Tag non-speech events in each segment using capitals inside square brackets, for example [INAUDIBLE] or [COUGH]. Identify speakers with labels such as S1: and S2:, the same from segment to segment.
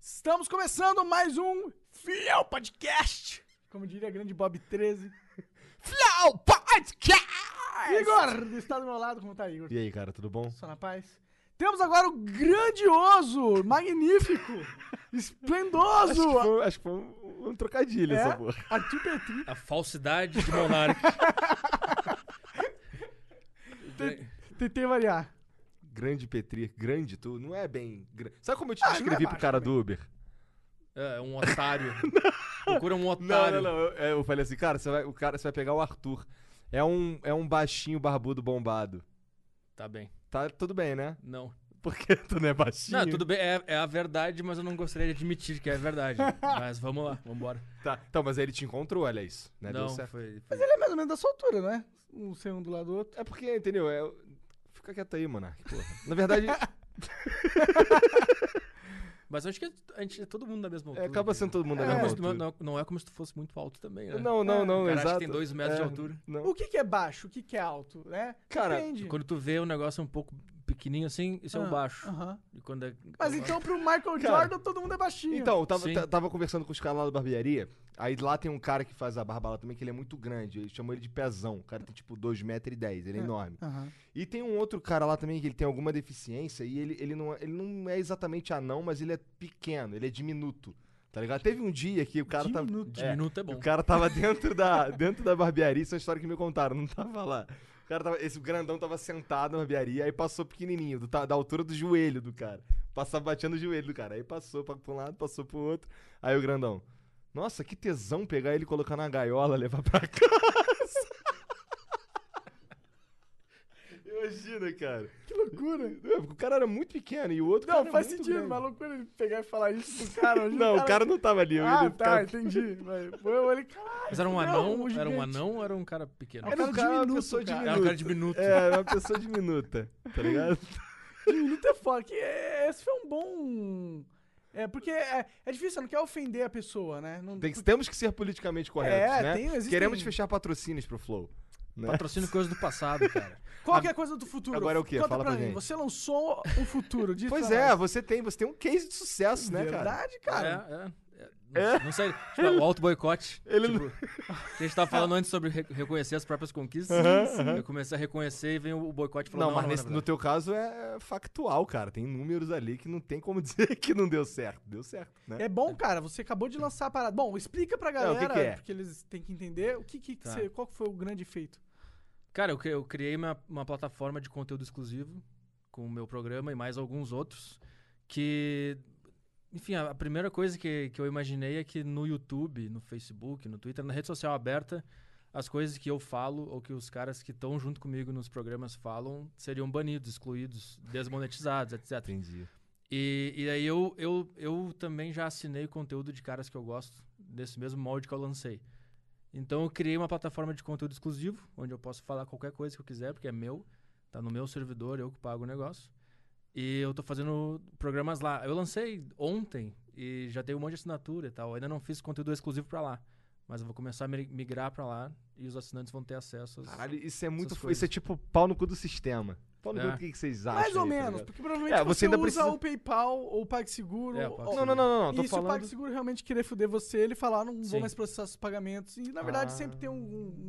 S1: Estamos começando mais um Fiel Podcast. Como diria grande Bob
S2: [LAUGHS]
S1: 13.
S2: Flow Podcast!
S1: Igor, está do meu lado, como tá, Igor?
S2: E aí, cara, tudo bom?
S1: Só na paz. Temos agora o grandioso,
S2: [LAUGHS]
S1: magnífico,
S2: Acho que
S1: esplendoso.
S2: foi, acho que foi um, um trocadilho essa porra.
S1: é, Arthur Petri.
S3: A falsidade
S2: [LAUGHS]
S3: de Monark.
S1: Tentei variar.
S2: Grande Petri, grande tu, não é bem... gra- Sabe como eu te
S1: não é
S2: descrevi pro
S1: baixo
S2: cara do Uber?
S3: é
S2: [LAUGHS]
S3: um otário. Procura um otário.
S2: não, eu, eu falei assim, cara, você vai, o cara, você vai pegar o Arthur. É um, é um baixinho barbudo bombado.
S3: Tá bem.
S2: Tá tudo bem, né? [LAUGHS]
S3: Não.
S2: Porque tu não é baixinho.
S3: Não, tudo bem. É, é a verdade, mas eu não gostaria de admitir que é a verdade.
S2: [LAUGHS]
S3: mas vamos lá, vamos embora.
S2: Tá, então, mas aí ele te encontrou, olha isso. Né?
S3: Não,
S2: Deu certo.
S3: foi,
S1: Mas ele é mais ou menos da sua altura, não é? Um ser um do lado do outro.
S2: É porque, entendeu? É, fica quieto aí, Monark, porra. Na [LAUGHS] verdade,
S3: Mas eu acho que a gente é todo mundo da mesma
S2: é,
S3: altura.
S2: acaba
S3: né?
S2: sendo todo mundo da
S3: Não é,
S2: mesma
S3: como se tu-
S2: altura.
S3: não, não é como se tu fosse muito alto também, né?
S2: Não, não, não,
S3: O cara acha que
S2: exato. É.
S3: tem dois metros de altura.
S2: Não.
S1: O que, que é baixo? O que, que é alto? Né?
S2: Cara,
S1: Depende.
S3: Quando tu vê um negócio um pouco pequenininho assim, isso é
S1: Ah,
S3: o baixo.
S1: aham.
S3: E quando é-
S1: Mas então pro Michael
S2: Cara,
S1: Jordan todo mundo é baixinho.
S2: Então, eu tava,
S3: Sim.
S2: ta- tava conversando com os caras lá da barbearia. Aí lá tem um cara que faz a barba lá também, que ele é muito grande. Eles chamam ele de pezão. O cara tem tipo 2,10m, ele é enorme.
S1: Aham.
S2: E tem um outro cara lá também que ele tem alguma deficiência e ele, ele, não, é- ele não é exatamente anão, mas ele é pequeno, ele é diminuto. Tá ligado? Teve um dia que o cara
S1: Diminuto.
S2: tava. É,
S3: Diminuto é bom.
S2: o cara tava dentro da, dentro da barbearia, isso é uma história que me contaram, não tava lá. O cara tava, esse grandão tava sentado na barbearia, aí passou pequenininho, do ta- da altura do joelho do cara. Passava batendo o joelho do cara. Aí passou pra, pra um lado, passou pro outro. Aí o grandão. Nossa, que tesão pegar ele, colocar na gaiola, levar pra [LAUGHS] casa. Imagina, cara. Que loucura. O cara era muito pequeno e o outro
S1: Não,
S2: cara é
S1: faz
S2: muito
S1: sentido,
S2: grande.
S1: mas loucura ele pegar e falar isso pro cara. hoje
S2: Não, o cara não tava ali.
S1: Ah, tá,
S2: ele ficava-
S1: entendi. Mas, eu, ele, caralho,
S3: Mas era um
S1: não,
S3: anão,
S1: um
S3: era um
S1: gigante.
S3: anão ou era um cara pequeno?
S2: Era
S1: cara
S2: um cara, uma
S1: diminuto,
S2: pessoa
S1: cara.
S2: diminuta.
S3: Era um cara diminuto.
S2: É, era uma pessoa diminuta, tá ligado?
S1: diminuto é foda. Que é- esse foi um bom. É, porque é, é difícil, você não quer ofender a pessoa, né? Não,
S2: [LAUGHS] Tem que- temos que ser politicamente corretos,
S1: É,
S2: né?
S1: tem- existem-
S2: Queremos fechar patrocínios pro Flow. né?
S3: Patrocínio coisa do passado, cara.
S1: Qual que é a coisa do futuro?
S2: Agora é o quê?
S1: Conta
S2: Fala
S1: pra
S2: pra
S1: mim.
S2: gente.
S1: Você lançou o futuro disso.
S2: Pois é, você tem, você tem um case de sucesso, né, cara?
S1: Verdade, cara.
S3: É, é, é. Não, não sei. Tipo, o auto-boicote.
S2: Ele
S3: tipo, que a gente tava falando antes sobre re- reconhecer as próprias conquistas. Eu comecei a reconhecer e vem o boicote e falou,
S2: Não, mas
S3: não,
S2: nesse-
S3: não,
S2: no teu caso é factual, cara. Tem números ali que não tem como [LAUGHS] dizer que não deu certo. Deu certo, né?
S1: É bom, cara, você acabou de lançar a parada. Bom, explica pra
S2: Não, o
S1: galera,
S2: que que é?
S1: porque eles têm que entender o que, que, que
S3: Tá.
S1: você- qual que foi o grande efeito.
S3: Cara, eu, cri- eu criei uma, uma plataforma de conteúdo exclusivo com o meu programa e mais alguns outros. Que, enfim, a, a primeira coisa que, que eu imaginei é que no YouTube, no Facebook, no Twitter, na rede social aberta, as coisas que eu falo ou que os caras que estão junto comigo nos programas falam seriam banidos, excluídos, desmonetizados, etc.
S2: Entendi.
S3: E, e aí eu, eu, eu também já assinei conteúdo de caras que eu gosto, desse mesmo molde que eu lancei. Então eu criei uma plataforma de conteúdo exclusivo, onde eu posso falar qualquer coisa que eu quiser, porque é meu, tá no meu servidor, eu que pago o negócio. E eu tô fazendo programas lá. Eu lancei ontem e já tem um monte de assinatura e tal. Eu ainda não fiz conteúdo exclusivo pra lá, mas eu vou começar a mi- migrar pra lá e os assinantes vão ter acesso. Aos...
S2: Caralho, isso é muito.
S3: Essas
S2: fo- Isso é
S3: coisas.
S2: tipo pau no cu do sistema. Pau no cu
S3: É.
S2: do que, que vocês acham?
S1: Mais ou
S2: aí, tá
S1: menos,
S2: ligado?
S1: porque provavelmente
S2: É, você
S1: você,
S2: ainda
S1: usa
S2: precisa-
S1: o PayPal ou o PagSeguro.
S3: É, o
S1: ou-
S3: PagSeguro.
S2: Não, não, não, não, não.
S1: E
S2: Tô
S1: se o
S2: falando.
S1: PagSeguro realmente querer foder você, ele falar, não vou
S3: Sim.
S1: mais processar seus pagamentos. E, na verdade,
S2: Ah.
S1: sempre tem um,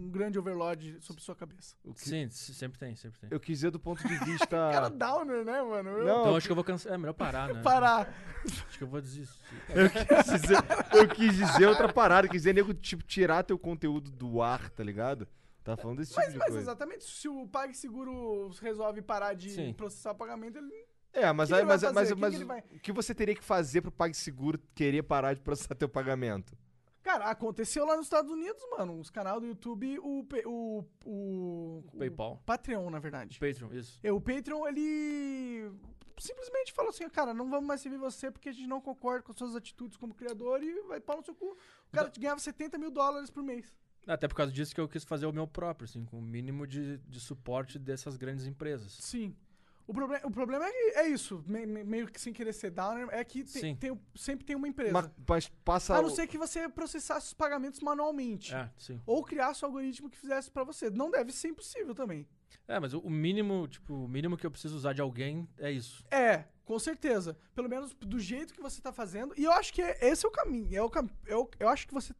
S1: um grande overload sobre sua cabeça.
S2: o que-
S3: Sim, se- sempre tem, sempre tem.
S2: Eu quis dizer do ponto
S1: [LAUGHS]
S2: de vista.
S1: Cara, downer, né, mano? Eu
S2: Não,
S3: Então acho que eu vou cancelar. É
S2: [LAUGHS]
S3: melhor parar, né?
S1: parar.
S3: Acho que eu vou desistir.
S2: Eu quis dizer, eu quis dizer outra parada, eu quis dizer, nego, tipo, tirar teu conteúdo do ar, tá ligado? Tá falando desse tipo
S1: Mas,
S2: de
S1: mas
S2: coisa.
S1: exatamente, se o PagSeguro resolve parar de
S3: Sim.
S1: processar pagamento, ele.
S2: É, mas
S1: que
S2: aí,
S1: ele vai fazer?
S2: mas, mas,
S1: Que que
S2: mas
S1: ele vai-
S2: o que você teria que fazer pro PagSeguro querer parar de processar teu pagamento?
S1: Cara, aconteceu lá nos Estados Unidos, mano. Os canais do YouTube, o. pe- O, o,
S3: PayPal.
S1: Patreon, na verdade.
S3: Patreon, isso.
S1: É, o Patreon, ele simplesmente falou assim, cara, não vamos mais servir você porque a gente não concorda com suas atitudes como criador e vai pau no seu cu. O cara te ganhava 70 mil dólares por mês.
S3: Até por causa disso que eu quis fazer o meu próprio, assim, com o mínimo de, de suporte dessas grandes empresas.
S1: Sim. O, proble o problema é, que- é isso, me- me- meio que sem querer ser downer, é que tem-
S3: Sim.
S1: tem- sempre tem uma empresa.
S2: Mas, mas passa.
S1: A não
S2: o-
S1: ser que você processasse os pagamentos manualmente.
S3: É, sim.
S1: Ou criasse um algoritmo que fizesse pra você. Não deve ser impossível também.
S3: É, mas o- o mínimo, tipo, o mínimo que eu preciso usar de alguém é isso.
S1: É, com certeza. Pelo menos do jeito que você tá fazendo. E eu acho que é- esse é o caminho. É o cam eu, eu acho que você,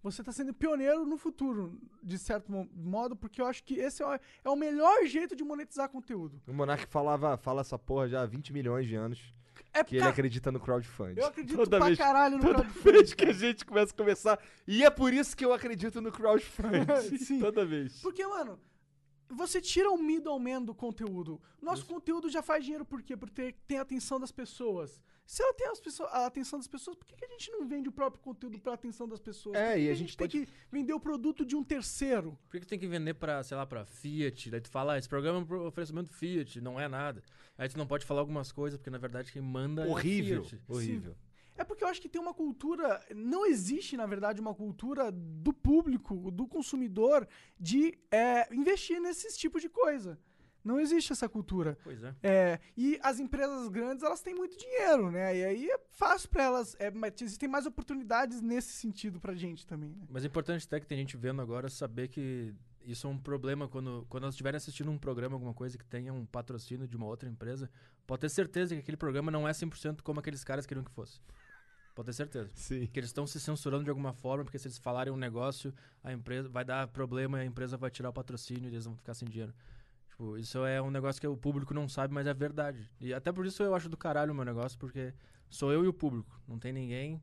S1: você tá sendo pioneiro no futuro, de certo mo- modo, porque eu acho que esse é o, é o melhor jeito de monetizar conteúdo.
S2: O Monark falava, fala essa porra já há 20 milhões de anos,
S1: É
S2: que ele
S1: ca-
S2: acredita no crowdfunding.
S1: Eu acredito
S2: Toda
S1: pra
S2: vez-
S1: caralho no
S2: Toda
S1: crowdfunding.
S2: vez que a gente começa a conversar. E é por isso que eu acredito no crowdfunding.
S1: [LAUGHS] Sim.
S2: Toda vez.
S1: Porque, mano, você tira o middleman do conteúdo. Nosso conteúdo já faz dinheiro por quê? Porque tem a atenção das pessoas. Se ela tem as pesso- a atenção das pessoas, por que, que a gente não vende o próprio conteúdo pra atenção das pessoas?
S2: É,
S1: Por que
S2: e
S1: que
S2: a
S1: a
S2: gente
S1: gente tem que vender o produto de um terceiro.
S3: Por que que tu tem que vender pra, sei lá, pra Fiat? Daí tu fala, ah, esse programa é um pro- oferecimento Fiat, não é nada. Aí tu não pode falar algumas coisas, porque na verdade quem manda é
S2: Horrível.
S3: a Fiat.
S2: Horrível.
S1: É porque eu acho que tem uma cultura. Não existe, na verdade, uma cultura do público, do consumidor, de é, investir nesses tipos de coisa. Não existe essa cultura.
S3: Pois é.
S1: É, e as empresas grandes, elas têm muito dinheiro, né? E aí é fácil pra elas. É, mas existem mais oportunidades nesse sentido pra gente também, né?
S3: Mas é importante até que tem gente vendo agora saber que isso é um problema quando, quando elas estiverem assistindo um programa, alguma coisa que tenha um patrocínio de uma outra empresa, pode ter certeza que aquele programa não é 100% como aqueles caras queriam que fosse. Pode ter certeza.
S2: Sim.
S3: Que eles estão se censurando de alguma forma, porque se eles falarem um negócio, a empresa vai dar problema e a empresa vai tirar o patrocínio e eles vão ficar sem dinheiro. Tipo, isso é um negócio que o público não sabe, mas é verdade. E até por isso eu acho do caralho o meu negócio, porque sou eu e o público. Não tem ninguém.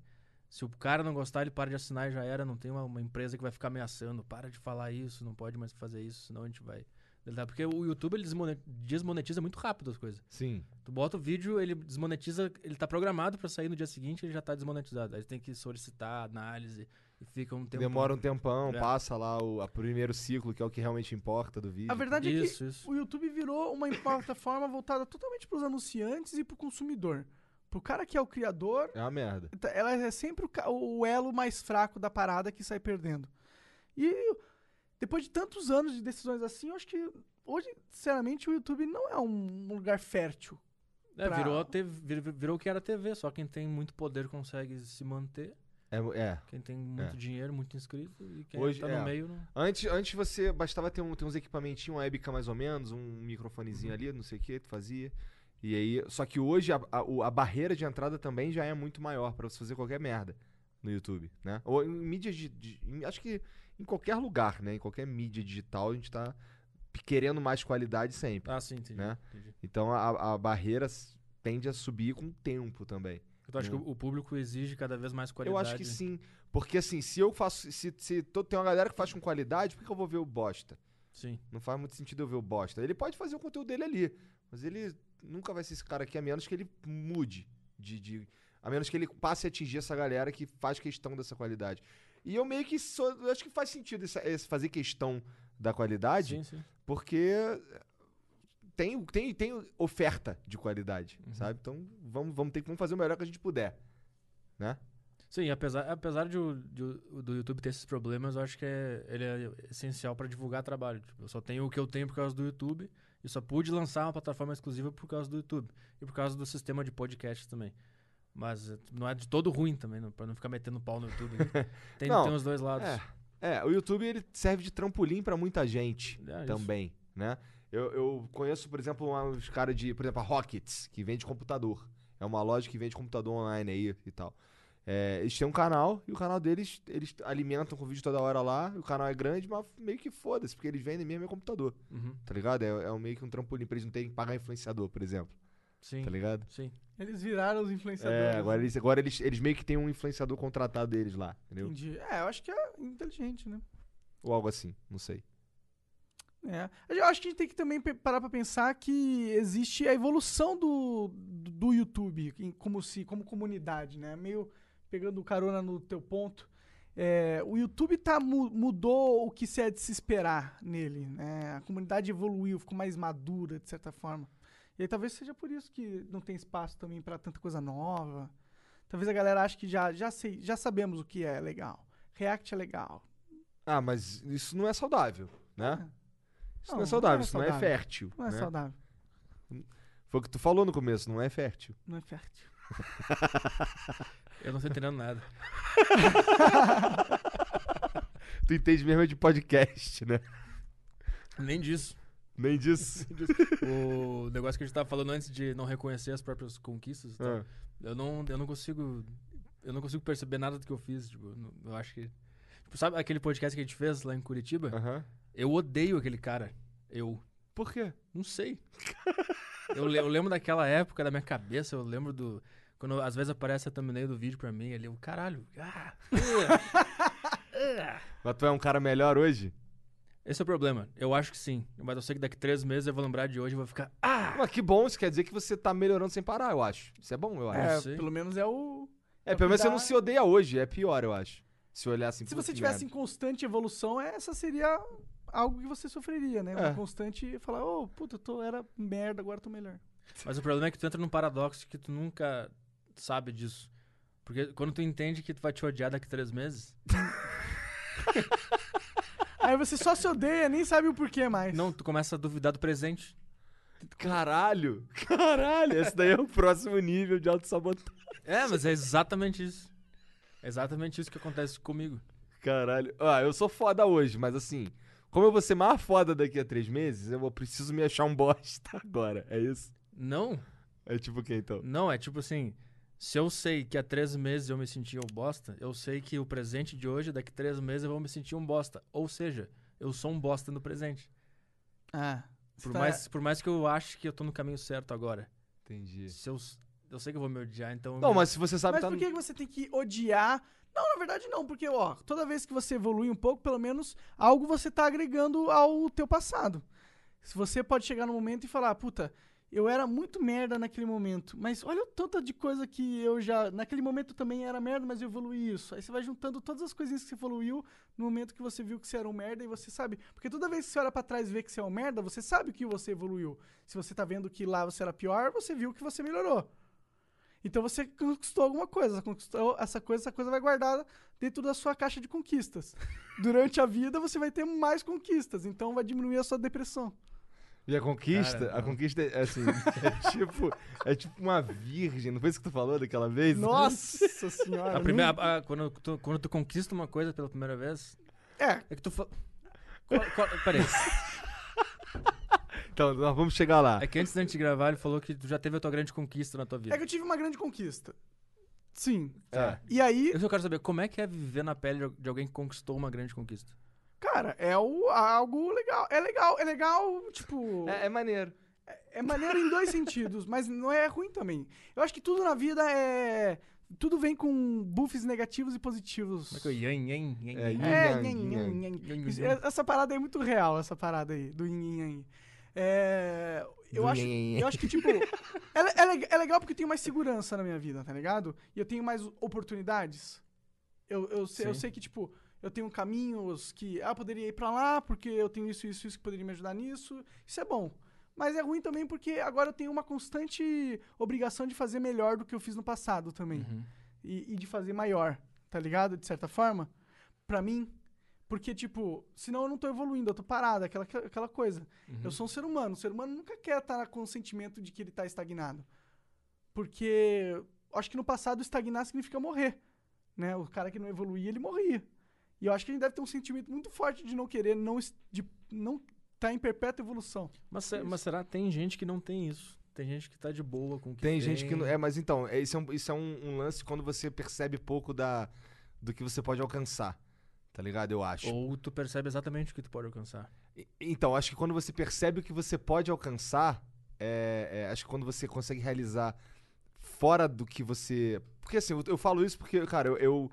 S3: Se o cara não gostar, ele para de assinar e já era. Não tem uma, uma empresa que vai ficar ameaçando. Para de falar isso, não pode mais fazer isso, senão a gente vai. deletar." Porque o YouTube ele desmone- desmonetiza muito rápido as coisas.
S2: Sim.
S3: Tu bota o vídeo, ele desmonetiza, ele tá programado pra sair no dia seguinte, ele já tá desmonetizado. Aí tem que solicitar análise e fica um tempo.
S2: Demora um tempão,
S3: É.
S2: passa lá o a primeiro ciclo, que é o que realmente importa do vídeo.
S1: A verdade é
S3: Isso,
S1: que
S3: isso.
S1: o YouTube virou uma plataforma voltada totalmente pros anunciantes e pro consumidor. Pro cara que é o criador,
S2: É uma merda.
S1: Tá, Ela é sempre o, ca- o elo mais fraco da parada que sai perdendo. E depois de tantos anos de decisões assim, eu acho que hoje, sinceramente, o YouTube não é um lugar fértil.
S3: É,
S1: pra-
S3: virou, a TV, vir- vir- virou o que era TV, só quem tem muito poder consegue se manter.
S2: É. é.
S3: Quem tem muito
S2: É.
S3: dinheiro, muito inscrito, e quem
S2: Hoje-
S3: tá
S2: é.
S3: no meio não.
S2: Antes, antes você bastava ter, um, ter uns equipamentinhos, uma webcam mais ou menos, um microfonezinho ali, não sei o que, tu fazia. E aí, só que hoje a, a, o- a barreira de entrada também já é muito maior pra você fazer qualquer merda no YouTube, né? Ou em mídias de, de- em- acho que em qualquer lugar, né? Em qualquer mídia digital a gente tá querendo mais qualidade sempre.
S3: Ah, sim, entendi.
S2: Né?
S3: entendi.
S2: Então a, a barreira s- tende a subir com o tempo também.
S3: Tu acha que
S2: Hum.
S3: o o público exige cada vez mais qualidade? né?
S2: Eu acho que sim, porque assim, se eu faço, se, se to- tem uma galera que faz com qualidade, por que que eu vou ver o bosta?
S3: Sim.
S2: Não faz muito sentido eu ver o bosta. Ele pode fazer o conteúdo dele ali, mas ele nunca vai ser esse cara aqui, a menos que ele mude. De, de- a menos que ele passe a atingir essa galera que faz questão dessa qualidade. E eu meio que sou, eu acho que faz sentido essa- esse fazer questão da qualidade,
S3: Sim, sim.
S2: porque tem, tem, tem oferta de qualidade,
S3: Uhum.
S2: sabe? Então vamos, vamos ter que vamos fazer o melhor que a gente puder. Né?
S3: Sim, apesar, apesar de, o- de o- do YouTube ter esses problemas, eu acho que é, ele é essencial para divulgar trabalho. Tipo, eu só tenho o que eu tenho por causa do YouTube e só pude lançar uma plataforma exclusiva por causa do YouTube e por causa do sistema de podcast também. Mas eh, não é de todo ruim também, não, pra não ficar metendo pau no YouTube.
S2: [LAUGHS]
S3: né? tem,
S2: Não,
S3: tem os dois lados.
S2: É, é, o YouTube ele serve de trampolim pra muita gente
S3: É, isso.
S2: também, né? Eu, eu conheço, por exemplo, uma- uns caras de, por exemplo, a Rockets, que vende computador. É uma loja que vende computador online aí e tal. É, eles têm um canal e o canal deles, eles alimentam com vídeo toda hora lá. e O canal é grande, mas meio que foda-se, porque eles vendem mesmo é computador,
S3: Uhum,
S2: tá ligado? É, é um- meio que um trampolim pra eles não terem que pagar influenciador, por exemplo,
S3: Sim, né?
S2: tá ligado?
S3: sim.
S1: Eles viraram os influenciadores.
S2: É, agora eles, agora eles, eles meio que têm um influenciador contratado deles lá, entendeu?
S1: Entendi. É, eu acho que é inteligente, né?
S2: Ou algo assim, não sei.
S1: É. Eu acho que a gente tem que também pe- parar pra pensar que existe a evolução do, do do YouTube em- como se como comunidade, né? Meio pegando carona no teu ponto. é, o YouTube tá, mu- mudou o que se é de se esperar nele, né? A comunidade evoluiu, ficou mais madura, de certa forma. E aí talvez seja por isso que não tem espaço também pra tanta coisa nova. Talvez a galera ache que já, já, sei, já sabemos o que é legal. React é legal.
S2: Ah, mas isso não é saudável, né? Isso não,
S1: Não,
S2: é saudável,
S1: não é
S2: isso não é
S1: saudável.
S2: fértil.
S1: Não é
S2: né?
S1: saudável,
S2: Foi o que tu falou no começo, não é fértil. [LAUGHS]
S1: não é fértil.
S3: Eu não tô entendendo nada.
S2: Tu entende mesmo é de podcast, né?
S3: Nem disso.
S1: [LAUGHS]
S2: Nem disso.
S3: [LAUGHS] O negócio que a gente tava falando antes de não reconhecer as próprias conquistas, e tal,
S2: Ah.
S3: eu, não, eu não consigo. Eu não consigo perceber nada do que eu fiz. Tipo, eu não- eu acho que. Tipo, sabe aquele podcast que a gente fez lá em Curitiba?
S2: Aham.
S3: Eu odeio aquele cara. Eu.
S2: Por quê?
S3: Não sei.
S2: [LAUGHS]
S3: eu, le- eu lembro daquela época da minha cabeça, eu lembro do. Quando às vezes aparece a thumbnail do vídeo pra mim, ali, eu, caralho. ah, ah."
S2: Mas tu é um cara melhor hoje?
S3: Esse é o problema. Eu acho que sim. Mas eu sei que daqui três meses eu vou lembrar de hoje e vou ficar. "Ah,
S2: Mas que bom, isso quer dizer que você tá melhorando sem parar, eu acho. Isso é bom, eu acho.
S1: É,
S3: Ah, sei.
S1: pelo menos é o.
S2: É, pelo menos você
S1: cuidar.
S2: não se odeia hoje, é pior, eu acho. Se olhar assim
S1: Se
S2: "Pô,
S1: você
S2: que
S1: tivesse em
S2: merda."
S1: constante evolução, essa seria algo que você sofreria, né? Uma
S2: É.
S1: constante falar, ô, puta, eu tô, era merda, agora eu tô melhor.
S3: Mas o problema é que tu entra num paradoxo que tu nunca sabe disso. Porque quando tu entende que tu vai te odiar daqui três meses,
S1: Aí você só se odeia, nem sabe o porquê mais.
S3: não, tu começa a duvidar do presente.
S2: Caralho! [LAUGHS] Caralho! Esse daí é o próximo nível de autossabotagem.
S3: É, mas é exatamente isso. É exatamente isso que acontece comigo.
S2: Caralho. Ah, eu sou foda hoje, mas assim, como eu vou ser mais foda daqui a três meses, eu vou- preciso me achar um [LAUGHS] bosta agora. É isso?
S3: Não,
S2: É tipo o quê, então?
S3: não, é tipo assim. Se eu sei que há três meses eu me senti um bosta, eu sei que o presente de hoje, daqui três meses eu vou me sentir um bosta. Ou seja, eu sou um bosta no presente.
S1: Ah.
S3: Por,
S1: tá-
S3: mais, por mais que eu ache que eu tô no caminho certo agora.
S2: Entendi.
S3: Se eu, s- eu sei que eu vou me odiar, então. eu
S2: Não,
S3: me-
S2: mas se você sabe...
S1: Mas
S2: tá
S1: por
S2: no-
S1: que que você tem que odiar? Não, na verdade não, porque, ó, toda vez que você evolui um pouco, pelo menos algo você tá agregando ao teu passado. Se você pode chegar no momento e falar, puta, eu era muito merda naquele momento, mas olha o tanto de coisa que eu já. Naquele momento eu também era merda, mas eu evoluí isso. Aí você vai juntando todas as coisinhas que você evoluiu no momento que você viu que você era um merda e você sabe. Porque toda vez que você olha pra trás e vê que você é um merda, você sabe que você evoluiu. Se você tá vendo que lá você era pior, você viu que você melhorou. Então você conquistou alguma coisa, conquistou essa coisa, essa coisa vai guardada dentro da sua caixa de
S3: [LAUGHS]
S1: conquistas. Durante a vida você vai ter mais conquistas, então vai diminuir a sua depressão.
S2: E a conquista,
S3: Cara,
S2: a
S3: não.
S2: conquista é assim, [LAUGHS] é tipo, é tipo uma virgem, não foi isso que tu falou daquela vez?
S3: [LAUGHS]
S1: Nossa senhora.
S3: A primeira, a- a- quando, tu, quando tu conquista uma coisa pela primeira vez,
S1: É,
S3: é que tu fala. Peraí.
S2: [LAUGHS] Então, nós vamos chegar lá.
S3: É que antes da gente gravar, ele falou que tu já teve a tua grande conquista na tua vida.
S1: é que eu tive uma grande conquista. Sim.
S3: tá.
S2: É.
S1: E aí,
S3: Eu só quero saber como é que é viver na pele de al- de alguém que conquistou uma grande conquista.
S1: cara, é o, algo legal. É legal, é legal, tipo.
S2: É, é maneiro.
S1: É maneiro em dois sentidos, mas não é ruim também. Eu acho que tudo na vida é. Tudo vem com buffs negativos e positivos.
S3: Como é que eu. Yen, yen, yen,
S2: É,
S3: yen.
S2: yin,
S1: É,
S2: yang,
S1: nhen,
S2: yin,
S1: nhen,
S2: yang.
S1: nhen.
S3: Yin,
S1: Isso-
S3: yang.
S1: Essa parada aí é muito real, essa parada aí, do yin yin yang. É, eu,
S2: Do
S1: acho,
S2: yin, yang.
S1: eu acho que, tipo, é, le- é le- é legal porque eu tenho mais segurança na minha vida, tá ligado? E eu tenho mais oportunidades. Eu, eu, sei, eu
S3: Sim.
S1: sei que, tipo, eu tenho caminhos que, ah, eu poderia ir pra lá porque eu tenho isso, isso, isso que poderia me ajudar nisso. Isso é bom. Mas é ruim também porque agora eu tenho uma constante obrigação de fazer melhor do que eu fiz no passado também
S3: Uhum.
S1: e, e de fazer maior, tá ligado? De certa forma, pra mim. Porque, tipo, senão eu não tô evoluindo, eu tô parado, aquela, aquela coisa. Eu sou um ser humano, o ser humano nunca quer estar com o sentimento de que ele tá estagnado. Porque acho que no passado estagnar significa morrer, né? O cara que não evoluía, ele morria. E eu acho que a gente deve ter um sentimento muito forte de não querer, não, es- de não tá em perpétua evolução.
S3: Mas, se- mas será que tem gente que não tem isso? Tem gente que tá de boa com o que
S2: Tem
S3: tem.
S2: gente que não... É, mas então, é, isso é, um, isso é um, um lance quando você percebe pouco da, do que você pode alcançar, tá ligado? Eu acho.
S3: Ou tu percebe exatamente o que tu pode alcançar.
S2: E- Então, acho que quando você percebe o que você pode alcançar, é, é, acho que quando você consegue realizar fora do que você. Porque assim, eu, eu falo isso porque, cara, eu, eu,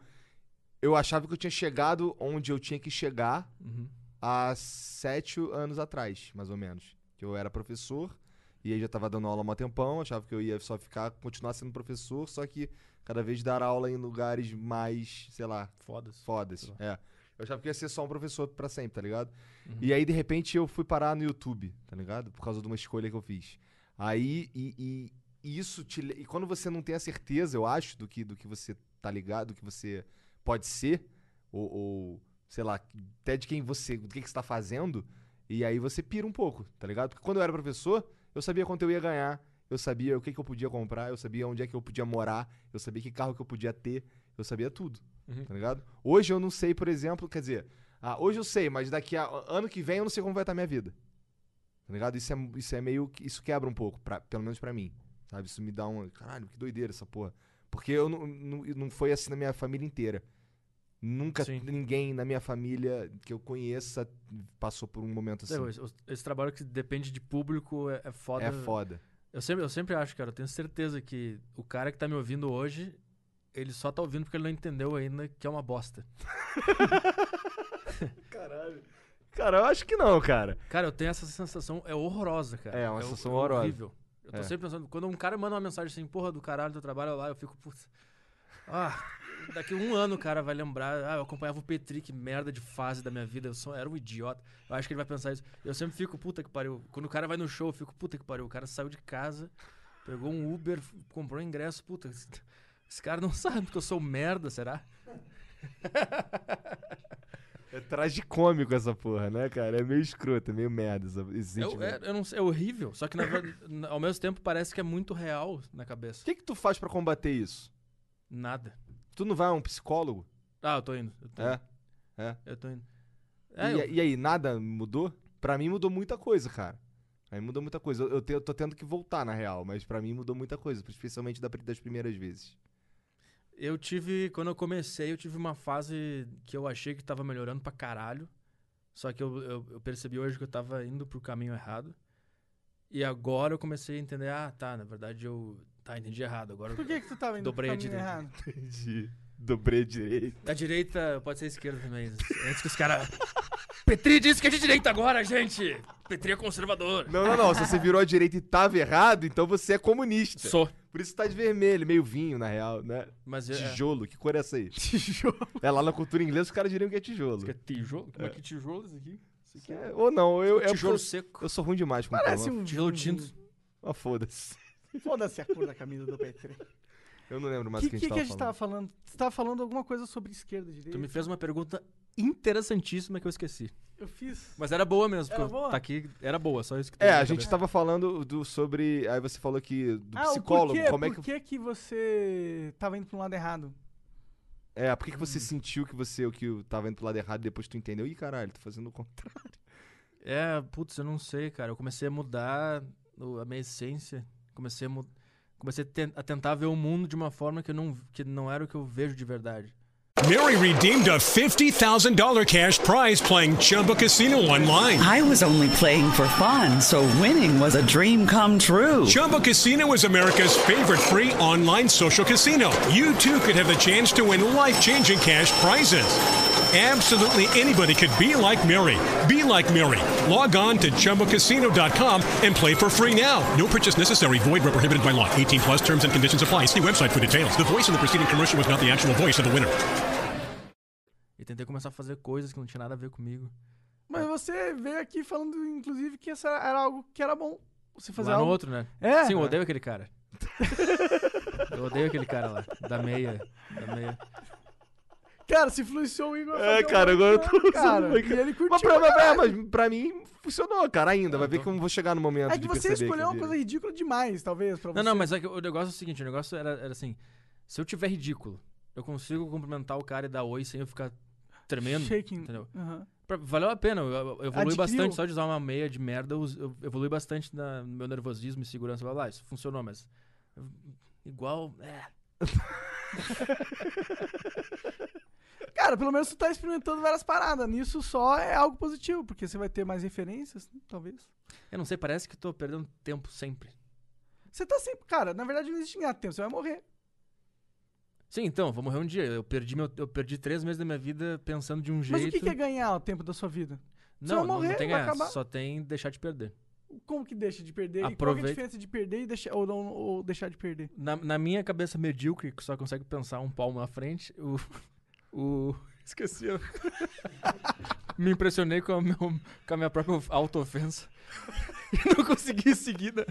S2: eu achava que eu tinha chegado onde eu tinha que chegar
S3: Uhum.
S2: há sete anos atrás, mais ou menos. Que eu era professor e aí já tava dando aula há um tempão, achava que eu ia só ficar, continuar sendo professor, só que cada vez dar aula em lugares mais, sei lá,
S3: Foda-se.
S2: Foda-se.
S3: Sei
S2: É. Eu achava que ia ser só um professor pra sempre, tá ligado?
S3: Uhum.
S2: E aí, de repente, eu fui parar no YouTube, tá ligado? Por causa de uma escolha que eu fiz. Aí, e, e- e isso te. le- E quando você não tem a certeza, eu acho, do que, do que você tá ligado, do que você pode ser, ou, ou, sei lá, até de quem você. do que, que você tá fazendo, e aí você pira um pouco, tá ligado? Porque quando eu era professor, eu sabia quanto eu ia ganhar, eu sabia o que, que eu podia comprar, eu sabia onde é que eu podia morar, eu sabia que carro que eu podia ter, eu sabia tudo,
S3: Uhum.
S2: tá ligado? Hoje eu não sei, por exemplo, quer dizer, ah, hoje eu sei, mas daqui a ano que vem eu não sei como vai estar minha vida. Tá ligado? Isso é, isso é meio. que- Isso quebra um pouco, pra- pelo menos pra mim. Sabe? Isso me dá um. Caralho, que doideira essa porra. Porque eu não, não, não foi assim na minha família inteira. Nunca
S3: Sim.
S2: ninguém na minha família que eu conheça passou por um momento assim.
S3: Esse, esse trabalho que depende de público é, é foda.
S2: É foda.
S3: Eu sempre, eu sempre acho, cara, eu tenho certeza que o cara que tá me ouvindo hoje, ele só tá ouvindo porque ele não entendeu ainda que é uma bosta.
S2: Caralho. Cara, eu acho que não, cara.
S3: Cara, eu tenho essa sensação, é horrorosa, cara.
S2: É, uma
S3: o-
S2: sensação horrorosa.
S3: Horrível. Eu tô
S2: É.
S3: sempre pensando, quando um cara manda uma mensagem assim, porra do caralho, teu trabalho lá, eu fico, putz. Ah, daqui um ano o cara vai lembrar, ah, eu acompanhava o Petri, que merda de fase da minha vida, eu só era um idiota. Eu acho que ele vai pensar isso. Eu sempre fico, puta que pariu. Quando o cara vai no show, eu fico, puta que pariu. O cara saiu de casa, pegou um Uber, f- comprou um ingresso, puta. esse- Esse cara não [LAUGHS] sabe que eu sou um merda, será?
S2: É tragicômico essa porra, né, cara? É meio escroto, é meio merda. Essa, né? esse
S3: Eu, é,
S2: sentimento.
S3: eu não sei, é horrível. Só que na verdade, na- ao mesmo tempo parece que é muito real na cabeça.
S2: O que, que tu faz pra combater isso?
S3: Nada.
S2: Tu não vai a um psicólogo?
S3: Ah, eu tô indo. Eu tô
S2: É.
S3: indo. Eu tô indo. É,
S2: E,
S3: eu-
S2: a- e aí, nada mudou? Pra mim mudou muita coisa, cara. Aí mudou muita coisa. Eu, eu te- eu tô tendo que voltar, na real, mas pra mim mudou muita coisa, especialmente da pri- das primeiras vezes.
S3: eu tive. Quando eu comecei, eu tive uma fase que eu achei que tava melhorando pra caralho. Só que eu, eu, eu percebi hoje que eu tava indo pro caminho errado. E agora eu comecei a entender, ah, tá, na verdade eu. Tá, entendi errado. Agora
S1: Por que que tu tava indo pro
S3: Dobrei a
S1: caminho
S3: direita.
S1: errado?
S2: [LAUGHS] Entendi. Dobrei direito.
S3: A direita pode ser esquerda também. Antes que os caras. [LAUGHS] Petri disse que é de direita agora, gente! Petri é conservador.
S2: Não, não, não. Se você virou a direita e tava errado, então você é comunista.
S3: Sou.
S2: Por isso tá de vermelho, meio vinho, na real, né?
S3: Mas eu. é.
S2: Tijolo, que cor é essa aí?
S3: Tijolo.
S2: É lá na cultura inglesa os caras diriam que é tijolo.
S3: Isso aqui é tijolo? Como é que é tijolo isso aqui? Isso aqui
S2: É,
S3: é.
S2: ou não, eu, é porque
S3: Tijolo
S2: eu,
S3: seco.
S2: eu sou ruim demais com
S1: Parece
S2: cor,
S1: um.
S3: Tijolo tinto.
S2: mas- mas foda-se.
S1: Foda-se a cor da camisa do Petri.
S2: Eu não lembro
S1: O
S2: mais
S1: que,
S2: o que a gente
S1: que, que a gente
S2: tava
S1: tava falando? Você tava falando alguma coisa sobre esquerda e direita?
S3: Tu me fez uma pergunta interessantíssima que eu esqueci.
S1: Eu fiz.
S3: Mas era boa mesmo, porque
S1: Era
S3: eu-
S1: boa?
S3: tá aqui, era boa, só isso que tem
S2: É,
S3: na
S2: a
S3: minha
S2: gente
S3: cabeça.
S2: tava falando do, sobre. Aí você falou que do
S1: ah, o
S2: psicólogo,
S1: porquê,
S2: como é que.
S1: por que que você tava indo pro lado errado?
S2: É, por que, que você sentiu que você o que tava indo pro lado errado e depois tu entendeu? Ih, caralho, tô fazendo o contrário.
S3: É, putz, eu não sei, cara. Eu comecei a mudar o- a minha essência. Comecei a mu- Comecei a, ten- a tentar ver o mundo de uma forma que, eu não, que não era o que eu vejo de verdade.
S4: Mary redeemed a $50,000 cash prize playing Chumba Casino online.
S5: I was only playing for fun, so winning was a dream come true.
S4: Chumba Casino is America's favorite free online social casino. You too could have the chance to win life changing cash prizes. Absolutely anybody could be like Mary. Be like Mary. Log on to chumbacasino.com and play for free now. No purchase necessary. Void where prohibited by law. 18 plus terms and conditions apply. See website for details. The voice in the preceding commercial was not the actual voice of the winner.
S3: E tentei começar a fazer coisas que não tinha nada a ver comigo. É.
S1: Mas você veio aqui falando, inclusive, que essa era algo que era bom. Você fazer
S3: lá no
S1: algo.
S3: outro, né?
S1: É.
S3: Sim, eu odeio
S1: [LAUGHS]
S3: aquele cara. eu odeio aquele cara lá, da meia. Da meia.
S1: Cara, se influenciou o Igor. a
S2: É,
S1: fazer um
S2: cara, agora eu tô
S1: outro, cara.
S2: usando.
S1: E ele curtiu.
S2: mas, pra,
S1: pra
S2: mas, é,
S1: caralho.
S2: mas pra mim funcionou, cara, ainda. Vai ver
S3: tô-
S2: como eu vou chegar no momento
S1: É que
S2: de
S1: você
S2: perceber
S1: escolheu uma
S2: que-
S1: coisa ridícula demais, talvez, pra você.
S3: Não, não, mas é que o negócio é o seguinte, o negócio era, era assim, se eu tiver ridículo, eu consigo cumprimentar o cara e dar oi sem eu ficar tremendo,
S1: Shaking.
S3: entendeu?
S1: Aham.
S3: Pra- valeu a pena, eu, eu evolui
S1: Adquiriu.
S3: bastante, só de usar uma meia de merda, eu, us- eu evolui bastante na- no meu nervosismo e segurança, blá, blá, isso funcionou, mas eu- igual, é,
S1: Cara, pelo menos tu tá experimentando várias paradas. Nisso só é algo positivo, porque você vai ter mais referências, né, talvez.
S3: eu não sei, parece que eu tô perdendo tempo sempre.
S1: Você tá sempre. Cara, na verdade não existe ganhar tempo, você vai morrer.
S3: Sim, então, vou morrer um dia, eu perdi, meu, eu perdi três meses da minha vida pensando de um jeito...
S1: Mas o que que é ganhar o tempo da sua vida? você
S3: não,
S1: vai
S3: não,
S1: morrer,
S3: não tem
S1: vai
S3: ganhar,
S1: acabar.
S3: só tem deixar de perder.
S1: Como que deixa de perder? E qual que é a
S3: Aproveita.
S1: diferença de perder e deixar, ou, não, ou deixar de perder?
S3: Na, na minha cabeça medíocre, que só consegue pensar um palmo na frente, o. [LAUGHS] o [LAUGHS] esqueci. ó. Me [LAUGHS] impressionei com a, meu- com a minha própria auto-ofensa. E não consegui em seguida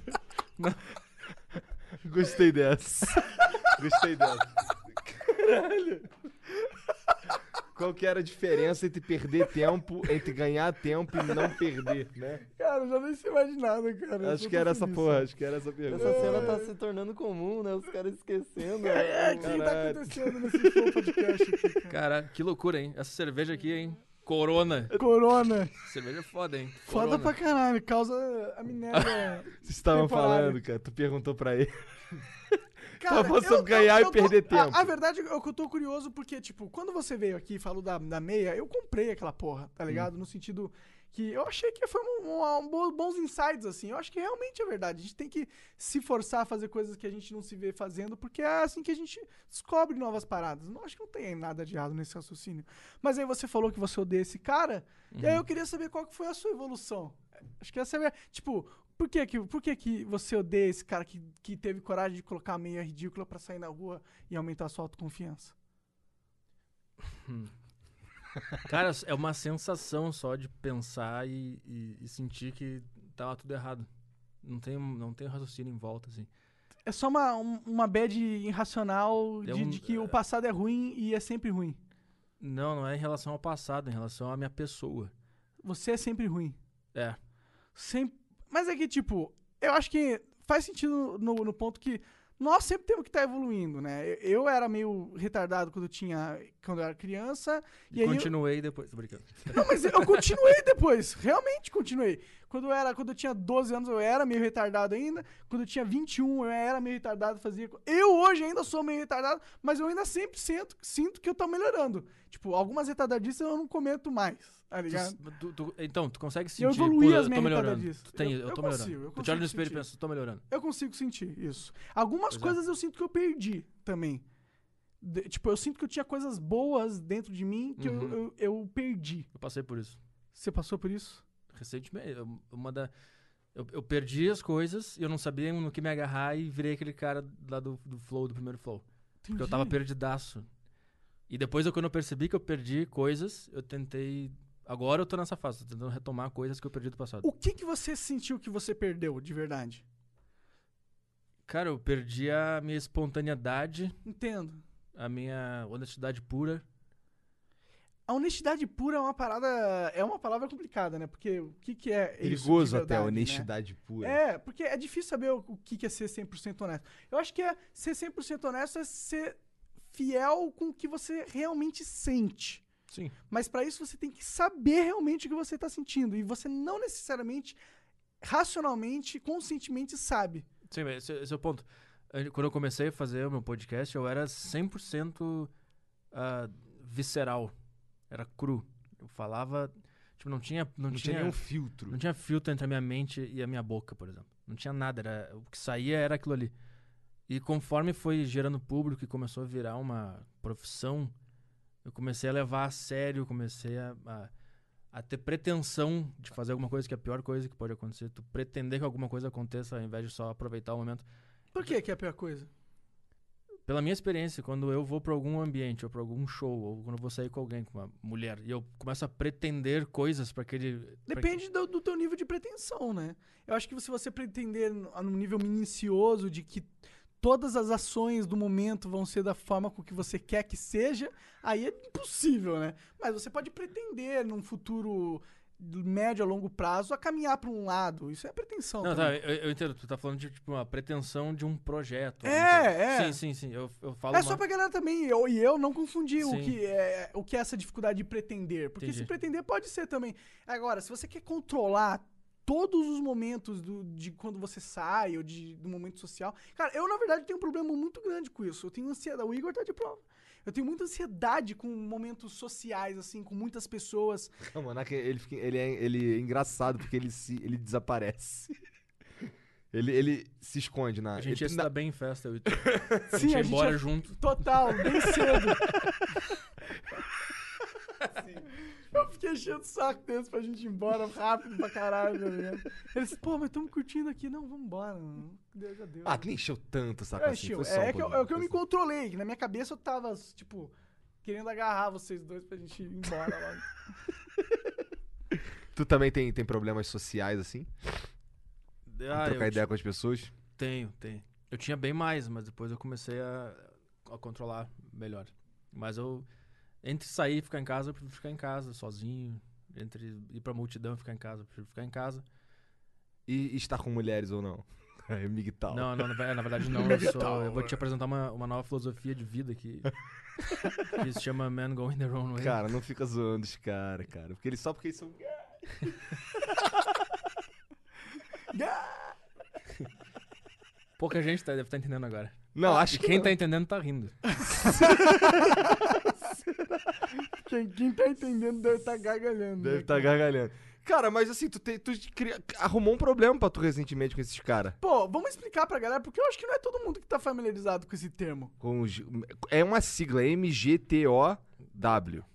S2: Gostei dessa. [LAUGHS] Gostei dessa. Caralho. Qual que era a diferença entre perder tempo, entre ganhar tempo e não perder, né?
S1: Cara, eu já nem sei mais de nada, cara. Eu
S2: Acho
S1: só
S2: que
S1: tô
S2: era essa
S1: feliz.
S2: porra, acho que era essa pergunta.
S6: Essa cena tá se tornando comum, né? Os caras esquecendo.
S1: É, o
S6: É,
S1: que tá
S2: Caralho.
S1: acontecendo nesse show podcast aqui, cara?
S3: Cara, que loucura, hein? Essa cerveja aqui, hein? Corona.
S1: Corona.
S3: Cerveja é foda, hein?
S1: Foda
S3: Corona.
S1: pra caralho, causa amnésia.
S2: Vocês estavam
S1: temporária.
S2: falando, cara. Tu perguntou pra ele.
S1: Cara,
S2: Tava sobre ganhar e
S1: tô-
S2: perder
S1: a-
S2: tempo.
S1: A, verdade é que eu tô curioso porque, tipo, quando você veio aqui e falou da, da meia, eu comprei aquela porra, tá
S2: Hum.
S1: ligado? No sentido que eu achei que foi um, um- um bo- bons insights, assim. Eu acho que realmente é verdade. A gente tem que se forçar a fazer coisas que a gente não se vê fazendo, porque é assim que a gente descobre novas paradas. Não acho que não tem nada de errado nesse raciocínio. Mas aí você falou que você odeia esse cara, e
S2: Uhum.
S1: aí eu queria saber qual que foi a sua evolução. Acho que essa é a minha- Tipo, por que que, por que, que você odeia esse cara que, que teve coragem de colocar a meia ridícula pra sair na rua e aumentar a sua autoconfiança?
S3: Cara, é uma sensação só de pensar e, e- e sentir que tava tudo errado. Não tem, não tem raciocínio em volta, assim.
S1: É só uma, um- uma bad irracional de,
S3: É um-
S1: de que o passado é ruim e é sempre ruim.
S3: Não, não é em relação ao passado, é em relação à minha pessoa.
S1: Você é sempre ruim.
S3: É.
S1: Sempre... Mas é que, tipo, eu acho que faz sentido no, no ponto que nós sempre temos que estar evoluindo, né? Eu, eu era meio retardado quando eu tinha. quando eu era criança. E,
S3: E,
S1: aí eu-
S3: continuei depois. Tô brincando.
S1: Não, mas eu continuei depois. Realmente continuei. Quando eu, era, quando eu tinha 12 anos, eu era meio retardado ainda. Quando eu tinha 21, eu era meio retardado. Fazia... co- Eu hoje ainda sou meio retardado, mas eu ainda sempre sinto, sinto que eu tô melhorando. Tipo, algumas retardadices eu não comento mais, tá
S3: Tu-
S1: ligado?
S3: tu- tu- então, tu consegue sentir.
S1: Eu evoluí
S3: pô,
S1: as minhas
S3: tô melhorando.
S1: metadadias.
S3: Tu tem,
S1: Eu-
S3: eu,
S1: eu
S3: tô
S1: consigo, eu
S3: melhorando. tu te
S1: consigo
S3: olha no espelho e
S1: sentir.
S3: pensa, tô melhorando.
S1: Eu consigo sentir isso. Algumas
S3: Pois é.
S1: coisas eu sinto que eu perdi também. De- tipo, eu sinto que eu tinha coisas boas dentro de mim que eu-
S3: Uhum.
S1: eu, eu perdi.
S3: Eu passei por isso.
S1: Você passou por isso?
S3: Recentemente, eu- uma da. Eu, eu perdi as coisas e eu não sabia no que me agarrar e virei aquele cara lá do, do flow, do primeiro flow. Porque eu tava
S1: Entendi.
S3: perdidaço. E depois, eu- quando eu percebi que eu perdi coisas, eu tentei. Agora eu tô nessa fase, tô tentando retomar coisas que eu perdi do passado.
S1: O que, que você sentiu que você perdeu de verdade?
S3: Cara, eu perdi a minha espontaneidade,
S1: Entendo.
S3: a minha honestidade pura.
S1: A honestidade pura é uma parada. É uma palavra complicada, né? Porque o que, que é. isso de
S2: Perigoso até,
S1: verdade, né?
S2: honestidade pura.
S1: É, porque é difícil saber o, o que, que é ser 100% honesto. Eu acho que é, ser 100% honesto é ser fiel com o que você realmente sente.
S3: Sim.
S1: Mas pra isso você tem que saber realmente o que você tá sentindo. E você não necessariamente, racionalmente, conscientemente sabe.
S3: Sim, mas esse, esse é o ponto. Eh, Quando eu comecei a fazer o meu podcast, eu era 100% ah, visceral. Era cru. Eu falava. Tipo, não tinha. Não,
S2: Não tinha nenhum
S1: [LAUGHS]
S2: filtro.
S3: Não tinha filtro entre a minha mente e a minha boca, por exemplo. Não tinha nada, era, o que saía era aquilo ali. E conforme foi gerando público e começou a virar uma profissão, eu comecei a levar a sério, comecei a, a, a ter pretensão de fazer alguma coisa que é a pior coisa que pode acontecer. Tu pretender que alguma coisa aconteça ao invés de só aproveitar o momento.
S1: Por que, que é a pior coisa?
S3: Pela minha experiência, quando eu vou pra algum ambiente, ou pra algum show, ou quando eu vou sair com alguém, com uma mulher, e eu começo a pretender coisas pra aquele. pra que-
S1: Depende do, do teu nível de pretensão, né? Eu acho que se você pretender n- a num nível minucioso de que todas as ações do momento vão ser da forma com que você quer que seja, aí é impossível, né? Mas você pode pretender num futuro do médio a longo prazo a caminhar pra um lado. Isso é pretensão.
S3: Não, tá,
S1: também.
S3: eu, eu entendo. Tu tá falando de tipo, uma pretensão de um projeto.
S1: É,
S3: alguma coisa.
S1: é.
S3: Sim, sim, sim. Eu, eu falo.
S1: É
S3: uma-
S1: só pra galera também, eu, e eu não confundir o
S3: Sim.
S1: que, é, o que é essa dificuldade de pretender. Porque se
S3: Entendi.
S1: pretender pode ser também. Agora, se você quer controlar todos os momentos do, de quando você sai ou de, do momento social. Cara, eu na verdade tenho um problema muito grande com isso. Eu tenho ansiedade. O Igor tá de prova. Eu tenho muita ansiedade com momentos sociais, assim, com muitas pessoas.
S2: Não, mano, é que ele, fica- ele, é, ele é engraçado porque ele, se,
S1: [LAUGHS]
S2: ele desaparece. Ele, ele se esconde na.
S3: A gente ia
S2: ele,
S3: se
S2: na-
S3: dar bem em
S1: [LAUGHS]
S3: festa. Eu... e tu. a
S1: Sim,
S3: gente ia
S1: a gente é
S3: embora
S1: ia-
S3: junto.
S1: Total, bem cedo. Eu fiquei enchendo o saco desse pra gente ir embora rápido pra caralho, tá ligado? Eles, pô, mas estamos curtindo aqui. Não, vambora. mano. Deus já deu.
S2: Ah, tu nem encheu tanto, saco?
S1: é,
S2: assim,
S1: tio,
S2: foi só um
S1: é, que eu,
S2: pouquinho,
S1: é que eu me
S2: foi só-
S1: controlei. que Na minha cabeça eu tava, tipo, querendo agarrar vocês dois pra gente ir embora
S2: [LAUGHS]
S1: logo.
S2: Tu também tem, tem problemas sociais, assim?
S3: Ah,
S2: trocar
S3: eu,
S2: Ah, ideia com as pessoas?
S3: Tenho, tenho. Eu tinha bem mais, mas depois eu comecei a, a controlar melhor. Mas eu, entre sair e ficar em casa, eu prefiro ficar em casa, sozinho. Entre ir pra multidão e ficar em casa, eu prefiro ficar em casa.
S2: E estar com mulheres ou não? [LAUGHS] É migtal.
S3: Não, não, na ve- na verdade
S2: [LAUGHS]
S3: não. Eu, sou, eu vou te apresentar uma, uma nova filosofia de vida que, que se chama Man Going Their Own Way.
S2: Cara, não fica zoando os caras, cara. Porque eles só porque eles são.
S3: Pouca gente tá- deve estar entendendo agora.
S2: Não, acho
S3: E
S2: que.
S3: quem
S2: não.
S3: tá entendendo tá rindo.
S1: Quem, quem tá entendendo deve estar tá gargalhando.
S2: Deve
S1: né,
S2: estar tá
S1: cara?
S2: gargalhando. Cara, mas assim, tu, te- tu cria- arrumou um problema pra tu recentemente com esses caras.
S1: Pô, vamos explicar pra galera, porque eu acho que não é todo mundo que tá familiarizado com esse termo.
S2: Com os- É uma sigla, MGTOW,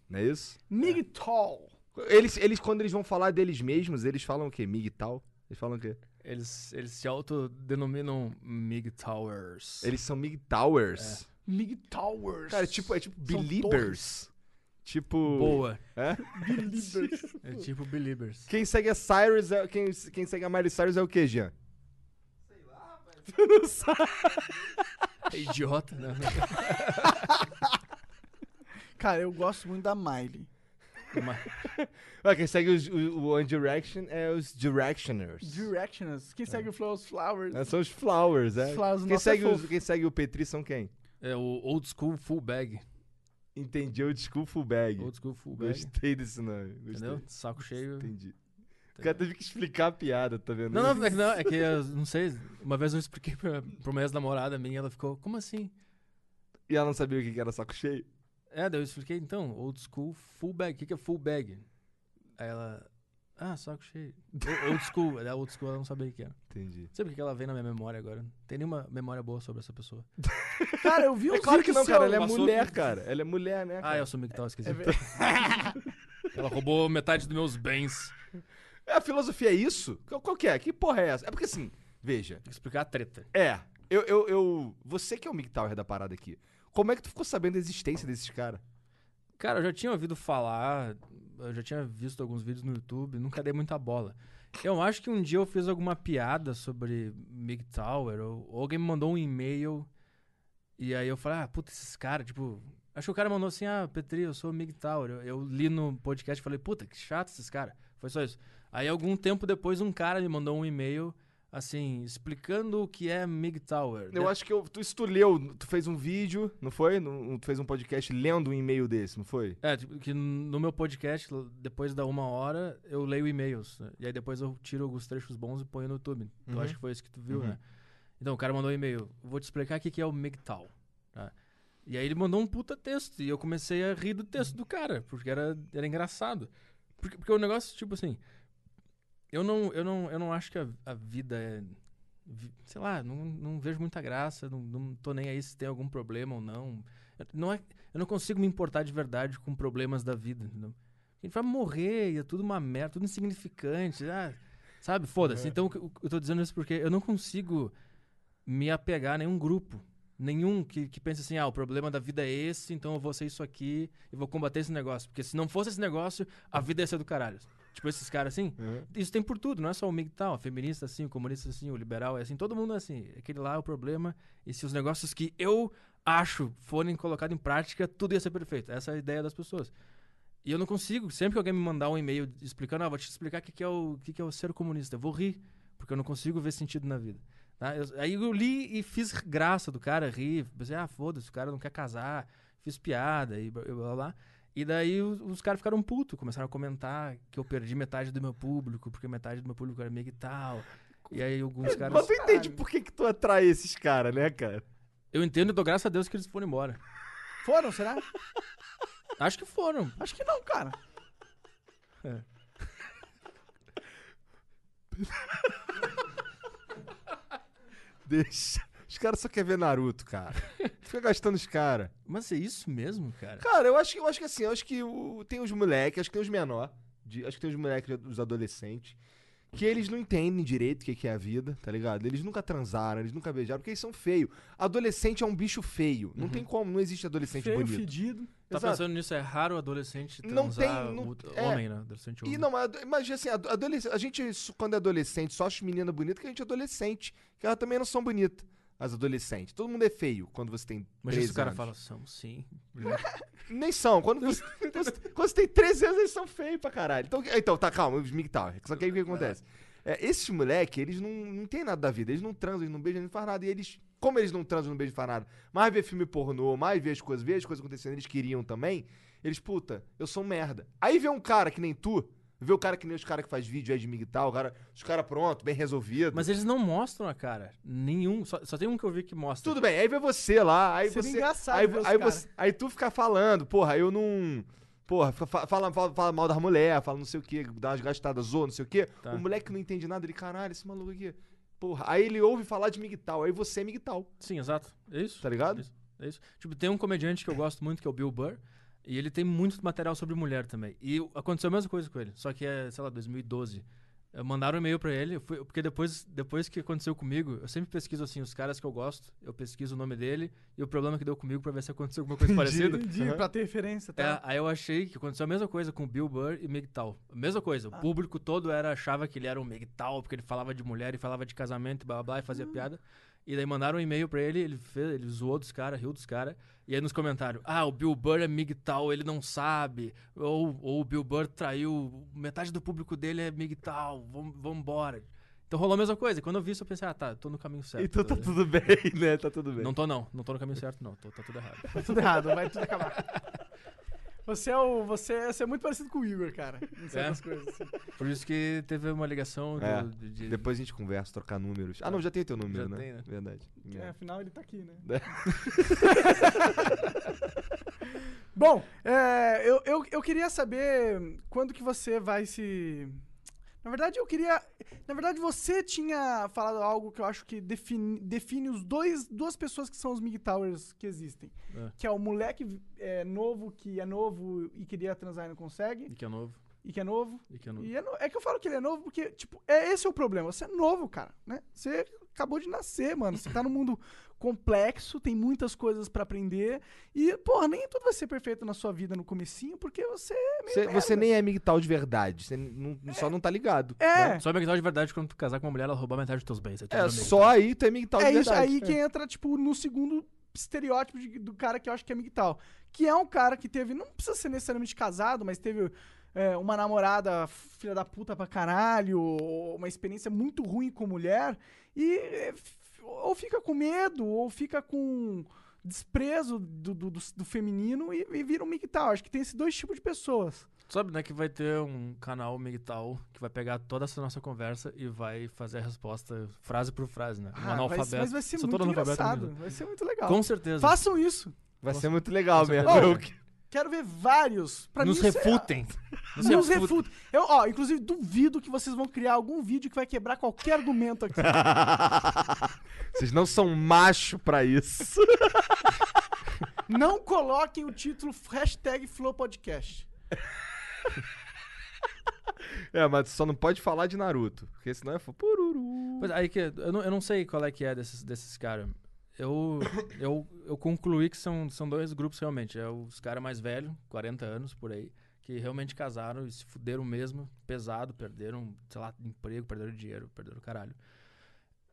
S2: não é isso?
S1: MGTOW.
S2: Eles, eles, quando eles vão falar deles mesmos, eles falam o quê? MGTOW? Eles falam o quê?
S3: Eles, eles se autodenominam MIG Towers.
S2: Eles são MGTOWers.
S1: MGTOWers.
S2: Cara, é tipo, é tipo
S1: São
S2: Beliebers. Tipo...
S3: Boa.
S2: É?
S3: É tipo
S2: [LAUGHS]
S3: Beliebers.
S2: Quem segue a Cyrus, é, quem, quem segue a Miley Cyrus é o quê, Jean? Sei lá, velho. não sabe. Tá
S3: É idiota, né?
S1: [LAUGHS] Cara, eu gosto muito da Miley.
S3: Mas-
S2: Ué, Ah, quem segue os- o, o One Direction é os Directioners.
S1: Directioners. Quem segue o Flowers Flowers?
S2: É, são os Flowers, é.
S1: Os Flowers,
S2: quem,
S1: nossa, é
S2: segue os-
S1: fofo.
S2: quem segue o Petri são quem?
S3: É o Old School Full Bag.
S2: Entendi, o School Full Bag.
S3: Old School Full Bag.
S2: Gostei desse nome. Gostei.
S3: Entendeu? Saco cheio.
S2: Entendi. O cara teve que explicar a piada, tá vendo?
S3: Não, não, é que, não, é que eu não sei. Uma vez eu expliquei pra, pra uma ex-namorada minha, ela ficou, como assim?
S2: E ela não sabia o que que era saco cheio?
S3: É, daí eu expliquei, então, old school full bag. O que, que é full bag? Aí ela, ah, saco cheio. O- Old school, ela old school, ela não sabia o que era.
S2: Entendi.
S3: Não sei porque que ela vem na minha memória agora. Não tem nenhuma memória boa sobre essa pessoa.
S1: Cara, eu vi um
S2: É claro que
S1: vídeo
S2: não, cara. Ela é
S3: passou
S2: mulher, cara. Ela é mulher, né?
S3: Ah,
S2: cara?
S3: eu sou migtal, esqueci. ela roubou metade dos meus bens.
S2: É, A filosofia é isso? Qual, qual que é? Que porra é essa? É porque assim, veja.
S3: Tem que explicar a treta.
S2: É, eu, eu, eu- Você que é o MGTOWer da parada aqui. Como é que tu ficou sabendo da existência desses caras?
S3: Cara, eu já tinha ouvido falar, eu já tinha visto alguns vídeos no YouTube, nunca dei muita bola. Eu acho que um dia eu fiz alguma piada sobre MGTOWER, ou, ou alguém me mandou um e-mail, e aí eu falei, ah, puta, esses caras, tipo... Acho que o cara mandou assim, ah, Petri, eu sou MGTOWER. Eu, eu li no podcast e falei, puta, que chato esses caras. Foi só isso. Aí, algum tempo depois, um cara me mandou um e-mail, assim, explicando o que é MGTOWER.
S2: Eu acho que eu, tu, isso tu leu, tu fez um vídeo, não foi? Num- tu fez um podcast lendo um e-mail desse, não foi?
S3: É, tipo, que no meu podcast, l- depois da uma hora, eu leio e-mails. né? E aí depois eu tiro alguns trechos bons e ponho no YouTube. Então acho que foi isso que tu viu, né? Então o cara mandou um e-mail. Vou te explicar o que que é o MGTOW. tá? E aí ele mandou um puta texto. E eu comecei a rir do texto do cara, porque era, era engraçado. Porque, porque o negócio, tipo assim. Eu não, eu não, eu não acho que a, a vida é. vi- Sei lá, não, não vejo muita graça, não, não tô nem aí se tem algum problema ou não. Eu- Não é, eu não consigo me importar de verdade com problemas da vida, entendeu? A gente vai morrer e é tudo uma merda, tudo insignificante. ah, sabe? Foda-se. Então o que- o- eu tô dizendo isso porque eu não consigo me apegar a nenhum grupo. Nenhum que, que pense assim, ah, o problema da vida é esse, então eu vou ser isso aqui e vou combater esse negócio. Porque se não fosse esse negócio, a vida ia ser do caralho. Tipo esses caras assim. Isso tem por tudo, não é só o MGTOW. A feminista é assim, o comunista é assim, o liberal é assim. Todo mundo é assim. Aquele lá é o problema. E se os negócios que eu acho forem colocados em prática, tudo ia ser perfeito. Essa é a ideia das pessoas. E eu não consigo. Sempre que alguém me mandar um e-mail explicando, ah, vou te explicar o que, que, é o, o que, que é o ser comunista, eu vou rir, porque eu não consigo ver sentido na vida. tá? Eu- aí eu li e fiz graça do cara, ri. Pensei, ah, foda-se, o cara não quer casar. Fiz piada e blá blá blá. blá. E daí os, os caras ficaram putos, começaram a comentar que eu perdi metade do meu público, porque metade do meu público era amigo e tal. E aí alguns
S2: Mas
S3: caras.
S2: tu entende por que, que tu atrai esses caras, né, cara?
S3: Eu entendo e dou graças a Deus que eles foram embora.
S1: Foram, será?
S3: Acho que foram.
S1: Acho que não, cara.
S2: Deixa. Os caras só querem ver Naruto, [LAUGHS] cara. Fica gastando os caras.
S3: Mas é isso mesmo, cara?
S2: Cara, eu acho, que- eu acho que assim, eu acho que o- tem os moleques, acho que tem os menor, de- acho que tem os moleques, os adolescentes, que eles não entendem direito o que que é a vida, tá ligado? Eles nunca transaram, eles nunca beijaram, porque eles são feios. Adolescente é um bicho feio. Não
S3: Uhum.
S2: tem como, não existe adolescente
S1: Feio,
S2: bonito.
S1: fedido.
S3: Tá
S2: Exato.
S3: pensando nisso, é raro o adolescente
S2: Não tem-
S3: transar
S2: não-
S3: o-
S2: é.
S3: homem, né? Adolescente homem.
S2: E não, mas ado- imagina assim, ado- adolescente, a gente, isso, quando é adolescente, só acha menina bonita que a gente é adolescente. Que elas também não são bonitas, as adolescentes. Todo mundo é feio quando você tem
S3: Mas
S2: 13
S3: se o cara
S2: anos.
S3: fala, são sim.
S2: Nem são. Quando você, quando você- quando você tem 13 anos, eles são feios pra caralho. Então, então tá, calma, os MGTOW. Só que aí o que acontece? É, esses moleque, eles não, não tem nada da vida. Eles não transam, eles não beijam, eles não fazem nada. E eles, como eles não transam, não beijam, não fazem nada, mais vê filme pornô, mais vê as coisas, vê as coisas acontecendo, eles queriam também. Eles, puta, eu sou um merda. Aí vê um cara que nem tu, vê o cara que nem os caras que faz vídeo, é de MGTOW, o cara, os caras pronto, bem resolvido.
S3: Mas eles não mostram a cara. Nenhum. Só, só tem um que eu vi que mostra.
S2: Tudo bem, aí vê você lá, aí
S1: Seria
S2: você.
S1: engraçado
S2: aí,
S1: ver os
S2: aí,
S1: cara.
S2: você- aí tu fica falando, porra, eu não. Porra, fa- fa- fala, fala, fala mal das mulheres, fala não sei o quê, dá umas gastadas, zoa, não sei o quê.
S3: Tá.
S2: O moleque não entende nada, ele, caralho, esse maluco aqui. Porra, aí ele ouve falar de migtal, aí você é migtal,
S3: Sim, exato. É isso.
S2: tá ligado?
S3: Isso. É isso. Tipo, tem um comediante que eu gosto muito, que é o Bill Burr. E ele tem muito material sobre mulher também. E o- aconteceu a mesma coisa com ele. Só que é, sei lá, 2012. Eh, Mandaram um e-mail pra ele, eu fui- porque depois, depois que aconteceu comigo, eu sempre pesquiso assim, os caras que eu gosto, eu pesquiso o nome dele e o problema que deu comigo pra ver se aconteceu alguma
S2: [LAUGHS]
S3: coisa parecida.
S1: Entendi, pra ter referência,
S3: É,
S1: tá?
S3: aí eu achei que aconteceu a mesma coisa com o Bill Burr e MGTOW. A Mesma coisa,
S2: Ah.
S3: o público todo era, achava que ele era um MGTOW, porque ele falava de mulher e falava de casamento e blá blá, blá e fazia
S2: Hum.
S3: piada. E daí mandaram um e-mail pra ele, ele, fez, ele zoou dos caras, riu dos caras. E aí nos comentários, ah, o Bill Burr é MGTOW, ele não sabe. Ou, ou o Bill Burr traiu, metade do público dele é MGTOW, vam- vambora. Então rolou a mesma coisa. E quando eu vi isso, eu pensei, ah, tá, tô no caminho certo.
S2: Então tá tudo bem, né? Tá tudo bem.
S3: Não tô não, não tô no caminho certo não, tô, tá tudo errado.
S1: Tá tudo errado, vai tudo acabar. Você é, o, você, é- você é muito parecido com o Igor, cara. Em certas coisas. assim.
S3: Por isso que teve uma ligação do-
S2: É.
S3: de- de,
S2: Depois a gente conversa, trocar números. Ah, não, já tem teu número,
S3: Já
S2: né?
S3: tem, né?
S2: Verdade.
S1: É,
S2: É.
S1: afinal, ele tá aqui, né? [LAUGHS]
S2: É.
S1: Bom, é, eu, eu, eu queria saber quando que você vai se. Na verdade, eu queria. Na verdade, você tinha falado algo que eu acho que define, define os dois, duas pessoas que são os Mig Towers que existem.
S3: É.
S1: Que é o moleque é, novo, que é novo e queria transar e não consegue,
S3: E que é novo.
S1: e que é novo.
S3: E que é novo.
S1: E é, no- é que eu falo que ele é novo porque, tipo, é, esse é o problema. Você é novo, cara, né? Você acabou de nascer, mano. Você tá num mundo complexo, tem muitas coisas pra aprender. E, porra, nem tudo vai ser perfeito na sua vida no comecinho, porque você é meio
S2: Você,
S1: merda.
S2: você nem é migtal de verdade, você não- só não tá ligado.
S1: É,
S2: né?
S3: Só me de verdade quando tu casar com uma mulher, ela roubar metade dos teus bens. Aí tu
S2: É,
S3: vira
S2: só aí tu é migtal de
S1: é isso
S2: verdade.
S1: aí que entra, tipo, no segundo estereótipo de- do cara que eu acho que é migtal. Que é um cara que teve, não precisa ser necessariamente casado, mas teve é, uma namorada filha da puta pra caralho, ou uma experiência muito ruim com mulher, e é, f- ou fica com medo, ou fica com desprezo do, do, do- do feminino e, e vira um migtal. Acho que tem esses dois tipos de pessoas.
S3: Tu Sabe, né, que vai ter um canal Migtal que vai pegar toda essa nossa conversa e vai fazer a resposta frase por frase, né? Um
S1: Ah, vai-
S3: analfabeto.
S1: mas vai ser
S3: Sou
S1: muito
S3: todo analfabeto
S1: engraçado.
S3: mesmo.
S1: Vai ser muito legal.
S3: Com certeza.
S1: Façam isso.
S2: Vai ser muito legal
S3: Nossa,
S2: mesmo.
S3: é
S2: Eu-
S1: Quero ver vários. Pra
S3: Nos
S1: mim, isso é-
S3: refutem. Nos
S1: [LAUGHS] Nos
S3: refutem.
S1: refuta. Eu, ó, inclusive, duvido que vocês vão criar algum vídeo que vai quebrar qualquer argumento
S2: [LAUGHS]
S1: aqui.
S2: Vocês não são macho pra isso.
S1: Não coloquem o título hashtag FlowPodcast.
S2: É, mas só não pode falar de Naruto, porque senão é fo- pururu.
S3: Pois é, aí que, eu, não, eu não sei qual é que é desses, desses caras. Eu, [COUGHS] eu, eu concluí que são, são dois grupos realmente. É os caras mais velhos, 40 anos por aí, que realmente casaram e se fuderam mesmo, pesado, perderam, sei lá, emprego, perderam dinheiro, perderam o caralho.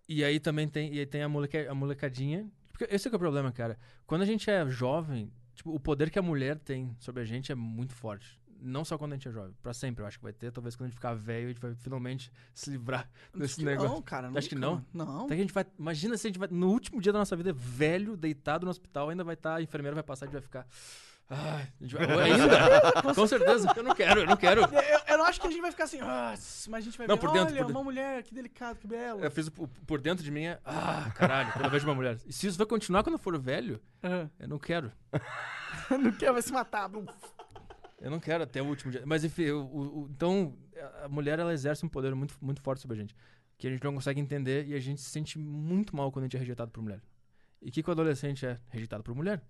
S3: E aí também tem, e aí tem a, moleca, a molecadinha. Porque esse que é o problema, cara. Quando a gente é jovem, tipo, o poder que a mulher tem sobre a gente é muito forte. Não só quando a gente é jovem, pra sempre, eu acho que vai ter. Talvez quando a gente ficar velho, a gente vai finalmente [LAUGHS] se livrar desse negócio.
S1: Não, cara.
S3: Acho que
S1: nunca, mano. Não.
S3: Até que a gente vai. Imagina se a gente vai. No último dia da nossa vida, velho, deitado no hospital, ainda vai estar. a enfermeira vai passar e a gente vai ficar. Ai, a gente vai,
S1: [LAUGHS]
S3: ainda? com certeza. Eu não quero, eu não quero.
S1: Eu, eu não acho que a gente vai ficar assim, "Ah, mas a gente vai
S3: Não,
S1: ver,
S3: por dentro,
S1: olha,
S3: por
S1: uma
S3: dentro.
S1: mulher, que delicado, que belo.
S2: É,
S3: Eu fiz o- o- por dentro de mim é. Ah, caralho, quando eu vejo uma mulher. E se isso vai continuar quando eu for velho,
S1: Aham.
S3: eu não quero.
S1: não quer, vai se matar. um
S2: é
S1: blum.
S3: Eu não quero até o último dia. Mas enfim, o- o- o- então a- a mulher ela exerce um poder muito, muito forte sobre a gente. Que a gente não consegue entender e a gente se sente muito mal quando a gente é rejeitado por mulher. E o que, que o adolescente é rejeitado por mulher?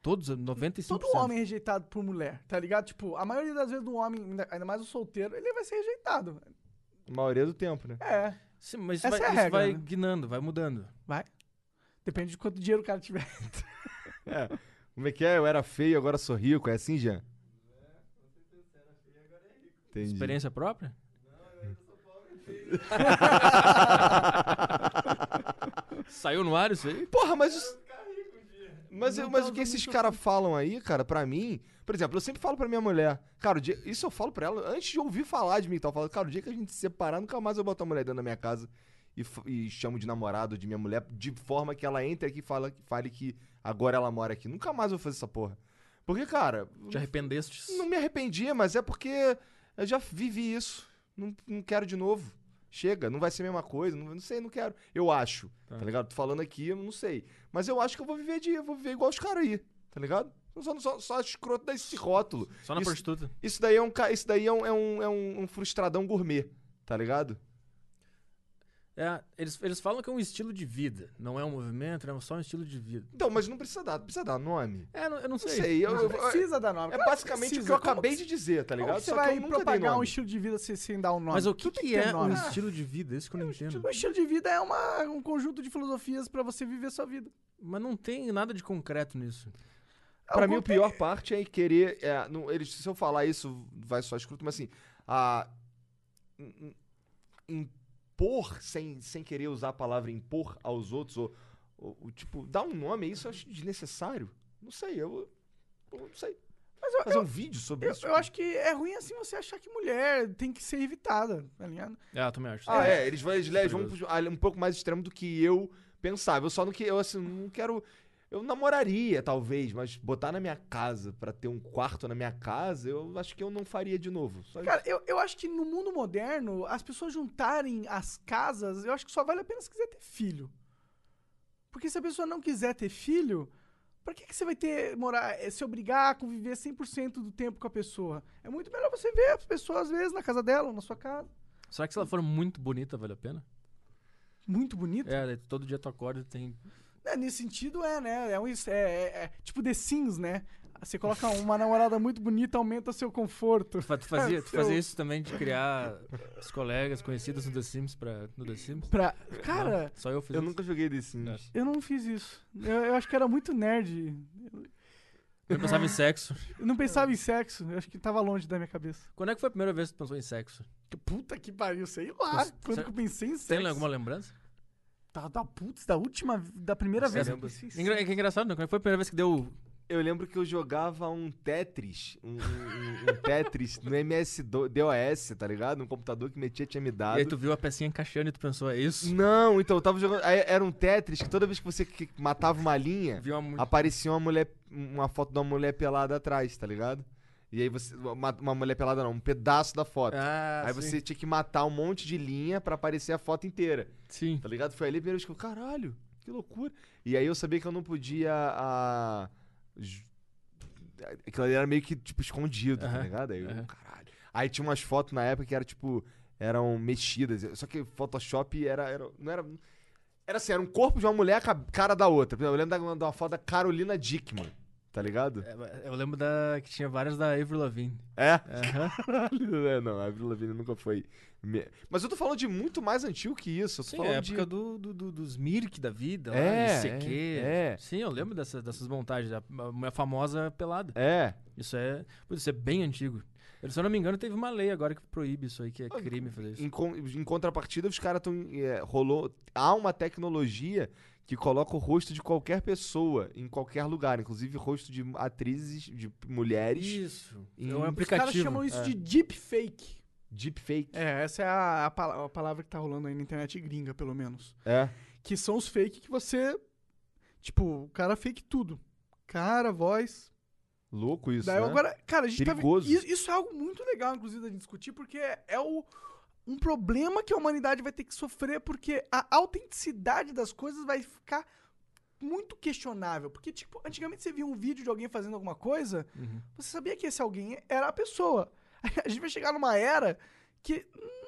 S3: Todos, 95%.
S1: Todo homem é rejeitado um por mulher, tá ligado? Tipo, a maioria das vezes do homem, ainda- ainda mais o solteiro, ele vai ser rejeitado.
S2: A maioria do tempo, né?
S1: É,
S3: Sim, mas isso
S1: Essa é a
S3: vai, isso
S1: regra,
S3: vai
S1: né?
S3: guinando, vai mudando.
S1: vai. Depende de quanto dinheiro o cara
S2: [LAUGHS]
S1: tiver.
S2: É. Como é que é? Eu era feio, agora sou rico. É assim, Jean? é Entendi.
S3: Experiência própria? [LAUGHS] Saiu no ar isso aí?
S2: Porra, mas. os- Mas, eu- mas o que esses caras falam aí, cara, pra mim. Por exemplo, eu sempre falo pra minha mulher. Cara, o dia- isso eu falo pra ela antes de ouvir falar de mim e tal. Eu falo, cara, o dia que a gente se separar, nunca mais eu boto a mulher dentro da minha casa e, f- e chamo de namorado de minha mulher, de forma que ela entre aqui e fala, fale que agora ela mora aqui. Nunca mais eu vou fazer essa porra. Porque, cara,
S1: Tipo,
S3: Te arrependestes?
S2: não me arrependi, mas é porque eu já vivi isso. Não, não quero de novo. Chega, não vai ser a mesma coisa, não, não sei, não quero. Eu acho, tá. ligado? Tô falando aqui, eu não sei. Mas eu acho que eu vou viver de, eu vou viver igual os caras aí, tá ligado? Só, só, só escroto desse rótulo.
S3: Só na
S2: isso,
S3: prostituta.
S2: isso daí é um, ca- isso daí é um, é um, é um- um frustradão gourmet, tá ligado?
S3: É, eles, eles falam que é um estilo de vida. Não é um movimento, é só um estilo de vida.
S2: Então, mas não precisa dar, precisa dar nome.
S3: É, não- eu não
S2: Não
S3: sei.
S2: sei, eu, eu-
S1: Precisa dar nome.
S2: é
S1: Claro
S2: basicamente o que
S1: precisa.
S2: eu
S1: Como-
S2: acabei de dizer, tá
S1: como
S2: ligado?
S1: Você
S2: Só que
S1: vai
S2: eu nunca dei
S1: propagar um
S2: nome.
S1: estilo de vida sem, sem dar um nome.
S3: Mas o que,
S1: Tudo tem
S3: que
S1: ter
S3: é um
S1: nome. Ah,
S3: estilo de vida? Isso que eu não entendo.
S1: O
S2: Hum.
S1: estilo de vida é uma, um conjunto de filosofias pra você viver sua vida.
S3: Mas não tem nada de concreto nisso.
S1: Ao
S2: Pra mim, o
S1: contrário-
S2: pior parte é querer. é, não, eles, se eu falar isso, vai só escroto, mas assim. A, im- im- impor, sem, sem querer usar a palavra impor aos outros, ou, ou- ou, tipo, dar um nome a isso eu acho desnecessário. Não sei, eu. eu não sei.
S1: Mas eu-
S2: Fazer um vídeo sobre
S1: Eu,
S2: isso.
S1: eu acho que é ruim assim você achar que mulher tem que ser evitada, tá ligado?
S3: Ah, eu também acho.
S2: Ah, é, eles vão, eles levam- vão
S3: Perigoso.
S2: pro- ali um pouco mais extremo do que eu pensava. Eu só não que eu assim, não quero eu namoraria talvez, mas botar na minha casa pra ter um quarto na minha casa, eu acho que eu não faria de novo. Só
S1: Cara, eu, eu acho que no mundo moderno, as pessoas juntarem as casas, eu acho que só vale a pena se quiser ter filho. Porque se a pessoa não quiser ter filho, pra que, que você vai ter, morar, eh, se obrigar a conviver 100% do tempo com a pessoa? É muito melhor você ver as pessoas, às vezes, na casa dela, na sua casa.
S3: Será que se ela for muito bonita, vale a pena?
S1: Muito bonito.
S3: É, daí todo dia tu acorda e tem.
S1: É, nesse sentido, é, né? É, um, is- é, é, é tipo The Sims, né? Você coloca uma namorada muito bonita, aumenta seu conforto.
S3: Tu fa- tu
S1: [LAUGHS]
S3: fazia, tu fazia
S1: Eu-
S3: isso também de criar os colegas conhecidos no The Sims pra. No The Sims? Ah,
S1: Pra... Cara,
S3: Só eu fiz
S2: Eu
S3: isso.
S2: nunca joguei The Sims.
S1: eu não fiz isso. Eu, eu acho que era muito nerd. [LAUGHS]
S3: Eu pensava em sexo.
S1: Eu não pensava em sexo, eu acho que tava longe da minha cabeça.
S3: Quando é que foi a primeira vez que tu pensou em sexo?
S1: Puta que pariu, sei lá.
S3: Você-
S1: Quando que eu pensei em
S3: Tem
S1: sexo?
S3: alguma lembrança?
S1: Da, da putz, da última, da primeira
S3: Você
S1: vez que eu
S3: lembra?
S1: pensei em sexo.
S3: Engra- É que é engraçado, né? Quando é que foi a primeira vez que deu.
S2: Eu lembro que eu jogava um Tetris, um, um- um- um Tetris no MS-DOS, tá ligado? Um computador que minha tia tinha me
S3: E aí tu
S2: dado.
S3: viu a pecinha encaixando e tu pensou, é isso?
S2: Não, então eu tava jogando. aí Era um Tetris que toda vez que você que- matava uma linha,
S3: Viu uma mu-
S2: aparecia uma mulher, uma foto de uma mulher pelada atrás, tá ligado? E aí você. Uma, uma mulher pelada não, um pedaço da foto.
S3: Ah,
S2: aí
S3: sim.
S2: você tinha que matar um monte de linha pra aparecer a foto inteira,
S3: Sim.
S2: tá ligado? Foi ali a primeira vez que eu, caralho, que loucura. E aí eu sabia que eu não podia. A, ju- aquilo ali era meio que, tipo, escondido, tá
S3: Aham,
S2: ligado? Aí eu,
S3: aham.
S2: caralho. Aí tinha umas fotos na época que era, tipo, eram mexidas. Só que Photoshop era. era não era. Era assim, era um corpo de uma mulher, ca- cara da outra. Por exemplo, Eu lembro da- de uma foto da Carolina Dickman, tá ligado?
S3: É, Eu lembro da que tinha várias da Avril Lavigne.
S2: É? [LAUGHS]
S3: Aham.
S2: Caralho, é, não, a Avril Lavigne nunca foi. me- Mas eu tô falando de muito mais antigo que isso. Eu tô
S3: [LAUGHS] Sim,
S2: falando
S3: é a
S2: de.
S3: época do, do- do- dos Mirk da vida, lá,
S2: É,
S3: ICQ.
S2: é, é.
S3: Sim, eu lembro dessa- dessas montagens, a, a mulher famosa pelada.
S2: É.
S3: Isso é. putz, Isso é bem antigo. Eu, se eu não me engano, teve uma lei agora que proíbe isso aí, que é crime fazer isso.
S2: Em, con- em contrapartida, os caras estão. rolou. Há uma tecnologia que coloca o rosto de qualquer pessoa em qualquer lugar, inclusive rosto de atrizes, de mulheres.
S3: Isso.
S2: Em-
S3: É
S1: Os
S2: Os
S3: um
S1: caras
S3: aplicativo.
S1: chamam isso de deepfake.
S2: Deepfake.
S1: É, essa é a, a pala- a palavra que tá rolando aí na internet gringa, pelo menos.
S2: É.
S1: Que são os fake que você. Tipo, o cara fake tudo. Cara, voz.
S2: Louco isso.
S1: Daí
S2: né?
S1: agora, cara, a gente tá
S2: Perigoso.
S1: vendo. Isso é algo muito legal, inclusive, da gente discutir, porque é o, um problema que a humanidade vai ter que sofrer, porque a autenticidade das coisas vai ficar muito questionável. Porque, tipo, antigamente você via um vídeo de alguém fazendo alguma coisa,
S2: Uhum.
S1: você sabia que esse alguém era a pessoa. [LAUGHS] A gente vai chegar numa era que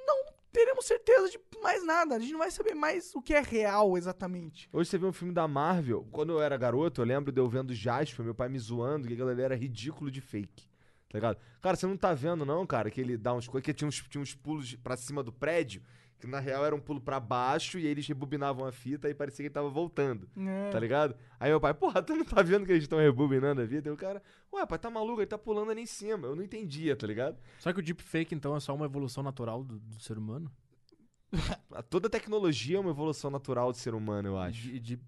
S1: não teremos certeza de mais nada. A gente não vai saber mais o que é real exatamente.
S2: Hoje você vê um filme da Marvel. Quando eu era garoto, eu lembro de eu vendo Jasper, meu pai me zoando, que aquilo ali era ridículo de fake. Tá ligado? Cara, você não tá vendo, não, cara, que ele dá uns coisas. Que tinha uns, tinha uns pulos pra cima do prédio, que na real era um pulo pra baixo, e aí eles rebobinavam a fita e parecia que ele tava voltando.
S1: É.
S2: Tá ligado? Aí meu pai, porra, tu não tá vendo que eles estão rebobinando a vida? E o cara, ué, pai, tá maluco, ele tá pulando ali em cima. Eu não entendia, tá ligado?
S3: Só que o deepfake, então, é só uma evolução natural do, do ser humano?
S2: A- Toda tecnologia é uma evolução natural do ser humano, eu acho.
S3: E, deep,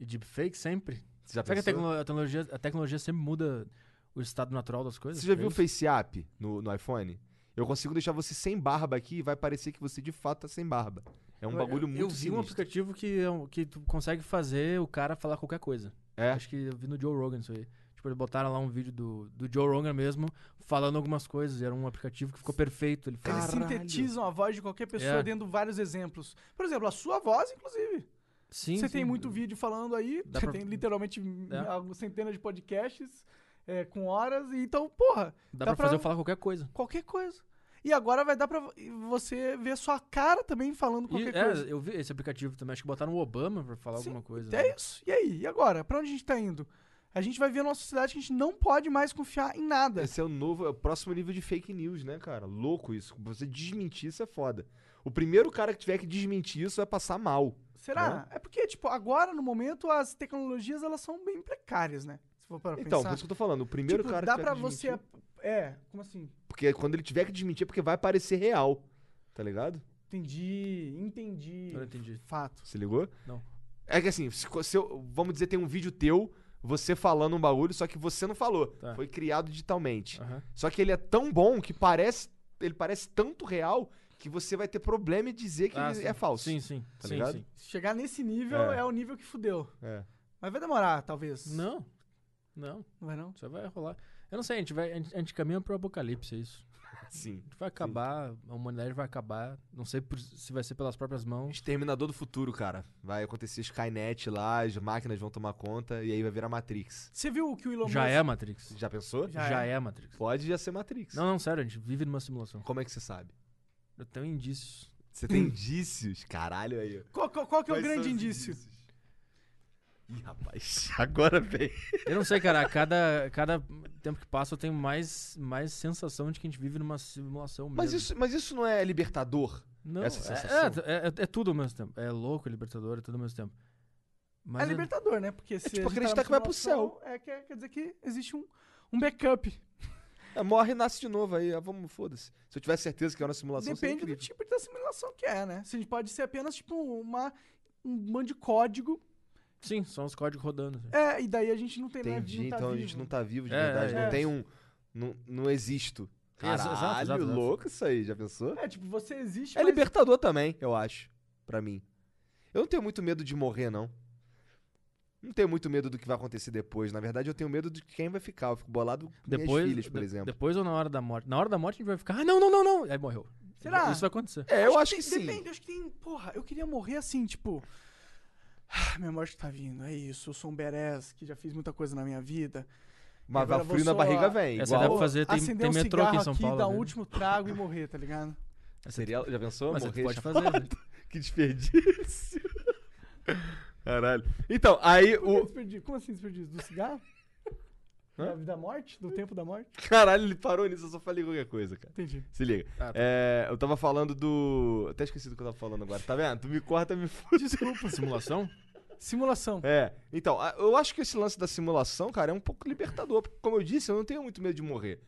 S3: e deepfake sempre?
S2: Você já
S3: Será que a,
S2: pensou?
S3: tecno- a tecnologia, a tecnologia sempre muda o estado natural das coisas?
S2: Você já viu o
S3: fake?
S2: Face App no, no iPhone? Eu consigo deixar você sem barba aqui e vai parecer que você de fato tá sem barba. É um bagulho muito
S3: Eu vi um
S2: sinistro.
S3: aplicativo que, é um- que tu consegue fazer o cara falar qualquer coisa.
S2: É.
S3: Acho que eu vi no Joe Rogan isso aí. Tipo, eles botaram lá um vídeo do, do Joe Rogan mesmo, falando algumas coisas. Era um aplicativo que ficou perfeito. Ele
S1: Eles
S3: fala,
S1: sintetizam a voz de qualquer pessoa
S3: É.
S1: dando vários exemplos. Por exemplo, a sua voz, inclusive.
S3: sim,
S1: você
S3: sim,
S1: tem muito vídeo falando aí,
S3: Dá
S1: você
S3: pra-
S1: tem literalmente
S3: É.
S1: algumas centenas de podcasts é, com horas, e então, porra,
S3: Dá,
S1: dá
S3: pra, fazer
S1: pra-
S3: eu falar qualquer coisa.
S1: qualquer coisa. E agora vai dar pra vo- você ver sua cara também falando
S3: E,
S1: qualquer
S3: é,
S1: coisa.
S3: eu vi esse aplicativo também. Acho que botaram o Obama pra falar
S1: Sim,
S3: alguma coisa.
S1: É
S3: né?
S1: isso. E aí? E agora? Pra onde a gente tá indo? A gente vai ver numa sociedade que a gente não pode mais confiar em nada.
S2: Esse é o novo, é o próximo nível de fake news, né, cara? Louco isso. Você desmentir isso é foda. O primeiro cara que tiver que desmentir isso vai passar mal.
S1: Será? É porque, tipo, agora, no momento, as tecnologias, elas são bem precárias, né? Se for para
S2: Então, por
S1: pensar.
S2: isso que eu tô falando. O primeiro
S1: tipo,
S2: cara
S1: dá
S2: que
S1: pra
S2: tiver que
S1: você...
S2: desmentir-
S1: É, como assim?
S2: Porque quando ele tiver que desmentir é porque vai parecer real. Tá ligado?
S1: Entendi, entendi.
S3: Eu não entendi.
S1: Fato.
S2: Se ligou?
S3: Não.
S2: É que assim, se, co- se eu- vamos dizer, tem um vídeo teu, você falando um bagulho, só que você não falou.
S3: Tá.
S2: Foi criado digitalmente.
S3: né? Aham.
S2: Só que ele é tão bom que parece. Ele parece tanto real que você vai ter problema em dizer que
S3: Ah,
S2: ele
S3: sim.
S2: é falso.
S3: Sim, sim.
S2: Tá
S3: sim,
S2: ligado?
S3: sim.
S1: Se chegar nesse nível,
S2: É.
S1: é. o nível que fudeu.
S2: É.
S1: Mas vai demorar, talvez.
S3: Não. Não,
S1: Não vai não?
S3: isso aí vai rolar. Eu não sei, a gente, vai, a gente, a gente caminha pro apocalipse, é isso.
S2: Sim.
S3: A gente vai acabar, a humanidade vai acabar. Não sei por- se vai ser pelas próprias mãos.
S2: Exterminador do futuro, cara. Vai acontecer Skynet lá, as máquinas vão tomar conta e aí vai virar Matrix.
S1: Você viu o que o Elon
S3: Já
S1: Musk...
S3: é a Matrix.
S2: Você já pensou?
S1: Já
S3: Já,
S1: é.
S3: é. a Matrix.
S2: Pode já ser Matrix.
S3: Não, não, sério, a gente vive numa simulação.
S2: Como é que você sabe?
S3: Eu tenho indícios.
S2: Você tem indícios? Caralho aí. ó.
S1: Qual, qual- qual que é o
S2: Quais são
S1: grande
S2: os
S1: indício?
S2: indícios? Ih, rapaz, [LAUGHS] agora vem.
S3: Eu não sei, cara, a cada, cada tempo que passa eu tenho mais, mais sensação de que a gente vive numa simulação mesmo.
S2: Mas isso, mas isso não é libertador?
S3: não,
S2: essa
S3: é-
S2: sensação.
S3: É, é- é tudo ao mesmo tempo. É louco, é libertador, é tudo ao mesmo tempo. Mas
S1: é libertador, né? Porque se a
S2: tipo
S1: gente tá
S2: acreditar
S1: numa
S2: que vai pro
S1: simulação, É, quer, quer dizer que existe um, um backup.
S2: É, morre e nasce de novo aí. ah, vamos, foda-se. Se eu tivesse certeza que era uma simulação, seria
S1: Depende do
S2: incrível.
S1: tipo de assimilação que é, né? Se a gente pode ser apenas, tipo, uma, um bando de código.
S3: Sim, são os códigos rodando. assim.
S1: É, e daí a gente não tem... né,
S2: Entendi,
S1: não tá
S2: então a
S1: vivo.
S2: gente não tá vivo de
S3: É,
S2: verdade.
S3: é,
S2: não
S3: é.
S2: tem um. Não, não existo.
S3: Exa-
S2: Caralho,
S3: exato, exato, exato.
S2: louco isso aí, já pensou?
S1: É, tipo, você existe,
S2: É
S1: mas-
S2: libertador também, eu acho. Pra mim. Eu não tenho muito medo de morrer, não. Não tenho muito medo do que vai acontecer depois. Na verdade, eu tenho medo de quem vai ficar. Eu fico bolado com minhas
S3: Depois,
S2: filhas, por
S3: de-
S2: exemplo.
S3: depois ou na hora da morte? Na hora da morte a gente vai ficar, ah, não, não, não, não. Aí morreu.
S1: Será?
S3: Isso vai acontecer.
S2: É, eu acho que,
S1: tem-
S2: sim.
S1: Depende, acho que tem. Porra, eu queria morrer assim, tipo. "Ah, Minha morte tá vindo, é isso. Eu sou um berés que já fiz muita coisa na minha vida.
S2: Mas
S1: Agora
S2: vai frio na
S1: vou só-
S2: barriga, vem. [LAUGHS]
S3: Essa
S2: Igual.
S3: dá pra fazer, tem,
S1: Acender
S3: tem
S1: um
S3: metrô aqui em
S1: cigarro
S3: São
S1: aqui,
S3: Paulo.
S1: dar o
S3: né?
S1: último trago e morrer, tá
S2: [LAUGHS]
S1: ligado?
S2: Seria, já pensou?
S3: Mas você
S2: morrer
S3: pode
S2: chapado?
S3: fazer. né?
S2: [LAUGHS] Que desperdício. Caralho. Então, aí
S1: Por que
S2: o.
S1: desperdício? Como assim desperdício? Do cigarro? Da, da morte? Do tempo da morte?
S2: Caralho, ele parou nisso, eu só falei qualquer coisa, cara.
S1: Entendi.
S2: Se liga.
S3: Ah, tá.
S2: É, eu tava falando do. Até esqueci do que eu tava falando agora, tá vendo? Tu me corta, me fude.
S3: Desculpa, simulação?
S1: Simulação.
S2: É, então, a- eu acho que esse lance da simulação, cara, é um pouco libertador. Porque, como eu disse, eu não tenho muito medo de morrer.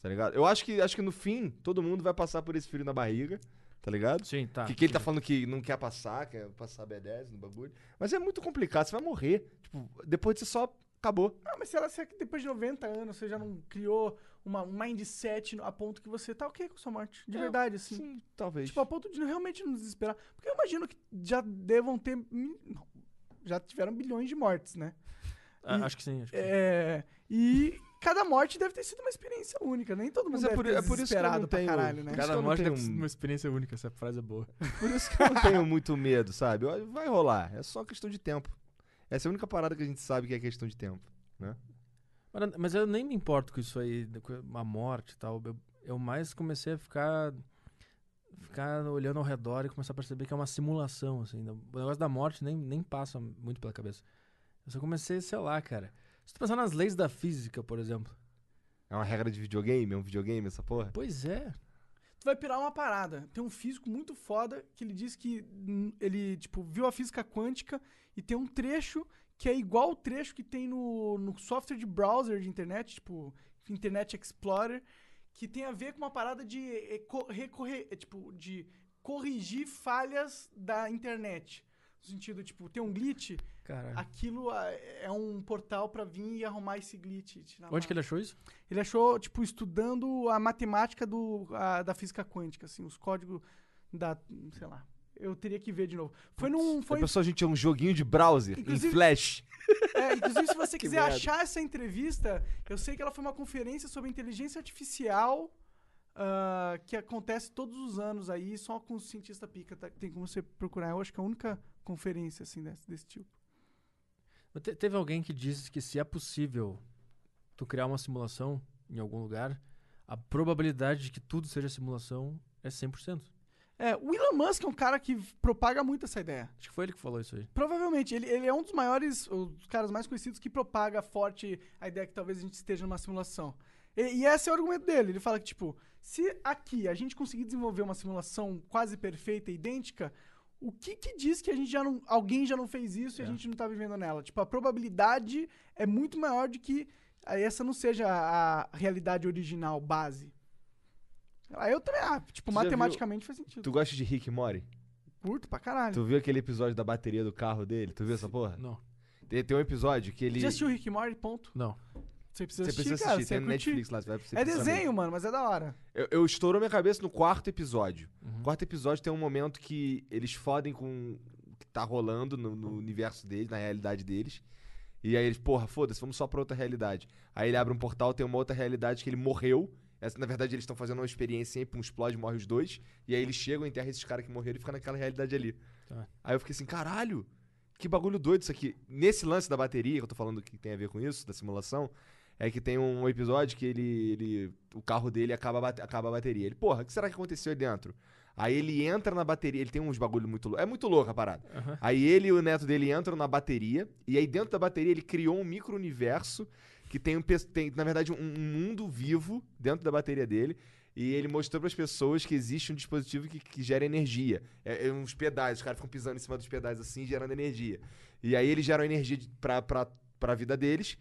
S2: Tá ligado? Eu acho que, acho que no fim, todo mundo vai passar por esse frio na barriga, tá ligado?
S3: Sim, tá.
S2: que, que ele tá falando que não quer passar, quer passar B10 no bagulho. Mas é muito complicado, você vai morrer. Tipo, depois você só acabou.
S1: Ah, mas será, será que depois de 90 anos você já não criou uma, um mindset a ponto que você tá ok com sua morte? De
S2: É,
S1: verdade, assim.
S2: talvez.
S1: Tipo, a ponto de realmente não desesperar. Porque eu imagino que já devam ter. mi- não, já tiveram bilhões de mortes, né?
S3: Ah, acho que sim, acho que sim.
S1: É, e cada morte deve ter sido uma experiência única. Nem todo mundo
S2: Mas é
S1: deve
S2: por-
S1: ter
S2: é por isso que eu
S1: desesperado
S2: não
S1: pra
S2: tenho-
S1: caralho, né?
S2: Cara, que eu
S3: Cada
S2: não
S3: morte
S2: tenho
S3: é
S2: um-
S3: uma experiência única, essa frase é boa.
S2: Por isso que eu não tenho muito medo, sabe? Eu- Vai rolar, é só questão de tempo. Essa é a única parada que a gente sabe que é questão de tempo.
S3: Mas, mas eu nem me importo com isso aí, de co- a morte e tal. Eu, eu mais comecei a ficar ficar olhando ao redor e começar a perceber que é uma simulação, assim. O negócio da morte nem, nem passa muito pela cabeça. Eu só comecei, sei lá, cara. Se tu pensar nas leis da física, por exemplo,
S2: É uma regra de videogame? É um videogame essa porra?
S3: Pois é.
S1: Tu vai pirar uma parada. Tem um físico muito foda que ele diz que hum, ele, tipo, viu a física quântica e tem um trecho que é igual o trecho que tem no, no software de browser de internet, tipo, Internet Explorer, que tem a ver com uma parada de eh, co- recorrer, eh, tipo, de corrigir falhas da internet. No sentido, tipo, tem um glitch,
S3: Caralho.
S1: aquilo ah, é um portal pra vir e arrumar esse glitch. e tirar
S3: Onde que
S1: uma-
S3: ele achou isso?
S1: ele achou, tipo, estudando a matemática do, a- da física quântica, assim, os códigos da. sei lá. Eu teria que ver de novo. Foi num. Foi,
S2: Foi... Pessoal, gente, é um joguinho de browser, em
S1: Inclusive-
S2: flash.
S1: [LAUGHS] é, inclusive, se você quiser
S2: merda.
S1: achar essa entrevista, eu sei que ela foi uma conferência sobre inteligência artificial ah, que acontece todos os anos aí, só com os cientistas pica. tá? Tem como você procurar. Eu acho que é a única conferência, assim, desse, desse tipo.
S3: Mas te- teve alguém que disse que se é possível tu criar uma simulação em algum lugar, a probabilidade de que tudo seja simulação é 100%.
S1: É, o Elon Musk é um cara que propaga muito essa ideia.
S3: Acho que foi ele que falou isso aí.
S1: Provavelmente, ele, ele é um dos maiores, os caras mais conhecidos que propaga forte a ideia que talvez a gente esteja numa simulação. E, e esse é o argumento dele. Ele fala que, tipo, se aqui a gente conseguir desenvolver uma simulação quase perfeita e idêntica, o que que diz que a gente já não, alguém já não fez isso
S2: É.
S1: e a gente não tá vivendo nela? Tipo, a probabilidade é muito maior de que ah, essa não seja a a realidade original, base. Aí eu também, ah, tipo,
S2: já viu-
S1: matematicamente faz sentido.
S2: Tu gosta de Rick e Morty?
S1: Curto pra caralho.
S2: Tu viu aquele episódio da bateria do carro dele? Tu viu essa porra?
S3: Não,
S2: Tem, tem um episódio que ele.
S1: Já assistiu Rick e Morty, ponto.
S3: não.
S1: Você precisa
S2: Você
S1: assistir,
S2: precisa
S1: cara.
S2: assistir,
S1: você
S2: tem no
S1: curtir.
S2: Netflix lá. Você vai você
S1: É
S2: precisa ver.
S1: desenho, mano, mas é da hora.
S2: Eu, eu estourou minha cabeça no quarto episódio. No quarto episódio tem um momento que eles fodem com o que tá rolando no, no universo deles, na realidade deles. E aí eles, porra, foda-se, vamos só pra outra realidade. Aí ele abre um portal, tem uma outra realidade que ele morreu. Essa, na verdade, eles estão fazendo uma experiência sempre, um explode, morre os dois. E aí eles chegam, enterram esses caras que morreram e ficam naquela realidade ali.
S3: Tá.
S2: Aí eu fiquei assim, caralho, que bagulho doido isso aqui. Nesse lance da bateria, que eu tô falando que tem a ver com isso, da simulação, é que tem um episódio que ele. ele o carro dele acaba, a bate- acaba a bateria. Ele, porra, o que será que aconteceu aí dentro? Aí ele entra na bateria, ele tem uns bagulho muito louco. É muito louco a parada.
S3: Aham.
S2: Aí ele e o neto dele entram na bateria, e aí dentro da bateria ele criou um micro-universo que tem, um, pe- tem, na verdade, um, um mundo vivo dentro da bateria dele. E ele mostrou para as pessoas que existe um dispositivo que, que gera energia. É, é uns pedais, os caras ficam pisando em cima dos pedais assim, gerando energia. E aí eles geram energia de- pra, pra, pra vida deles.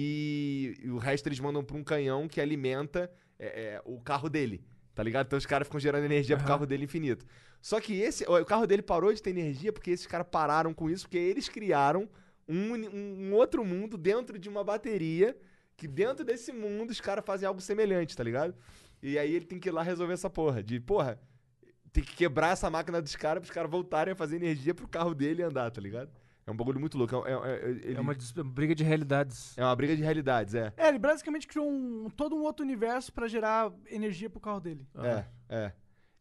S2: E, e o resto eles mandam pra um canhão que alimenta é, é, o carro dele. Tá ligado? Então os caras ficam gerando energia pro
S3: Aham.
S2: carro dele infinito. Só que esse. O carro dele parou de ter energia porque esses caras pararam com isso, porque eles criaram um, uni- um- um outro mundo dentro de uma bateria. Que dentro desse mundo os caras fazem algo semelhante, tá ligado? E aí ele tem que ir lá resolver essa porra. De, porra, tem que quebrar essa máquina dos caras pros caras voltarem a fazer energia pro carro dele andar, tá ligado? É um bagulho muito louco. É, um- é- é- ele-
S3: É uma dis- briga de realidades.
S2: é uma briga de realidades, é.
S1: É, ele basicamente criou um, todo um outro universo pra gerar energia pro carro dele.
S3: Aham.
S2: É, é.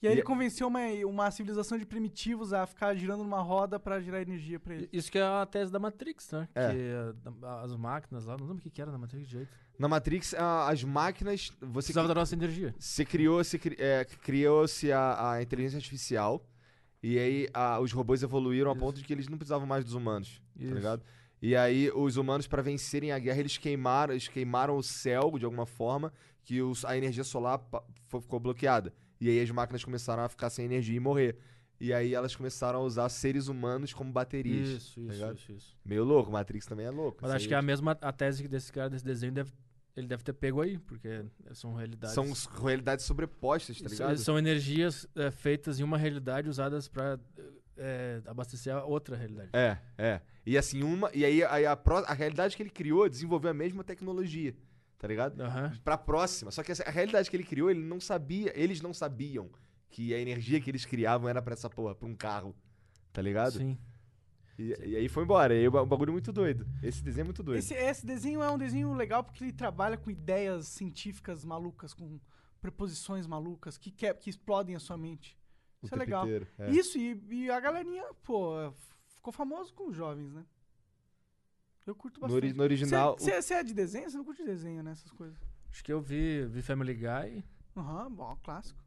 S1: E aí
S2: E-
S1: ele convenceu uma, uma civilização de primitivos a ficar girando numa roda pra gerar energia pra ele.
S3: I- Isso que é a tese da Matrix, né?
S2: É.
S3: Que eh, da- as máquinas lá, não lembro o que, que era na Matrix direito.
S2: Na Matrix, a- as máquinas. Você,
S3: Precisava da nossa energia.
S2: você criou, se cri- é, criou-se a, a inteligência artificial. E aí a- os robôs evoluíram a
S3: Isso.
S2: ponto de que eles não precisavam mais dos humanos.
S3: Isso.
S2: Tá ligado? E aí os humanos, pra vencerem a guerra, eles queimaram, eles queimaram o céu de alguma forma, que os- a energia solar pa- fo- ficou bloqueada. E aí as máquinas começaram a ficar sem energia e morrer. E aí elas começaram a usar seres humanos como baterias.
S3: Isso, isso,
S2: tá ligado?
S3: isso, isso.
S2: Meio louco, Matrix também é louco.
S3: Mas
S2: Isso
S3: acho
S2: aí
S3: que é a mesma a tese que desse cara, desse desenho, deve- ele deve ter pego aí, porque são realidades.
S2: São s- realidades sobrepostas, tá
S3: Isso,
S2: ligado?
S3: São energias eh, feitas em uma realidade usadas pra eh, abastecer a outra realidade.
S2: É, é. E assim, uma. E aí, aí a, pró- a realidade que ele criou desenvolveu a mesma tecnologia, tá ligado?
S3: Aham.
S2: Pra próxima. Só que essa- a realidade que ele criou, ele não sabia. Eles não sabiam que a energia que eles criavam era pra essa porra, pra um carro. Tá ligado?
S3: Sim.
S2: E, e aí foi embora. E aí o ba- o bagulho é muito doido. Esse desenho é muito doido.
S1: Esse, esse desenho é um desenho legal porque ele trabalha com ideias científicas malucas, com preposições malucas que, é, que, que explodem a sua mente.
S2: o
S1: Isso é
S2: tempo
S1: legal.
S2: inteiro, é.
S1: Isso, e, e a galerinha, pô, ficou famoso com os jovens, né? Eu curto
S2: No, ori-
S1: bastante.
S2: no original. o-
S1: Você é de desenho? Você não curte desenho, né? Essas coisas.
S3: Acho que eu vi, vi Family Guy.
S1: Aham, bom, clássico.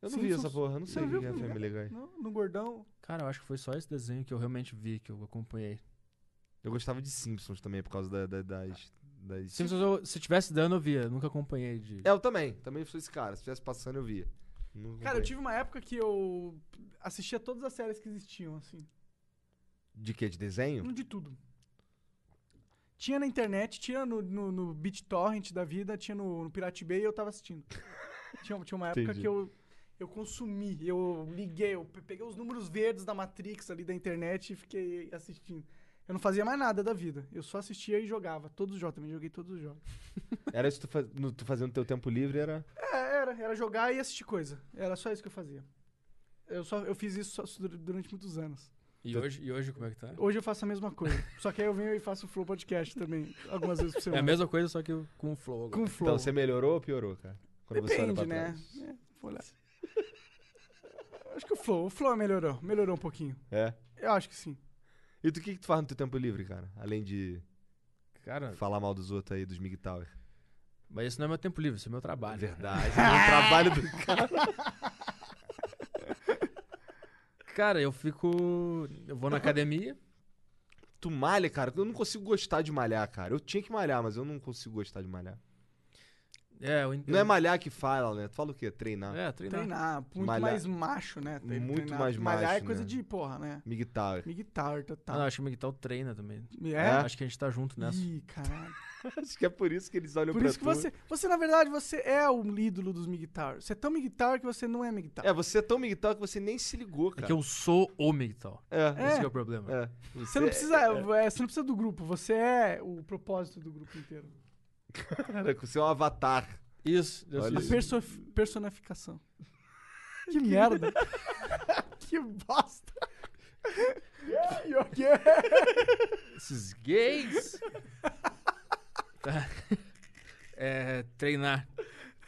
S2: eu não vi essa
S1: Simpsons.
S2: porra. eu Não
S1: Você
S2: sei o
S1: viu
S2: que é
S1: o
S2: Family Guy.
S1: Não, no gordão.
S3: Cara, eu acho que foi só esse desenho que eu realmente vi, que eu acompanhei.
S2: Eu gostava de Simpsons também por causa da- da- das, das-
S3: Simpsons, eu- se tivesse dando, eu via. Nunca acompanhei de.
S2: É, eu também. Também sou esse cara. Se tivesse passando, eu via. Não
S1: Cara, eu
S2: acompanhei.
S1: tive uma época que eu assistia todas as séries que existiam, assim.
S2: De quê? De desenho?
S1: De tudo. Tinha na internet, tinha no, no, no BitTorrent da vida, tinha no, no Pirate Bay e eu tava
S2: [LAUGHS]
S1: assistindo. tinha, tinha uma época
S2: Entendi.
S1: que eu, eu consumi, eu liguei, eu pe- peguei os números verdes da Matrix ali da internet e fiquei assistindo. Eu não fazia mais nada da vida. Eu só assistia e jogava. Todos os jogos, também joguei todos os jogos.
S2: Era isso que tu, faz... no- tu fazia no teu tempo livre, era...
S1: É, era, era jogar e assistir coisa. Era só isso que eu fazia. Eu, só, eu fiz isso só dur- durante muitos anos.
S3: E, hoje, e hoje, como é que tá?
S1: Hoje eu faço a mesma coisa. Só que aí eu venho e faço o Flow Podcast também, algumas vezes por
S3: É
S1: semana.
S3: a mesma coisa, só que eu- com o Flow. agora.
S1: Com o Flow.
S2: Então, você melhorou ou piorou, cara? Quando você olha pra
S1: Depende, né?
S2: trás.
S1: É, vou olhar. [LAUGHS] Acho que o Flow, o Flow melhorou, melhorou um pouquinho.
S2: É.
S1: Eu acho que sim.
S2: E tu, o que, que tu faz no teu tempo livre, cara? Além de
S3: Cara,
S2: falar mal dos outros aí, dos Mig Tower.
S3: mas isso não é meu tempo livre, isso é meu trabalho.
S2: Verdade. o trabalho do [LAUGHS] cara.
S3: Cara, eu fico. Eu vou na academia.
S2: Tu malha, cara. Eu não consigo gostar de malhar, cara. Eu tinha que malhar, mas eu não consigo gostar de malhar.
S3: É, eu entendo.
S2: Não é malhar que fala, né? Tu fala o quê? Treinar.
S3: É, treinar.
S1: Treinar, muito
S2: Malhar.
S1: mais macho, né? Tre-
S2: Muito
S1: treinar.
S2: mais
S1: Malhar é
S2: macho,
S1: coisa
S2: né?
S1: de porra, né?
S2: Mig Tower.
S1: Mig Tower, tá,
S3: Ah,
S1: tá.
S3: não, acho que o Miguel treina também.
S1: É?
S3: Acho que a gente tá junto nessa.
S2: é.
S1: Ih, caralho.
S2: [LAUGHS] Acho que é por isso que eles olham
S1: Por
S2: pra
S1: isso que
S2: tu.
S1: você... Você, na verdade, você é o ídolo dos Mig Tower. Você é tão Mig Tower que você não é Mig Tower.
S2: É, você é tão Mig Tower que você nem se ligou,
S3: É
S2: cara.
S3: que eu sou o Miguel.
S2: É.
S3: Esse que é o problema.
S2: é.
S1: Você não precisa, é, você não precisa do grupo, você é o propósito do grupo inteiro.
S2: Cara, você é um avatar.
S3: Isso, eu
S2: Olha
S3: sou
S1: A
S2: isso.
S1: perso-
S2: [LAUGHS]
S1: personificação. Que merda. que bosta. Pior que é.
S3: esses gays. Tá. É, treinar,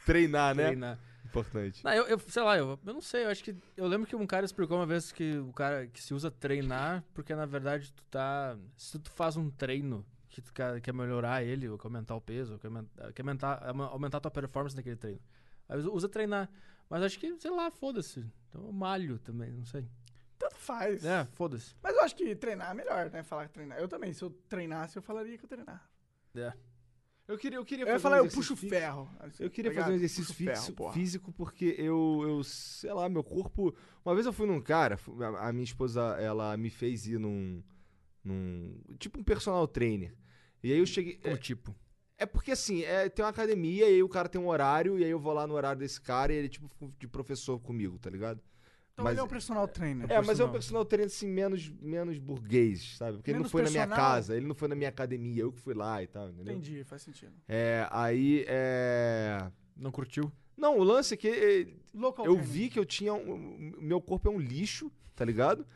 S2: Treinar, né?
S3: treinar.
S2: Importante.
S3: Não, eu, eu- sei lá, eu, eu não sei, eu acho que. Eu lembro que um cara explicou uma vez que o cara que se usa treinar, porque na verdade tu tá. Se tu faz um treino que tu quer, quer melhorar ele, ou quer aumentar o peso, ou quer, aumen- quer aumentar, ama- aumentar a tua performance naquele treino. Aí usa- usa treinar. Mas acho que, sei lá, foda-se. Então eu malho também, não sei.
S1: Tanto faz.
S3: É, foda-se.
S1: Mas eu acho que treinar é melhor, né? Falar que treinar. Eu também, se eu treinasse, eu falaria que eu treinava.
S3: É.
S2: Eu queria, eu queria
S1: Eu ia
S2: fazer
S1: falar,
S2: um
S1: eu
S2: exercício
S1: puxo
S2: fixo.
S1: ferro.
S2: Eu queria
S1: Tá ligado?
S2: fazer um exercício
S1: Puxo ferro,
S2: fixo-
S1: porra.
S2: físico porque eu, eu, sei lá, meu corpo. Uma vez eu fui num cara, fu- a, a minha esposa, ela me fez ir num, num. Tipo um personal trainer. E aí eu cheguei.
S3: O
S2: É,
S3: tipo.
S2: é porque assim, é, tem uma academia e aí o cara tem um horário, e aí eu vou lá no horário desse cara e ele é tipo de professor comigo, tá ligado?
S1: Então
S2: Mas-
S1: ele é um personal trainer.
S2: É, mas é um
S3: personal.
S2: personal trainer assim, menos, menos burguês, sabe? Porque ele não
S1: Menos
S2: foi na minha
S1: personal.
S2: casa, ele não foi na minha academia, eu que fui lá e tal, entendeu?
S1: Entendi, faz sentido.
S2: É, aí é.
S3: Não curtiu?
S2: Não, o lance é que eh,
S1: Local
S2: eu
S1: trainer.
S2: vi que eu tinha. Um, meu corpo é um lixo, tá ligado?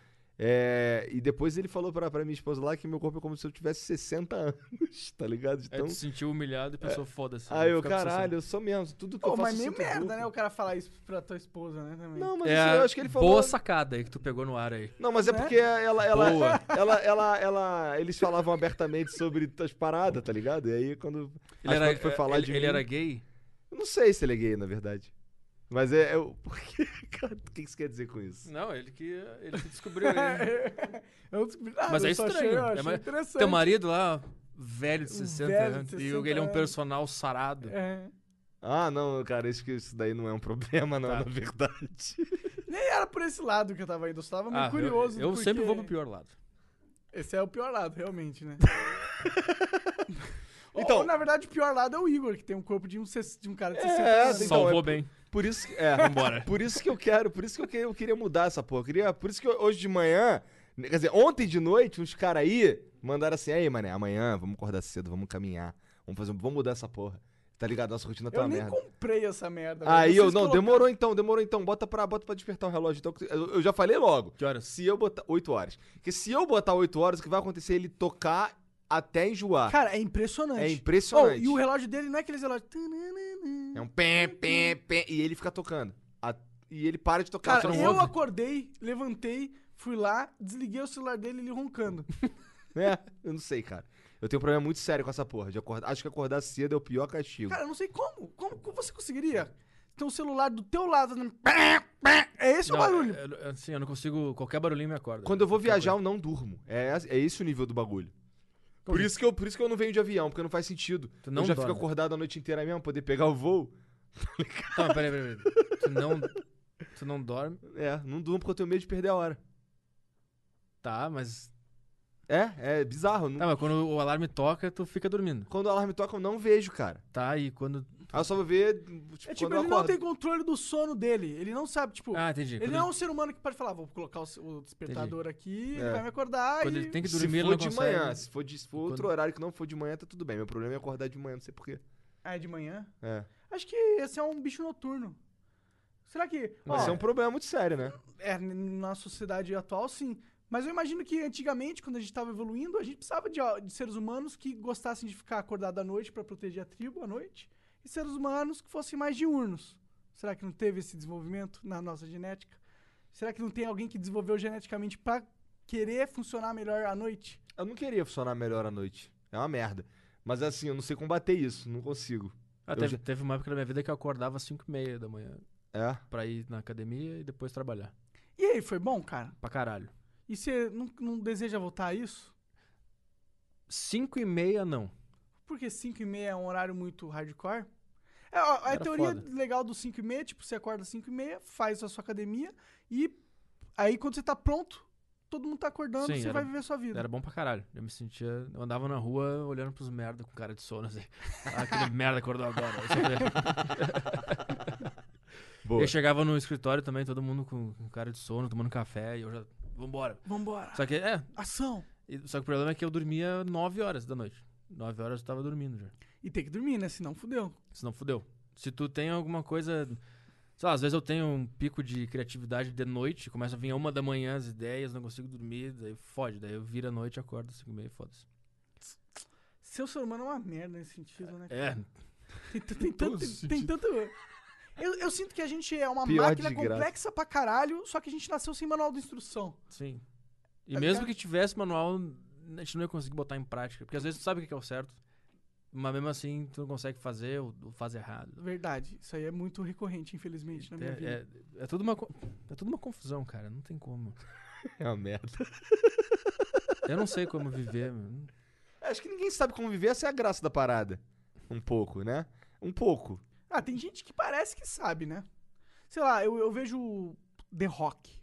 S2: É, e depois ele falou pra, pra minha esposa lá que meu corpo é como se eu tivesse 60 [LAUGHS] anos, tá ligado?
S3: Aí
S1: É
S2: Então. é.
S3: tu se sentiu humilhado e pensou, foda-se.
S2: aí
S1: né?
S3: vou
S2: eu,
S3: ficar processando.
S2: caralho, eu sou mesmo. Tudo que
S1: Pô,
S2: eu faço.
S1: mas
S2: eu
S1: meio
S2: sinto
S1: merda,
S2: culpa.
S1: né? O cara falar isso pra tua esposa, né? Também. [LAUGHS]
S2: Não, mas
S3: É,
S2: assim, eu acho que ele falou.
S3: Boa sacada aí que tu pegou no ar aí.
S2: Não, mas é
S1: Né?
S2: porque ela, ela,
S3: Boa.
S2: ela, ela, ela- eles falavam abertamente sobre as paradas, tá ligado? E aí quando
S3: Ele,
S2: a
S3: era,
S2: Asmod foi falar
S3: ele,
S2: de
S3: ele
S2: mim-
S3: era gay?
S2: Eu não sei se ele é gay, na verdade. Mas é, é o [LAUGHS] por que, cara, o que que você quer dizer com isso?
S3: Não, ele que, ele que [LAUGHS] descobriu ele.
S1: Eu não descobri nada,
S3: Mas
S1: um
S3: é
S1: Ah, eu só
S3: estranho,
S1: achei- eu
S3: né?
S1: achei
S3: Mas
S1: interessante.
S3: Teu marido lá, velho
S2: Um
S3: de 60
S1: velho de
S3: anos,
S1: 60
S3: e ele é um
S1: anos.
S3: personal sarado.
S1: É.
S2: Ah, não, cara, isso, que- isso daí não é um problema, não,
S3: Tá.
S2: na verdade.
S1: Nem era por esse lado que eu tava indo, eu só tava muito
S3: Ah,
S1: curioso.
S3: Eu, eu
S1: porque
S3: sempre vou pro pior lado.
S1: Esse é o pior lado, realmente, né? então,
S2: [LAUGHS] Então-
S1: na verdade, o pior lado é o Igor, que tem um corpo de um, ses- de um cara de 60
S2: É,
S1: anos.
S2: Então,
S3: Salvou
S2: é-
S3: bem.
S2: Por isso que. É,
S3: Vambora.
S2: Por isso que eu quero, por isso que eu, que- eu queria mudar essa porra. Eu Queria, por isso que eu- hoje de manhã, quer dizer, ontem de noite, uns caras aí mandaram assim: aí, mané, amanhã vamos acordar cedo, vamos caminhar, vamos fazer, vamos mudar essa porra. Tá ligado? Nossa rotina tá
S1: Eu
S2: uma
S1: nem
S2: merda.
S1: comprei essa merda. velho.
S2: Aí eu,
S1: Vocês
S2: não,
S1: colocaram-
S2: demorou então, demorou então, bota pra, bota pra despertar o relógio. Então, que eu, eu já falei logo.
S3: Que horas?
S2: Se eu botar. 8 horas. Porque se eu botar 8 horas, o que vai acontecer é ele tocar até enjoar.
S1: Cara, é impressionante.
S2: é impressionante.
S1: Oh, e o relógio dele não é aqueles relógios.
S2: É um pé, pé, pé. E ele fica tocando. A- E ele para de tocar.
S1: Cara,
S2: você não
S1: eu
S2: ouve.
S1: acordei, levantei, fui lá, desliguei o celular dele e ele roncando.
S2: É, eu não sei, cara. Eu tenho um problema muito sério com essa porra. De acordar, acho que acordar cedo é o pior castigo.
S1: Cara, eu não sei como. Como, como você conseguiria ter um celular do teu lado fazendo... [LAUGHS] É esse o
S3: Não,
S1: barulho.
S3: eu- eu- assim, eu não consigo. Qualquer barulhinho me acorda.
S2: Quando eu vou
S3: Qualquer
S2: é viajar, eu não durmo. É, é esse o nível do bagulho.
S3: Como?
S2: Por isso, que eu, por isso que eu não venho de avião, porque não faz sentido.
S3: Tu não
S2: eu já
S3: dorme.
S2: fico acordado a noite inteira mesmo, poder pegar o voo.
S3: Tá, peraí, peraí, peraí. Tu não, tu não dorme?
S2: É, não durmo porque eu tenho medo de perder a hora.
S3: Tá, mas.
S2: É, é bizarro. não-
S3: Tá, mas quando o alarme toca, tu fica dormindo.
S2: Quando o alarme toca, eu não vejo, cara.
S3: Tá, e quando.
S2: Aí eu só vou ver tipo,
S1: É tipo,
S2: quando eu
S1: ele não
S2: acordo.
S1: tem controle do sono dele. Ele não sabe, tipo.
S3: Ah, entendi.
S1: Ele
S3: quando
S1: não é um ser humano que pode falar, vou colocar o s- o despertador aqui, ele
S2: É.
S1: vai me acordar
S3: Quando
S1: e.
S3: ele tem que
S2: Se
S3: dormir, ele
S2: for
S3: não
S2: de
S3: consegue.
S2: manhã, se for, de, se for outro
S3: Quando-
S2: horário que não for de manhã, tá tudo bem. Meu problema é acordar de manhã, não sei porquê.
S1: Ah, é de manhã?
S2: É.
S1: Acho que esse é um bicho noturno. Será que.
S2: Mas
S1: ó,
S2: isso é um problema muito sério, né?
S1: É, n- na sociedade atual, sim. Mas eu imagino que antigamente, quando a gente estava evoluindo, a gente precisava de, a- de seres humanos que gostassem de ficar acordado à noite para proteger a tribo à noite, e seres humanos que fossem mais diurnos. Será que não teve esse desenvolvimento na nossa genética? Será que não tem alguém que desenvolveu geneticamente para querer funcionar melhor à noite?
S2: Eu não queria funcionar melhor à noite. É uma merda. Mas assim, eu não sei combater isso, não consigo.
S3: Ah,
S2: Eu
S3: teve,
S2: já-
S3: teve uma época da minha vida que eu acordava às 5 e meia da manhã
S2: É.
S3: pra ir na academia e depois trabalhar.
S1: E aí, foi bom, cara?
S3: Pra caralho.
S1: E você não, não deseja voltar a isso?
S3: 5 e meia, não.
S1: Porque 5 e meia é um horário muito hardcore. É, ó, a
S3: Era
S1: teoria
S3: foda.
S1: legal do 5 e meia, tipo, você acorda às 5 e meia, faz a sua academia e aí quando você tá pronto, todo mundo tá acordando,
S3: Sim,
S1: você
S3: era-
S1: vai viver sua vida.
S3: Era bom pra caralho. Eu me sentia. Eu andava na rua olhando pros merda com cara de sono, assim. [LAUGHS] Ah, aquele merda acordou agora.
S2: [LAUGHS] Boa.
S3: Eu chegava no escritório também, todo mundo com, com cara de sono, tomando café, e eu já. Vambora.
S1: Vambora.
S3: Só que, é.
S1: Ação.
S3: e- Só que o problema é que eu dormia 9 horas da noite. 9 horas eu tava dormindo já.
S1: E tem que dormir, né? Senão fudeu.
S3: Senão fudeu. Se tu tem alguma coisa. Sei lá, às vezes eu tenho um pico de criatividade de noite, começa a vir a uma da manhã as ideias, não consigo dormir, daí fode. Daí eu viro a noite, acordo, 5 e meia, foda-se.
S1: Seu ser humano é uma merda nesse sentido, né?
S3: É,
S1: Tem, t- tem tanto.
S2: todos os
S1: Tem tanto... Eu, eu sinto que a gente é uma
S2: Pior
S1: máquina
S2: desgraça.
S1: complexa pra caralho, só que a gente nasceu sem manual de instrução.
S3: sim. E
S1: Tá
S3: mesmo
S1: ligado?
S3: que tivesse manual, a gente não ia conseguir botar em prática. Porque às vezes tu sabe o que é o certo, mas mesmo assim tu não consegue fazer ou ou faz errado.
S1: Verdade. Isso aí é muito recorrente, infelizmente, na minha vida.
S3: É, é, é tudo uma, co- é tudo uma confusão, cara. Não tem como.
S2: É uma merda.
S3: Eu não sei como viver. [LAUGHS] meu.
S2: É, Acho que ninguém sabe como viver, essa é a graça da parada. Um pouco, né? Um pouco.
S1: Ah, tem gente que parece que sabe, né? Sei lá, eu, eu vejo The Rock.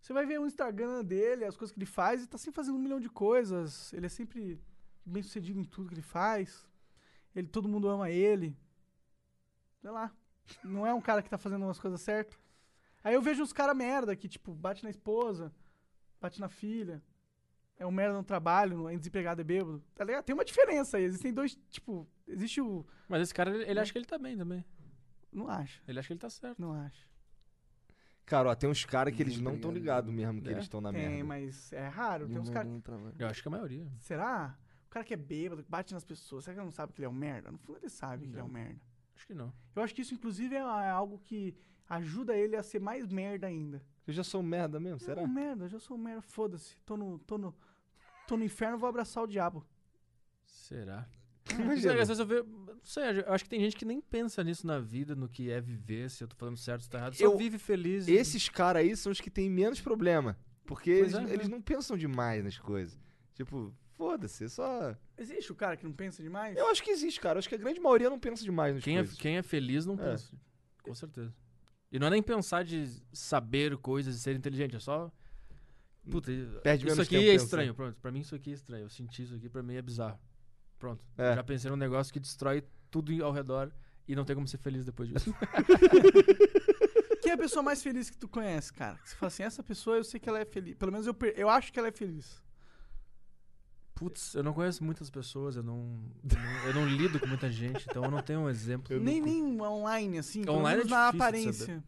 S1: Você vai ver o Instagram dele, as coisas que ele faz, ele tá sempre fazendo um milhão de coisas. Ele é sempre bem sucedido em tudo que ele faz. Ele, todo mundo ama ele. Sei lá. Não é um cara que tá fazendo umas coisas certas. Aí eu vejo uns caras merda que, tipo, bate na esposa, bate na filha. É um merda no trabalho, é desempregado, é bêbado. Tá ligado? Tem uma diferença aí. Existem dois, tipo, existe o.
S3: Mas esse cara, ele,
S1: Né?
S3: ele acha que ele tá bem também.
S1: Não acho,
S3: Ele acha que ele tá certo.
S1: não acho.
S2: Cara, ó, tem uns caras que eles não estão ligados mesmo que
S3: É?
S2: eles estão na
S1: Tem,
S2: merda.
S1: mas é raro. Tem uns caras.
S3: Eu acho que a maioria.
S1: Será? O cara que é bêbado, que bate nas pessoas, será que ele não sabe que ele é um merda? No fundo ele sabe que ele é um merda.
S3: Acho que não.
S1: Eu acho que isso, inclusive, é algo que ajuda ele a ser mais merda ainda.
S2: Eu já sou merda mesmo, será?
S1: Eu sou
S3: Hum.
S2: [LAUGHS]
S1: um merda, eu já sou um merda, foda-se. Tô no, tô, no, tô no inferno, vou abraçar o diabo.
S3: Será? é Mas,
S2: Imagina.
S3: às vezes eu vejo. Não sei, eu acho que tem gente que nem pensa nisso na vida, no que é viver, se eu tô fazendo certo, se tá errado. Só
S2: Eu- tipo
S3: vive feliz. e-
S2: Esses caras aí são os que têm menos problema. Porque
S3: Pois
S2: eles,
S3: é,
S2: eles
S3: é.
S2: não pensam demais nas coisas. Tipo, foda-se, é só.
S1: Existe o cara que não pensa demais?
S2: Eu acho que existe, cara. Eu acho que a grande maioria não pensa demais nas
S3: Quem é,
S2: coisas.
S3: quem é feliz não
S2: É.
S3: pensa. Com certeza. E não é nem pensar de saber coisas e ser inteligente, é só. Puta,
S2: Perde
S3: isso
S2: menos
S3: aqui
S2: tempo
S3: é
S2: pensando.
S3: estranho, pronto. Pra mim isso aqui é estranho. Eu senti isso aqui, pra mim é bizarro. Pronto.
S2: É.
S3: Eu Já pensei num negócio que destrói tudo em- ao redor e não tem como ser feliz depois
S2: [LAUGHS]
S3: disso.
S1: Quem é a pessoa mais feliz que tu conhece, cara? Que você fala assim, essa pessoa eu sei que ela é feliz. Pelo menos eu, per- eu acho que ela é feliz.
S3: Putz, eu não conheço muitas pessoas, eu não, eu não- eu não lido com muita gente, então eu não tenho um exemplo.
S1: nem, nem online, assim, pelo
S3: Online é
S1: menos na
S3: difícil de
S1: aparência.
S3: saber.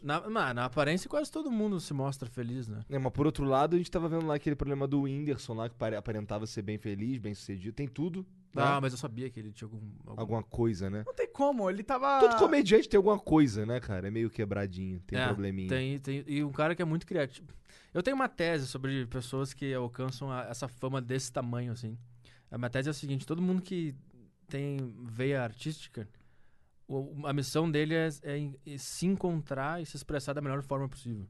S3: Na, na, na aparência, quase todo mundo se mostra feliz, né?
S2: É, mas por outro lado, a gente tava vendo lá aquele problema do Whindersson lá, que pare- aparentava ser bem feliz, bem sucedido. Tem tudo. né?
S3: Ah, mas eu sabia que ele tinha algum. algum-
S2: Alguma coisa, né?
S1: Não tem como, ele tava.
S2: Todo comediante tem alguma coisa, né, cara? É meio quebradinho, tem
S3: É,
S2: probleminha.
S3: Tem, tem, e um cara que é muito criativo. Eu tenho uma tese sobre pessoas que alcançam a- essa fama desse tamanho, assim. A minha tese é a seguinte: todo mundo que tem veia artística, o- a missão dele é, é em- é se encontrar e se expressar da melhor forma possível.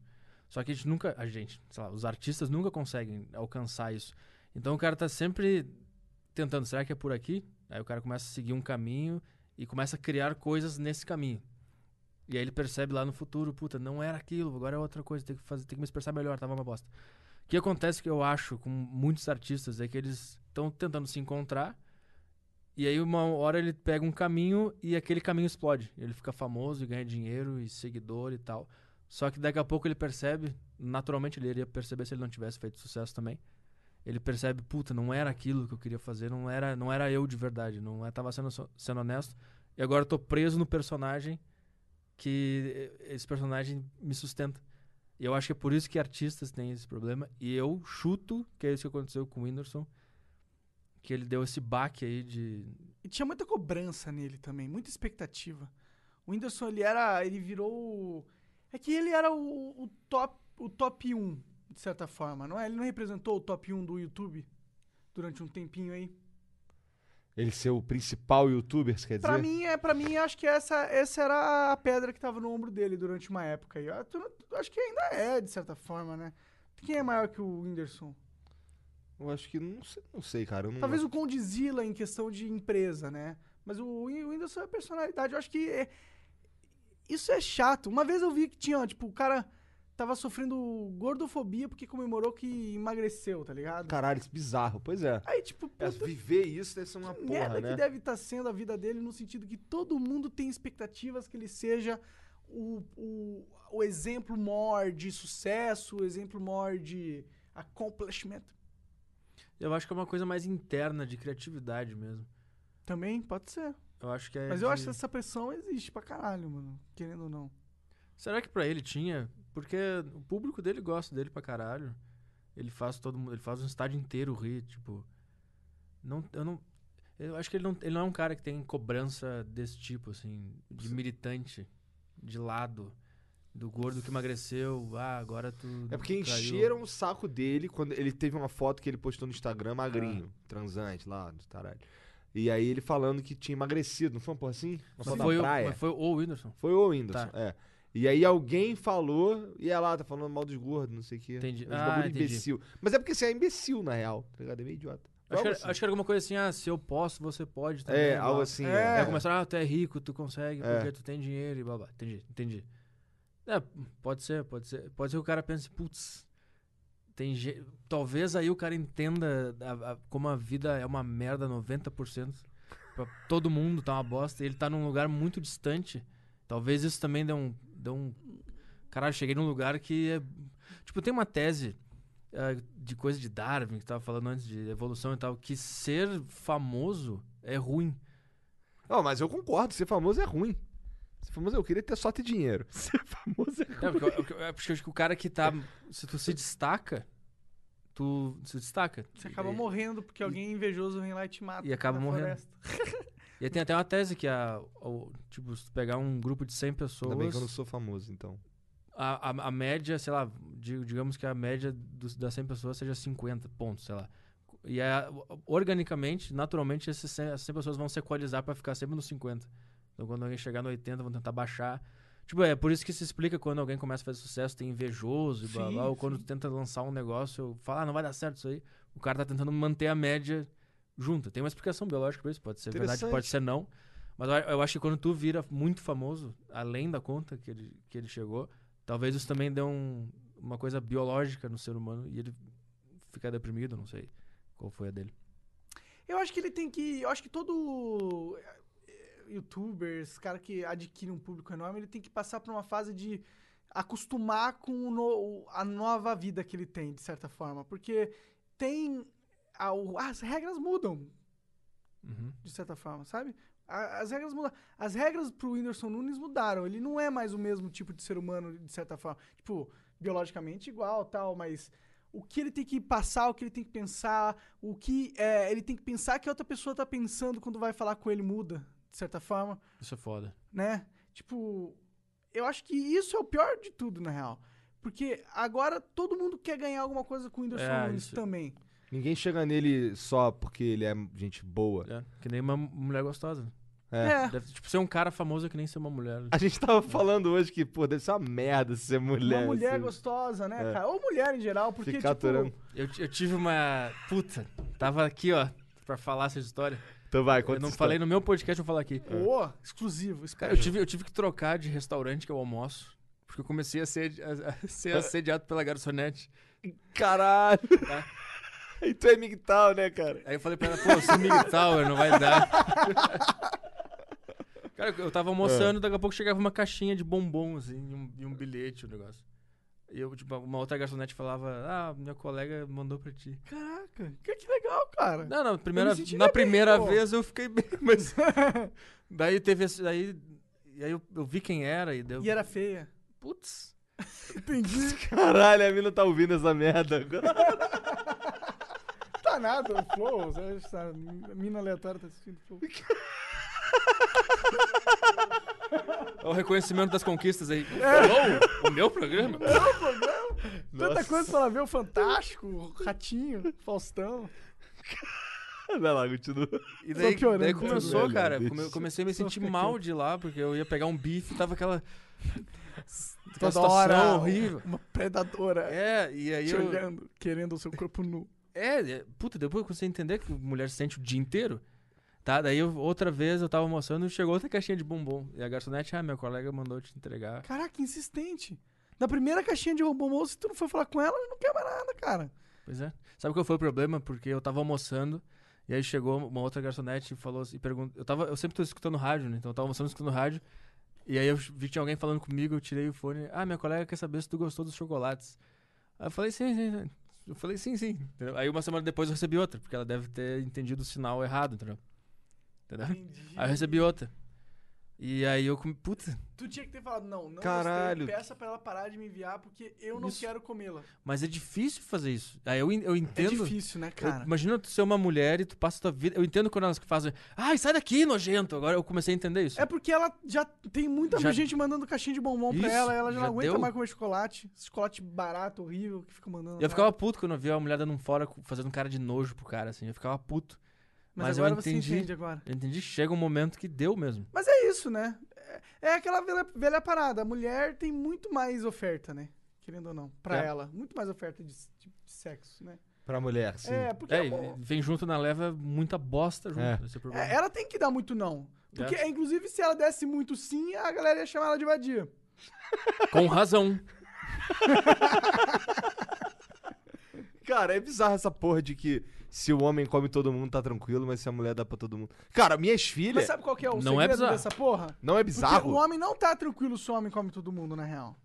S3: Só que a gente nunca, a gente, sei lá, os artistas nunca conseguem alcançar isso. Então o cara tá sempre tentando, será que é por aqui? Aí o cara começa a seguir um caminho e começa a criar coisas nesse caminho. E aí ele percebe lá no futuro, puta, não era aquilo, agora é outra coisa, tem que fazer, tem que me expressar melhor, tava uma bosta. O que acontece que eu acho com muitos artistas é que eles estão tentando se encontrar e aí uma hora ele pega um caminho e aquele caminho explode. Ele fica famoso e ganha dinheiro e seguidor e tal. Só que daqui a pouco ele percebe, naturalmente ele iria perceber se ele não tivesse feito sucesso também. Ele percebe, puta, não era aquilo que eu queria fazer, não era, não era eu de verdade, não é, tava sendo, so- sendo honesto. E agora eu tô preso no personagem que eh, esse personagem me sustenta. E eu acho que é por isso que artistas têm esse problema. E eu chuto que é isso que aconteceu com o Whindersson, que ele deu esse baque aí de,
S1: E tinha muita cobrança nele também, muita expectativa. O Whindersson, ele era. Ele virou. o- É que ele era o, o top, o top 1, de certa forma, não é? Ele não representou o top 1 do YouTube durante um tempinho aí?
S2: Ele ser o principal youtuber, você quer
S1: Pra
S2: dizer?
S1: mim, é, pra mim, acho que essa, essa era a pedra que tava no ombro dele durante uma época. aí. Eu tu- tu- acho que ainda é, de certa forma, né? Quem é maior que o Whindersson?
S2: Eu acho que não sei, não sei cara. eu não- é
S1: Talvez o Condizila em questão de empresa, né? Mas o Whin- o Whindersson é personalidade. Eu acho que é- isso é chato. Uma vez eu vi que tinha, tipo, o cara tava sofrendo gordofobia porque comemorou que emagreceu, tá ligado?
S2: Caralho, isso é bizarro. Pois é.
S1: Aí, tipo, puta,
S2: É, viver isso deve ser uma
S1: que
S2: porra,
S1: merda
S2: né?
S1: que deve estar sendo a vida dele no sentido que todo mundo tem expectativas que ele seja o, o, o exemplo maior de sucesso, o exemplo maior de accomplishment.
S3: Eu acho que é uma coisa mais interna de criatividade mesmo.
S1: Também pode ser.
S3: Eu acho que é.
S1: Mas eu
S3: de-
S1: acho que essa pressão existe pra caralho, mano. Querendo ou não.
S3: Será que pra ele tinha? Porque o público dele gosta dele pra caralho. Ele faz todo mundo, ele faz um estádio inteiro rir, tipo. Não, eu não eu acho que ele não, ele não é um cara que tem cobrança desse tipo assim, de militante, de lado, do gordo que emagreceu, ah, agora tu
S2: É porque
S3: caiu.
S2: encheram o saco dele quando ele teve uma foto que ele postou no Instagram magrinho,
S3: Ah.
S2: transante lá, do taralho. E aí ele falando que tinha emagrecido, não foi uma porra assim? Uma
S3: Mas
S2: foto
S3: foi,
S2: da
S3: o,
S2: praia.
S3: mas foi o Whindersson.
S2: Foi o Whindersson,
S3: Tá.
S2: é. E aí alguém falou, e ela tá falando mal dos gordos, não sei o quê.
S3: Entendi.
S2: Uns
S3: Ah,
S2: bagulho
S3: entendi.
S2: imbecil. Mas é porque você é imbecil, na real, tá ligado? É meio idiota.
S3: Acho que,
S2: Algo
S3: era,
S2: assim.
S3: acho que era alguma coisa assim, ah, se eu posso, você pode também.
S2: É,
S3: blá,
S2: algo
S3: blá.
S2: assim.
S1: É,
S3: É, começaram, ah, tu é rico, tu consegue,
S2: É.
S3: porque tu tem dinheiro e blá blá. Entendi, entendi. É, pode ser, pode ser. Pode ser que o cara pense, putz, tem ge... Talvez aí o cara entenda a- a- como a vida é uma merda 90%. Pra todo mundo tá uma bosta. E ele tá num lugar muito distante. Talvez isso também dê um. Dê um... Caralho, cheguei num lugar que é. Tipo, tem uma tese ah, de coisa de Darwin, que tava falando antes de evolução e tal, que ser famoso é ruim.
S2: Não, mas eu concordo, ser famoso é ruim. Ser famoso eu queria ter só ter
S3: [LAUGHS]
S2: dinheiro. Ser famoso é ruim.
S3: É, porque, eu- eu- eu- porque eu acho que o cara que tá. Se tu se destaca, tu se destaca.
S1: Você acaba
S3: E-
S1: morrendo porque alguém invejoso vem lá e te mata.
S3: E acaba
S1: na
S3: morrendo.
S1: floresta.
S3: E aí tem até uma tese que a. o- tipo, se tu pegar um grupo de 100 pessoas.
S2: Ainda bem que eu não sou famoso, então.
S3: a, a, a média, sei lá, di- digamos que a média dos- das 100 pessoas seja 50 pontos, sei lá. E a, organicamente, naturalmente, esses 100, as 100 pessoas vão se equalizar pra ficar sempre nos 50. Então, quando alguém chegar no 80, vão tentar baixar. Tipo, é por isso que se explica quando alguém começa a fazer sucesso, tem invejoso e blá
S1: Sim,
S3: blá, ou quando tu tenta lançar um negócio, fala, ah, não vai dar certo isso aí. O cara tá tentando manter a média junta. Tem uma explicação biológica pra isso, pode ser verdade,
S2: Interessante.
S3: pode ser não. Mas eu a- eu acho que quando tu vira muito famoso, além da conta que ele, que ele chegou, talvez isso também dê um, uma coisa biológica no ser humano e ele fica deprimido, não sei qual foi a dele.
S1: Eu acho que ele tem que. Eu acho que todo eh, eh, youtuber, esse cara que adquire um público enorme, ele tem que passar por uma fase de acostumar com o no- a nova vida que ele tem, de certa forma. Porque tem. a- o- as regras mudam,
S3: Uhum.
S1: de certa forma, sabe? A- As regras mudaram. As regras pro Whindersson Nunes mudaram. Ele não é mais o mesmo tipo de ser humano, de certa forma. Tipo, biologicamente igual tal, mas o que ele tem que passar, o que ele tem que pensar, o que é, ele tem que pensar que a outra pessoa tá pensando quando vai falar com ele muda, de certa forma,
S3: Isso é foda.
S1: né? Tipo, eu acho que isso é o pior de tudo, na real. Porque agora todo mundo quer ganhar alguma coisa com o Whindersson
S3: É,
S1: Nunes
S3: isso-
S1: também.
S2: Ninguém chega nele só porque ele é gente boa.
S3: É, que nem uma mulher gostosa.
S2: É.
S1: É.
S3: Deve, tipo, ser um cara famoso é que nem ser uma mulher.
S2: A gente tava falando hoje que, pô, deve ser uma merda ser mulher.
S1: Uma mulher
S2: assim.
S1: gostosa, né,
S2: É.
S1: cara? Ou mulher em geral, porque,
S2: Ficar
S1: tipo...
S2: aturando.
S3: Eu, eu tive uma. Puta, tava aqui, ó. pra falar essa história.
S2: Então vai,
S3: Eu
S2: conta
S3: não
S2: essa
S3: falei
S2: história. É.
S3: no meu podcast, eu vou falar aqui.
S1: Pô, exclusivo. esse
S3: Cara, eu tive, eu tive que trocar de restaurante que eu almoço. Porque eu comecei a ser, a- [LAUGHS] a ser assediado pela garçonete.
S2: Caralho. [LAUGHS] e tu é migtal, né, cara?
S3: Aí eu falei pra ela, pô, esse Mig Tower não vai dar. [LAUGHS] Cara, eu tava
S1: É.
S3: almoçando, daqui a pouco chegava uma caixinha de bombons assim, e, um, e um bilhete, o negócio. E eu, tipo, uma outra garçonete falava, ah, minha colega mandou pra ti.
S1: Caraca, que, que legal, cara.
S3: Não, não, primeira,
S1: sentiria
S3: na
S1: bem,
S3: primeira
S1: pô.
S3: vez eu fiquei bem, mas. [LAUGHS] daí teve esse. Daí, e aí eu, eu vi quem era e deu.
S1: E é era feia.
S3: Putz.
S1: Entendi.
S2: Caralho, a mina tá ouvindo essa merda agora. [LAUGHS]
S1: tá nada, o Flow. Essa mina aleatória tá assistindo Flow.
S3: É o reconhecimento das conquistas aí. Uou, o meu programa?
S1: Tanta coisa pra ela ver, o Fantástico, o Ratinho, Faustão.
S2: Vai lá, continua.
S3: E daí,
S1: piorando
S3: daí
S1: tudo,
S3: começou,
S2: velho.
S3: cara.
S2: Meu
S3: come-
S2: Deus.
S3: comecei a me sentir
S1: fica
S3: mal de lá, porque eu ia pegar um bife tava aquela. aquela
S1: Toda hora.
S3: horrível.
S1: Uma predadora.
S3: É, e aí
S1: Te
S3: eu.
S1: olhando, querendo o seu corpo nu.
S3: É, é, puta, depois eu comecei a entender que mulher se sente o dia inteiro. Tá, daí eu- outra vez eu tava almoçando e chegou outra caixinha de bombom. E a garçonete, ah, meu colega mandou te entregar.
S1: Caraca, insistente. Na primeira caixinha de robô moço, se tu não foi falar com ela, não quer mais nada, cara.
S3: Pois é. Sabe qual foi o problema? Porque eu tava almoçando e aí chegou uma outra garçonete e falou assim, e perguntou. Eu, tava, eu sempre tô escutando rádio, né? Então eu tava almoçando escutando rádio. E aí eu vi que tinha alguém falando comigo, eu tirei o fone. Ah, minha colega quer saber se tu gostou dos chocolates. Aí eu falei, sim, sim, sim. Eu falei, sim, sim. entendeu? Aí uma semana depois eu recebi outra, porque ela deve ter entendido o sinal errado, entendeu? Entendeu? Aí eu recebi outra. E aí eu comi. Puta,
S1: Tu tinha que ter falado, não, não
S2: Caralho.
S1: gostei, peça pra ela parar de me enviar, porque eu não
S3: Isso.
S1: quero comê-la.
S3: mas é difícil fazer isso. Aí eu, en- eu
S1: É
S3: entendo.
S1: difícil, né,
S3: Eu-
S1: cara?
S3: imagina tu ser uma mulher e tu passa tua vida. Eu entendo quando elas fazem. Ai, sai daqui, nojento. Agora eu comecei a entender isso.
S1: É porque ela já tem muita
S3: Já-
S1: gente mandando caixinha de bombom pra
S3: Isso,
S1: ela, ela já,
S3: já
S1: não aguenta
S3: deu.
S1: mais comer chocolate. Esse Chocolate barato, horrível, que fica mandando.
S3: E eu ficava puto quando eu via uma mulher dando um fora, co- fazendo cara de nojo pro cara, assim. Eu ficava puto.
S1: Mas,
S3: mas eu
S1: agora você
S3: entendi.
S1: entende agora.
S3: Eu entendi, chega um momento que deu mesmo.
S1: Mas é isso, né? É- É aquela velha, velha parada. A mulher tem muito mais oferta, né? Querendo ou não. Pra
S3: É.
S1: ela. Muito mais oferta de, de- de sexo, né?
S2: Pra mulher, sim.
S1: É, porque
S3: É, e
S1: ó,
S3: vem junto na leva muita bosta junto.
S2: É.
S3: Esse é o problema.
S1: é, ela tem que dar muito não. Porque,
S3: É.
S1: inclusive, se ela desse muito sim, a galera ia chamar ela de vadia. é.
S3: Com razão.
S2: Cara, é bizarro essa porra de que se o homem come todo mundo tá tranquilo, mas se a mulher dá pra todo mundo. Cara, minhas
S1: Mas
S2: filhas.
S1: sabe qual que é o
S3: Não é
S1: segredo
S3: bizarro.
S1: dessa porra?
S2: Não é
S1: Porque
S2: bizarro?
S1: o homem não tá tranquilo se o homem come todo mundo, na real.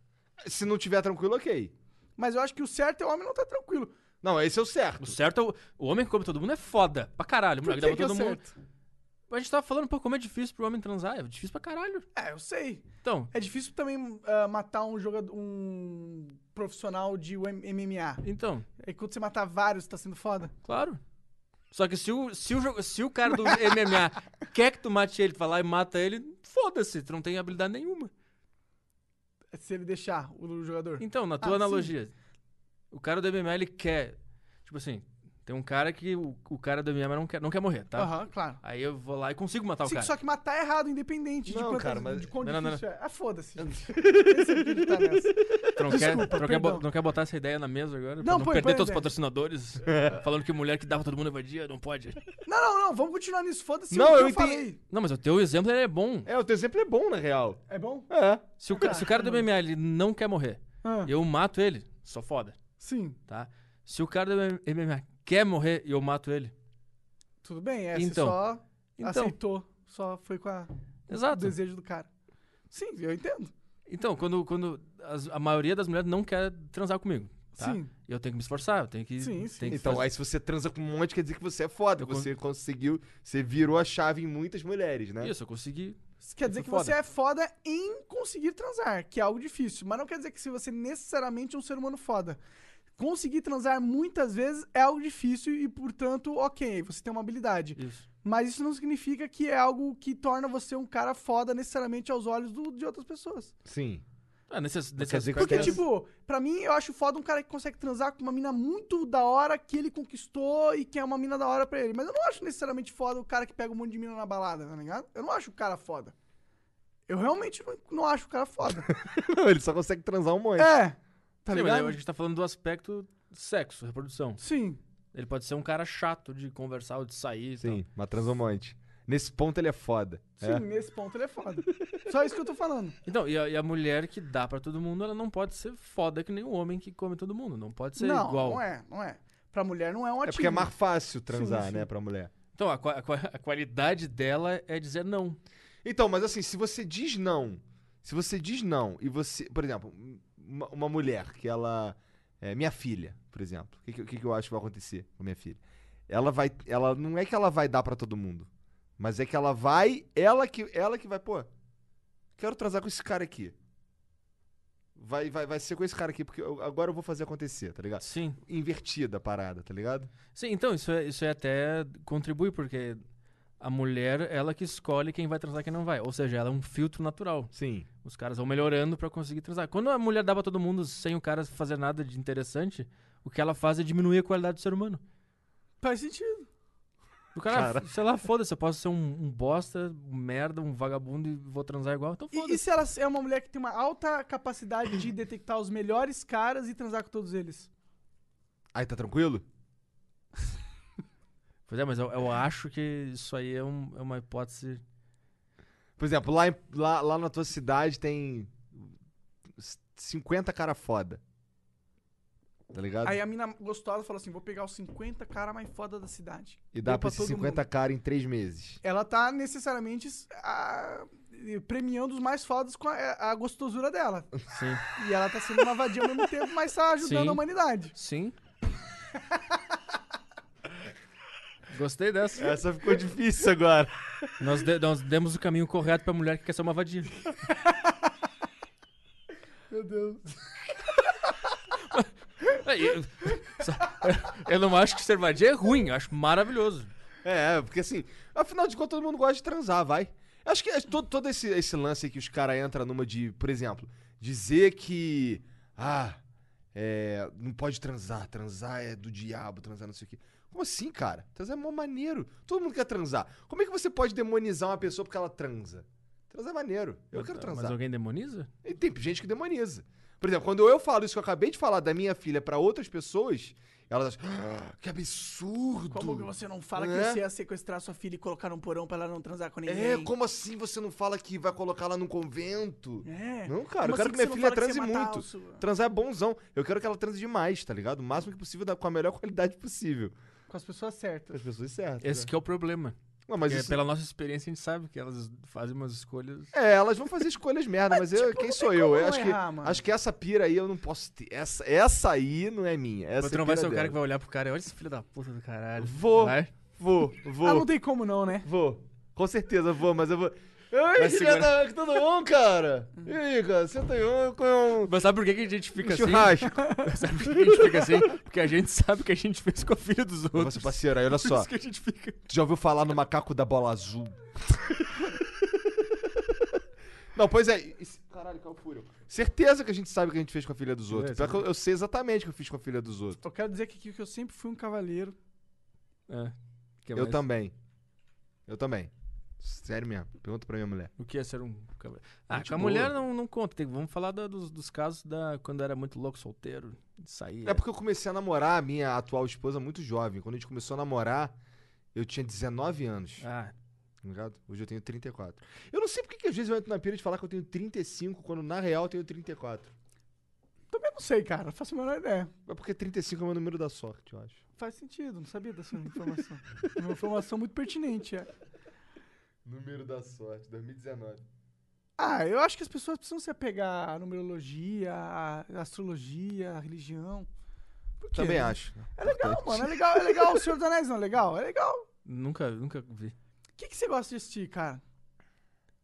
S2: Se não tiver tranquilo, ok.
S1: Mas eu acho que o certo é o homem não tá tranquilo.
S2: Não, esse é o certo.
S3: O certo é o, o homem que come todo mundo é foda. Pra caralho.
S1: Por
S3: Mulher
S1: que
S3: que dava
S1: que é o
S3: todo mundo.
S1: certo?
S3: A gente tava falando, pô, como é difícil pro homem transar. É difícil pra caralho.
S1: É, eu sei.
S3: Então,
S1: É difícil também ah, matar um jogador, um profissional de UM- MMA.
S3: então,
S1: E quando você matar vários, tá sendo foda.
S3: claro. Só que se o, se o, jo- se o cara do MMA
S1: [LAUGHS]
S3: quer que tu mate ele, tu vai lá e mata ele, foda-se, tu não tem habilidade nenhuma.
S1: É Se ele deixar o jogador.
S3: Então, na tua
S1: Ah, sim.
S3: analogia, o cara do MMA, ele quer. Tipo assim, tem um cara que o, o cara do MMA não quer, não quer morrer, tá?
S1: Aham, claro.
S3: Aí eu vou lá e consigo matar o
S1: Sim,
S3: cara.
S1: só que matar é errado, independente de
S2: Não,
S1: quantas,
S2: cara, mas-
S1: de quão
S3: Tá, Não, não, não.
S1: difícil é. Ah,
S3: [LAUGHS]
S1: foda-se. gente. Nem sei por que que tá nessa.
S3: Tu não, quer,
S1: Desculpa,
S3: tu não, quer bo-
S1: perdão.
S3: não quer botar essa ideia na mesa agora? pra
S1: Não, é.
S3: não
S1: põe-
S3: perder
S1: põe a
S3: todos os
S1: ideia. [LAUGHS]
S3: patrocinadores. falando que mulher que dava todo mundo vadia, não pode.
S1: Não, não, não, vamos continuar nisso. Foda-se
S2: Não,
S1: o que
S2: eu
S1: eu,
S2: entendi.
S1: falei.
S3: Não, mas o teu exemplo ele é bom.
S2: É, o teu exemplo é bom, na real.
S1: É bom?
S2: É.
S3: Se o, ca- se o cara do MMA ele não quer morrer,
S1: Ah,
S3: e eu mato ele, só foda,
S1: Sim,
S3: tá? Se o cara do MMA quer morrer e eu mato ele,
S1: tudo bem. É, você
S3: Então.
S1: só
S3: então.
S1: aceitou. Só foi com a- o
S3: Exato.
S1: desejo do cara. Sim, eu entendo.
S3: Então, quando, quando as- a maioria das mulheres não quer transar comigo, tá?
S1: Sim.
S3: Eu tenho que me esforçar, eu tenho que.
S1: Sim, sim.
S3: tenho que
S2: Então,
S3: fazer-
S2: aí se você transa com um monte, quer dizer que você é foda.
S3: Eu con-
S2: Você conseguiu. Você virou a chave em muitas mulheres, né?
S3: Isso, eu consegui.
S1: Isso quer dizer
S3: Isso
S1: que
S3: é foda.
S1: você é foda em conseguir transar, que é algo difícil. Mas não quer dizer que se você necessariamente é um ser humano foda. Conseguir transar muitas vezes é algo difícil e, portanto, ok, você tem uma habilidade.
S3: Isso.
S1: Mas isso não significa que é algo que torna você um cara foda necessariamente aos olhos do- de outras pessoas.
S2: Sim.
S3: Ah, nesses, nesses
S2: quer dizer que
S1: Porque,
S3: aspectos-
S1: tipo, pra mim, eu acho foda um cara que consegue transar com uma mina muito da hora que ele conquistou e que é uma mina da hora pra ele. Mas eu não acho necessariamente foda o cara que pega um monte de mina na balada, tá ligado? Eu não acho o cara foda. Eu realmente não, não acho o cara foda.
S2: [LAUGHS] Não, ele só consegue transar um monte.
S1: é, tá
S3: Sim, mas
S1: ligado?
S3: aí a gente tá falando do aspecto sexo, reprodução.
S1: Sim.
S3: Ele pode ser um cara chato de conversar ou de sair. e tal.
S2: Sim, mas transou um monte. Nesse ponto ele é foda.
S1: Sim,
S2: é.
S1: nesse ponto ele é foda. Só isso que eu tô falando.
S3: Então, e a, e a mulher que dá pra todo mundo, ela não pode ser foda que nem o homem que come todo mundo. Não pode ser
S1: não,
S3: igual.
S1: não é, não é. Pra mulher não é um
S2: É
S1: ativo.
S2: porque é mais fácil transar,
S1: Sim, sim.
S2: né, pra mulher.
S3: Então, a, qua- a qua- a qualidade dela é dizer não.
S2: Então, mas assim, se você diz não, se você diz não e você, por exemplo, uma, uma mulher que ela é minha filha, por exemplo, o que, que- o que, que eu acho que vai acontecer com minha filha? Ela vai, ela não é que ela vai dar pra todo mundo, mas é que ela vai, ela que, ela que vai, pô, quero transar com esse cara aqui. Vai, vai, vai ser com esse cara aqui, porque eu- agora eu vou fazer acontecer, tá ligado?
S3: Sim.
S2: Invertida a parada, tá ligado?
S3: Sim, então, isso, é, isso é até contribui, porque a mulher, ela que escolhe quem vai transar e quem não vai. Ou seja, ela é um filtro natural.
S2: Sim.
S3: Os caras vão melhorando pra conseguir transar. Quando a mulher dá pra todo mundo sem o cara fazer nada de interessante, o que ela faz é diminuir a qualidade do ser humano.
S1: Faz sentido.
S3: O cara,
S2: Cara.
S3: sei lá, foda-se, eu posso ser um, um bosta, um merda, um vagabundo e vou transar igual. Então
S1: E, e
S3: foda-se.
S1: se ela é uma mulher que tem uma alta capacidade de detectar os melhores caras e transar com todos eles?
S2: Aí tá tranquilo?
S3: Pois é, mas eu, eu acho que isso aí é, um- é uma hipótese.
S2: Por exemplo, lá, em- lá, lá na tua cidade tem c- 50 cara foda. Tá ligado?
S1: Aí a mina gostosa falou assim: vou pegar os 50 caras mais foda da cidade.
S2: e dá
S1: Deu
S2: pra esses
S1: todo
S2: 50
S1: mundo.
S2: cara em três meses.
S1: Ela tá necessariamente ah, premiando os mais fodas com a, a gostosura dela.
S3: Sim.
S1: [LAUGHS] E ela tá sendo uma vadia ao mesmo tempo, mas tá ajudando
S3: Sim.
S1: a humanidade.
S3: Sim. Gostei dessa.
S2: Essa ficou difícil agora.
S3: Nós, de- nós demos o caminho correto pra mulher que quer ser uma vadia.
S1: [LAUGHS] Meu
S3: [LAUGHS]
S1: Deus.
S3: Aí, É, eu- só- [LAUGHS] Eu não acho que ser vadia é ruim, eu acho maravilhoso.
S2: É, porque assim, afinal de contas todo mundo gosta de transar, vai. Acho que é todo, todo esse, esse lance aí que os caras entram numa de, por exemplo, dizer que. Ah, é, não pode transar, transar é do diabo, transar não sei o quê. Como assim, cara? Transar é mó maneiro. Todo mundo quer transar. Como é que você pode demonizar uma pessoa porque ela transa? Transar é maneiro. Eu quero transar.
S3: Mas alguém demoniza?
S2: E tem gente que demoniza. Por exemplo, quando eu falo isso que eu acabei de falar da minha filha pra outras pessoas, elas acham, ah, que absurdo.
S1: Como que você não fala
S2: É.
S1: que você ia sequestrar sua filha e colocar num porão pra ela não transar com ninguém?
S2: É, como assim você não fala que vai colocar ela num convento?
S1: É.
S2: Não, cara,
S1: Como
S2: eu
S1: assim
S2: quero
S1: você
S2: que minha
S1: não
S2: filha
S1: fala que
S2: transe
S1: você ia matar
S2: muito.
S1: o seu-
S2: Transar é bonzão. Eu quero que ela transe demais, tá ligado? O máximo que possível, da- com a melhor qualidade possível.
S1: Com as pessoas certas.
S2: As pessoas certas.
S3: Esse
S2: né?
S3: que é o problema.
S2: Não, mas
S3: Porque
S2: isso-
S3: É, Pela nossa experiência, a gente sabe que elas fazem umas escolhas.
S2: É, elas vão fazer escolhas merda, mas eu, quem sou eu?
S1: como
S2: Eu
S1: não
S2: acho, que,
S1: errar, mano.
S2: acho que essa pira aí eu não posso ter. Essa, essa aí não é minha. Essa
S3: Mas tu
S2: é
S3: não vai
S2: pira
S3: ser o cara que
S2: dela.
S3: vai olhar pro cara e olha esse filho da puta do caralho.
S2: Vou.
S3: Vai.
S2: Vou,
S1: Ah,
S2: vou,
S1: não tem como não, né?
S2: vou. Com certeza vou, mas eu vou. Ai,
S3: Vai
S2: filha
S3: segurar.
S2: da... Tudo bom, um, cara? E aí, cara? Senta aí, eu com
S3: Mas sabe por que, que a gente
S2: um
S3: fica assim?
S2: churrasco.
S3: Sabe por que a gente fica assim? Porque a gente sabe o que a gente fez com a filha dos outros.
S2: Nossa, parceiro, aí olha
S3: Por
S2: só.
S3: isso que a gente fica.
S2: Tu já ouviu falar no macaco da bola azul? Não, pois é. isso- Caralho, qual fúrio? Certeza que a gente sabe o que a gente fez com a filha dos outros.
S3: É,
S2: Pior que eu, eu sei exatamente o que eu fiz com a filha dos outros.
S1: Eu quero dizer que, aqui que eu sempre fui um cavaleiro.
S3: É. Que
S2: Eu
S3: mais?
S2: também. Eu também. Sério mesmo. Pergunta pra minha mulher.
S3: O que é ser um cabra- Ah,
S2: Gente
S3: com a
S2: boa.
S3: mulher não, não conta. Tem- vamos falar da- dos, dos casos da quando era muito louco, solteiro, de sair.
S2: É porque eu comecei a namorar a minha atual esposa muito jovem. Quando a gente começou a namorar, eu tinha 19 anos.
S3: Ah,
S2: tá ligado? Hoje eu tenho 34. Eu não sei porque que às vezes eu entro na pira de falar que eu tenho 35, quando na real eu tenho 34.
S1: Também não sei, cara. Não faço a menor ideia.
S2: É porque 35 é o meu número da sorte, eu acho.
S1: Faz sentido, não sabia dessa informação. É Uma informação muito pertinente, é.
S2: Número da sorte, 2019.
S1: Ah, eu acho que as pessoas precisam se apegar à numerologia, à astrologia, à religião. Por quê?
S2: Também acho.
S1: É legal, mano. É legal, é legal. O Senhor dos Anéis não é legal? É legal.
S3: nunca, nunca vi.
S1: O que, que você gosta de assistir, cara?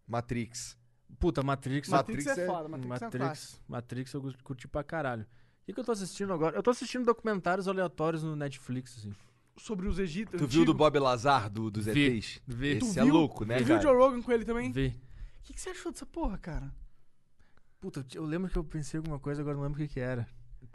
S2: Matrix.
S3: Puta, Matrix.
S1: Matrix,
S2: Matrix é-
S1: é foda, Matrix, é um clássico.
S3: Matrix, Matrix eu gu- curti pra caralho. O que, que eu tô assistindo agora? Eu tô assistindo documentários aleatórios no Netflix, assim.
S1: Sobre os egípcios.
S2: Tu viu do Bob Lazar, do, dos
S3: Vi,
S2: ETs?
S3: vi.
S2: Esse
S1: Tu
S2: é
S1: viu?
S2: louco, né,
S1: Tu viu o Joe
S2: cara?
S1: Rogan com ele também?
S3: Vi.
S1: O que, que você achou dessa porra, cara?
S3: Puta, eu ti- eu lembro que eu pensei em alguma coisa, agora não lembro o que que era.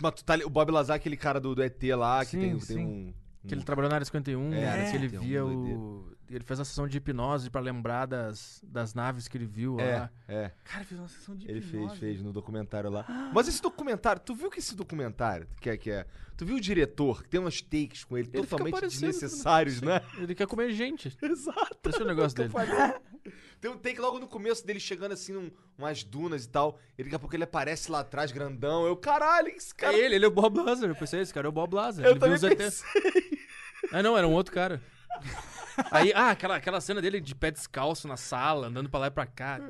S2: Mas tu tá li- o Bob Lazar, aquele cara do, do ET lá, que
S3: Sim,
S2: tem, tem
S3: sim.
S2: um...
S3: Que ele trabalhou na Área 51,
S2: É,
S3: que ele
S2: tem um
S3: via
S2: doideira.
S3: o... Ele fez uma sessão de hipnose pra lembrar das, das naves que ele viu
S2: É,
S3: lá.
S2: é.
S1: Cara, fez uma sessão de
S2: Ele fez,
S1: hipnose.
S2: fez no documentário lá. Mas esse documentário, tu viu que esse documentário, que é, que é, tu viu o diretor, que tem umas takes com ele,
S3: fica
S2: totalmente
S3: aparecendo,
S2: desnecessários, né?
S3: Ele quer comer gente.
S2: [LAUGHS] Exato.
S3: Esse é o negócio dele.
S2: Tem um take logo no começo dele chegando assim, num, umas dunas e tal. Ele, daqui a pouco ele aparece lá atrás, grandão. Eu, caralho, que esse cara. tá
S3: É ele, ele é o Bob Lazar. Eu pensei, esse cara é o Bob Lazar.
S2: Eu
S3: ele viu
S2: também
S3: os ET.
S2: pensei.
S3: Ah, não, era um
S2: [LAUGHS]
S3: outro cara. Aí, ah, aquela, aquela cena dele de pé descalço na sala, andando pra lá e pra cá.
S2: Hum.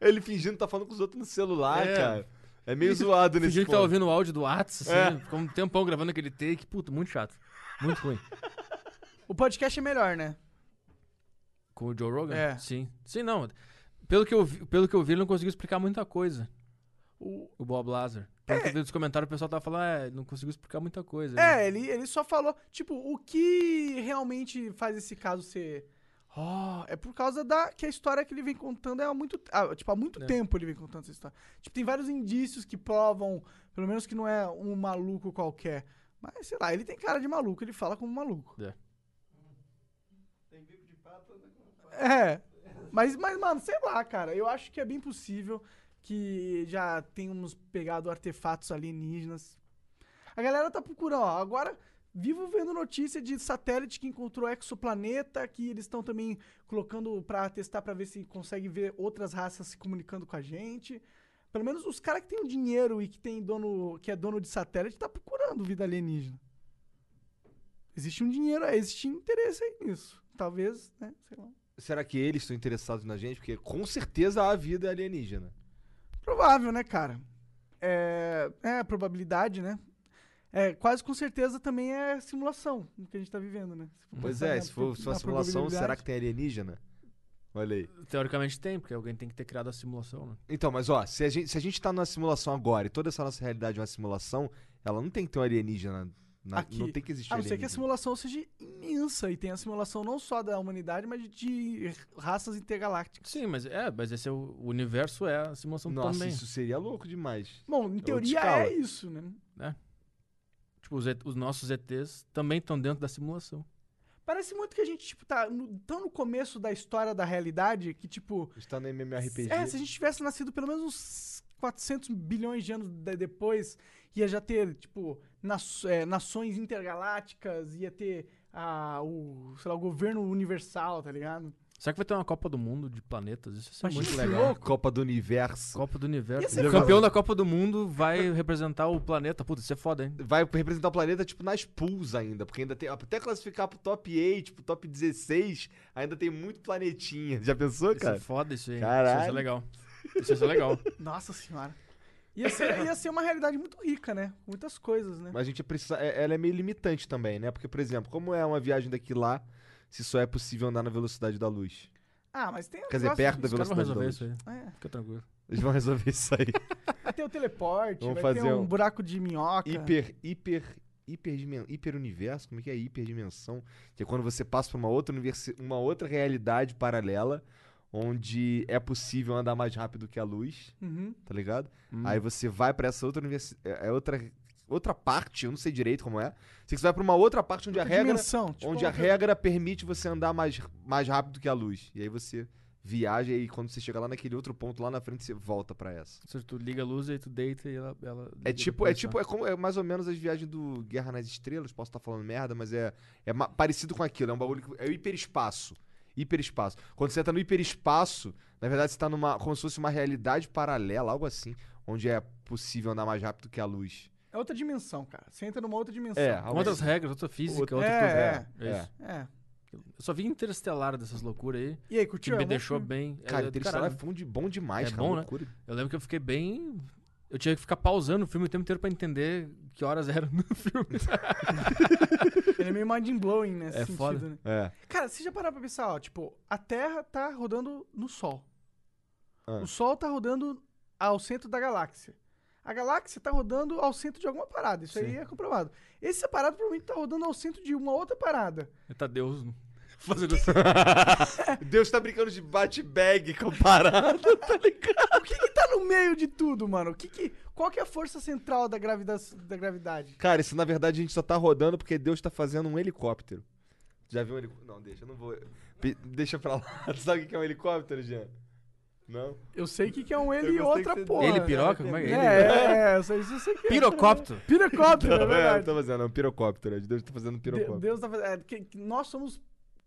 S2: Ele fingindo que tá falando com os outros no celular,
S3: É.
S2: cara. É meio zoado nesse
S3: Fingindo que
S2: ponto.
S3: tá ouvindo o áudio do Whats, assim,
S2: É.
S3: ficou um tempão gravando aquele take. Puta, muito chato. Muito ruim.
S1: O podcast é melhor, né?
S3: Com o Joe Rogan?
S1: É.
S3: Sim. Sim, não. Pelo que eu vi, pelo que eu vi ele não conseguiu explicar muita coisa.
S1: O-
S3: O Bob Lazar. Pelo
S2: É.
S3: que eu vi dos comentários, o pessoal tava falando, é, ele não conseguiu explicar muita coisa. né?
S1: É, ele, ele só falou, tipo, o que realmente faz esse caso ser. ó, é por causa da que a história que ele vem contando é há muito, ah, tipo, há muito
S3: É.
S1: tempo ele vem contando essa história. Tipo, tem vários indícios que provam, pelo menos que não é um maluco qualquer. Mas sei lá, ele tem cara de maluco, ele fala como maluco.
S3: É.
S1: É. Mas, mas, mano, sei lá, cara. Eu acho que é bem possível que já tenhamos pegado artefatos alienígenas. A galera tá procurando, ó. Agora, vivo vendo notícia de satélite que encontrou exoplaneta, que eles estão também colocando pra testar pra ver se consegue ver outras raças se comunicando com a gente. Pelo menos os caras que têm o dinheiro e que tem dono, que é dono de satélite, tá procurando vida alienígena. Existe um dinheiro, aí, existe interesse aí nisso. Talvez, né? Sei lá.
S2: Será que eles estão interessados na gente? Porque com certeza há vida alienígena.
S1: Hum. Provável, né, cara? É, é a probabilidade, né? É, quase com certeza também é simulação o que a gente tá vivendo, né? Se for
S2: Pois
S1: pensar
S2: é,
S1: na-
S2: se for, se for uma
S1: na
S2: simulação, será
S1: probabilidade.
S2: que tem alienígena? Olha aí.
S3: Teoricamente tem, porque alguém tem que ter criado a simulação, né?
S2: Então, mas ó, se a gente, se a gente tá numa simulação agora e toda essa nossa realidade é uma simulação, ela não tem que ter um alienígena. na-
S1: Aqui.
S2: Não tem que tá existir
S1: A não ser que é a
S2: alienígena.
S1: simulação seja imensa e tenha a simulação não só da humanidade, mas de raças intergalácticas.
S3: Sim, mas é, mas esse é o, o universo é a simulação
S2: Nossa,
S3: também.
S2: isso seria louco demais.
S1: Bom, em
S2: outra
S1: teoria
S2: escala.
S1: é isso, né?
S3: Tipo, os, ET os nossos ETs também estão dentro da simulação.
S1: Parece muito que a gente, tipo, tá no- tão no começo da história da realidade que, tipo,
S2: Está tá no MMORPG.
S1: É, se a gente tivesse nascido pelo menos uns 400 bilhões de anos de- depois, ia já ter, tipo, nas- é, nações intergalácticas, ia ter ah, o, sei lá, o governo universal, tá
S2: [LAUGHS]
S1: ligado?
S3: Será que vai ter uma Copa do Mundo de planetas? Isso é
S1: Imagina
S3: muito
S1: esse
S3: legal.
S2: Copa do Universo.
S3: Copa do Universo.
S1: Ia ser
S3: o
S1: foda.
S3: campeão da Copa do Mundo vai representar o planeta. Puta, isso é foda, hein?
S2: Vai representar o planeta, tipo, nas pools ainda. Porque ainda tem. Até classificar pro top 8, pro top 16, ainda tem muito planetinha. Já pensou,
S3: Isso é
S2: cara?
S3: foda, isso aí. Isso ia ser
S2: Caralho.
S3: legal. Isso ia ser
S2: [LAUGHS]
S3: legal.
S1: Nossa senhora. Ia ser, ia ser uma realidade muito rica, né? Com Muitas coisas, né?
S2: Mas a gente ia precisar. é- Ela é meio limitante também, né? Porque, por exemplo, como é uma viagem daqui lá, se só é possível andar na velocidade da luz?
S1: Ah, mas tem. um
S2: Quer dizer,
S1: negócio-
S2: perto da
S3: Os caras
S2: velocidade
S3: vão
S2: da
S3: resolver
S2: luz.
S3: isso aí.
S1: É,
S3: Fica tranquilo.
S2: Eles vão [LAUGHS] resolver isso aí.
S1: vai ter o teleporte,
S2: Vamos
S1: vai ter
S2: fazer
S1: um,
S2: um
S1: buraco de minhoca.
S2: hiper, hiper, hiper, hiper universo, como é que é? Hiperdimensão, que é quando você passa para uma outra universi- uma outra realidade paralela, onde é possível andar mais rápido que a luz,
S1: Uhum.
S2: tá ligado? Aí você vai para essa outra universi- é é outra outra parte, eu não sei direito como é. Sei que você vai para uma outra parte onde a
S1: Outra
S2: regra
S1: dimensão, tipo
S2: onde a
S1: outra-
S2: regra permite você andar mais, mais rápido que a luz. E aí você viaja e quando você chega lá naquele outro ponto lá na frente você volta para essa.
S3: Ou seja, tu liga a luz e aí tu deita e ela. ela
S2: É
S3: liga
S2: tipo, é
S3: depois,
S2: tipo, é, como, é mais ou menos as viagens do Guerra nas Estrelas, posso estar falando merda, mas é, é ma- parecido com aquilo, é um bagulho que, é o hiperespaço. Hiperespaço. Quando você tá no hiperespaço, na verdade você tá numa, como se fosse uma realidade paralela, algo assim, onde é possível andar mais rápido que a luz.
S1: É outra dimensão, cara. Você entra numa outra dimensão.
S2: É,
S3: Com outras regras, outra física,
S2: Outra-
S3: outra coisa.
S1: É,
S3: É
S2: é.
S3: isso.
S1: é.
S3: Eu só vi interestelar dessas loucuras aí.
S1: E aí,
S3: Que
S1: curtiu?
S3: me
S1: É bom
S3: deixou
S1: filme?
S3: bem. é,
S2: Cara,
S3: do
S2: Interestelar é
S3: caralho.
S2: fundo de- bom demais,
S3: É
S2: cara.
S3: bom, né?
S2: loucura.
S3: Eu lembro que eu fiquei bem. Eu tinha que ficar pausando o filme o tempo inteiro pra entender que horas eram no [LAUGHS] filme.
S1: Ele é meio mind-blowing nesse
S3: É
S1: sentido,
S3: foda.
S1: né?
S2: É.
S1: Cara, se já parar pra pensar, ó, tipo, a Terra tá rodando no Sol.
S2: Ah.
S1: O Sol tá rodando ao centro da galáxia. A galáxia tá rodando ao centro de alguma parada. Isso aí é comprovado. Esse separado provavelmente tá rodando ao centro de uma outra parada.
S6: [LAUGHS]
S3: tá Deus [LAUGHS] fazendo assim.
S2: Deus tá brincando de bate-bag [LAUGHS] com parada, tá ligado?
S1: o que que tá no meio de tudo, mano? O que que, qual que é a força central da, gravida, da gravidade?
S2: Cara, isso na verdade a gente só tá rodando porque Deus tá fazendo um helicóptero. Já viu um helicóptero? Não, deixa, eu não vou. Pe- Deixa pra lá. [LAUGHS] Tu sabe o que é um helicóptero, Jean? Não?
S1: Eu sei que, que é um ele e
S6: Eu gostei que
S1: outra
S6: você-
S1: porra.
S3: Ele piroca? Como é que
S1: É,
S3: é?
S1: é, é, eu sei, eu sei que é.
S3: Pirocóptero.
S1: Pirocóptero, é
S6: Tá
S2: Não, é, eu
S1: verdade.
S2: tô fazendo, é um pirocóptero. Deus tá fazendo um
S1: De-
S2: pirocóptero.
S1: Deus tá fazendo. é, que- que nós somos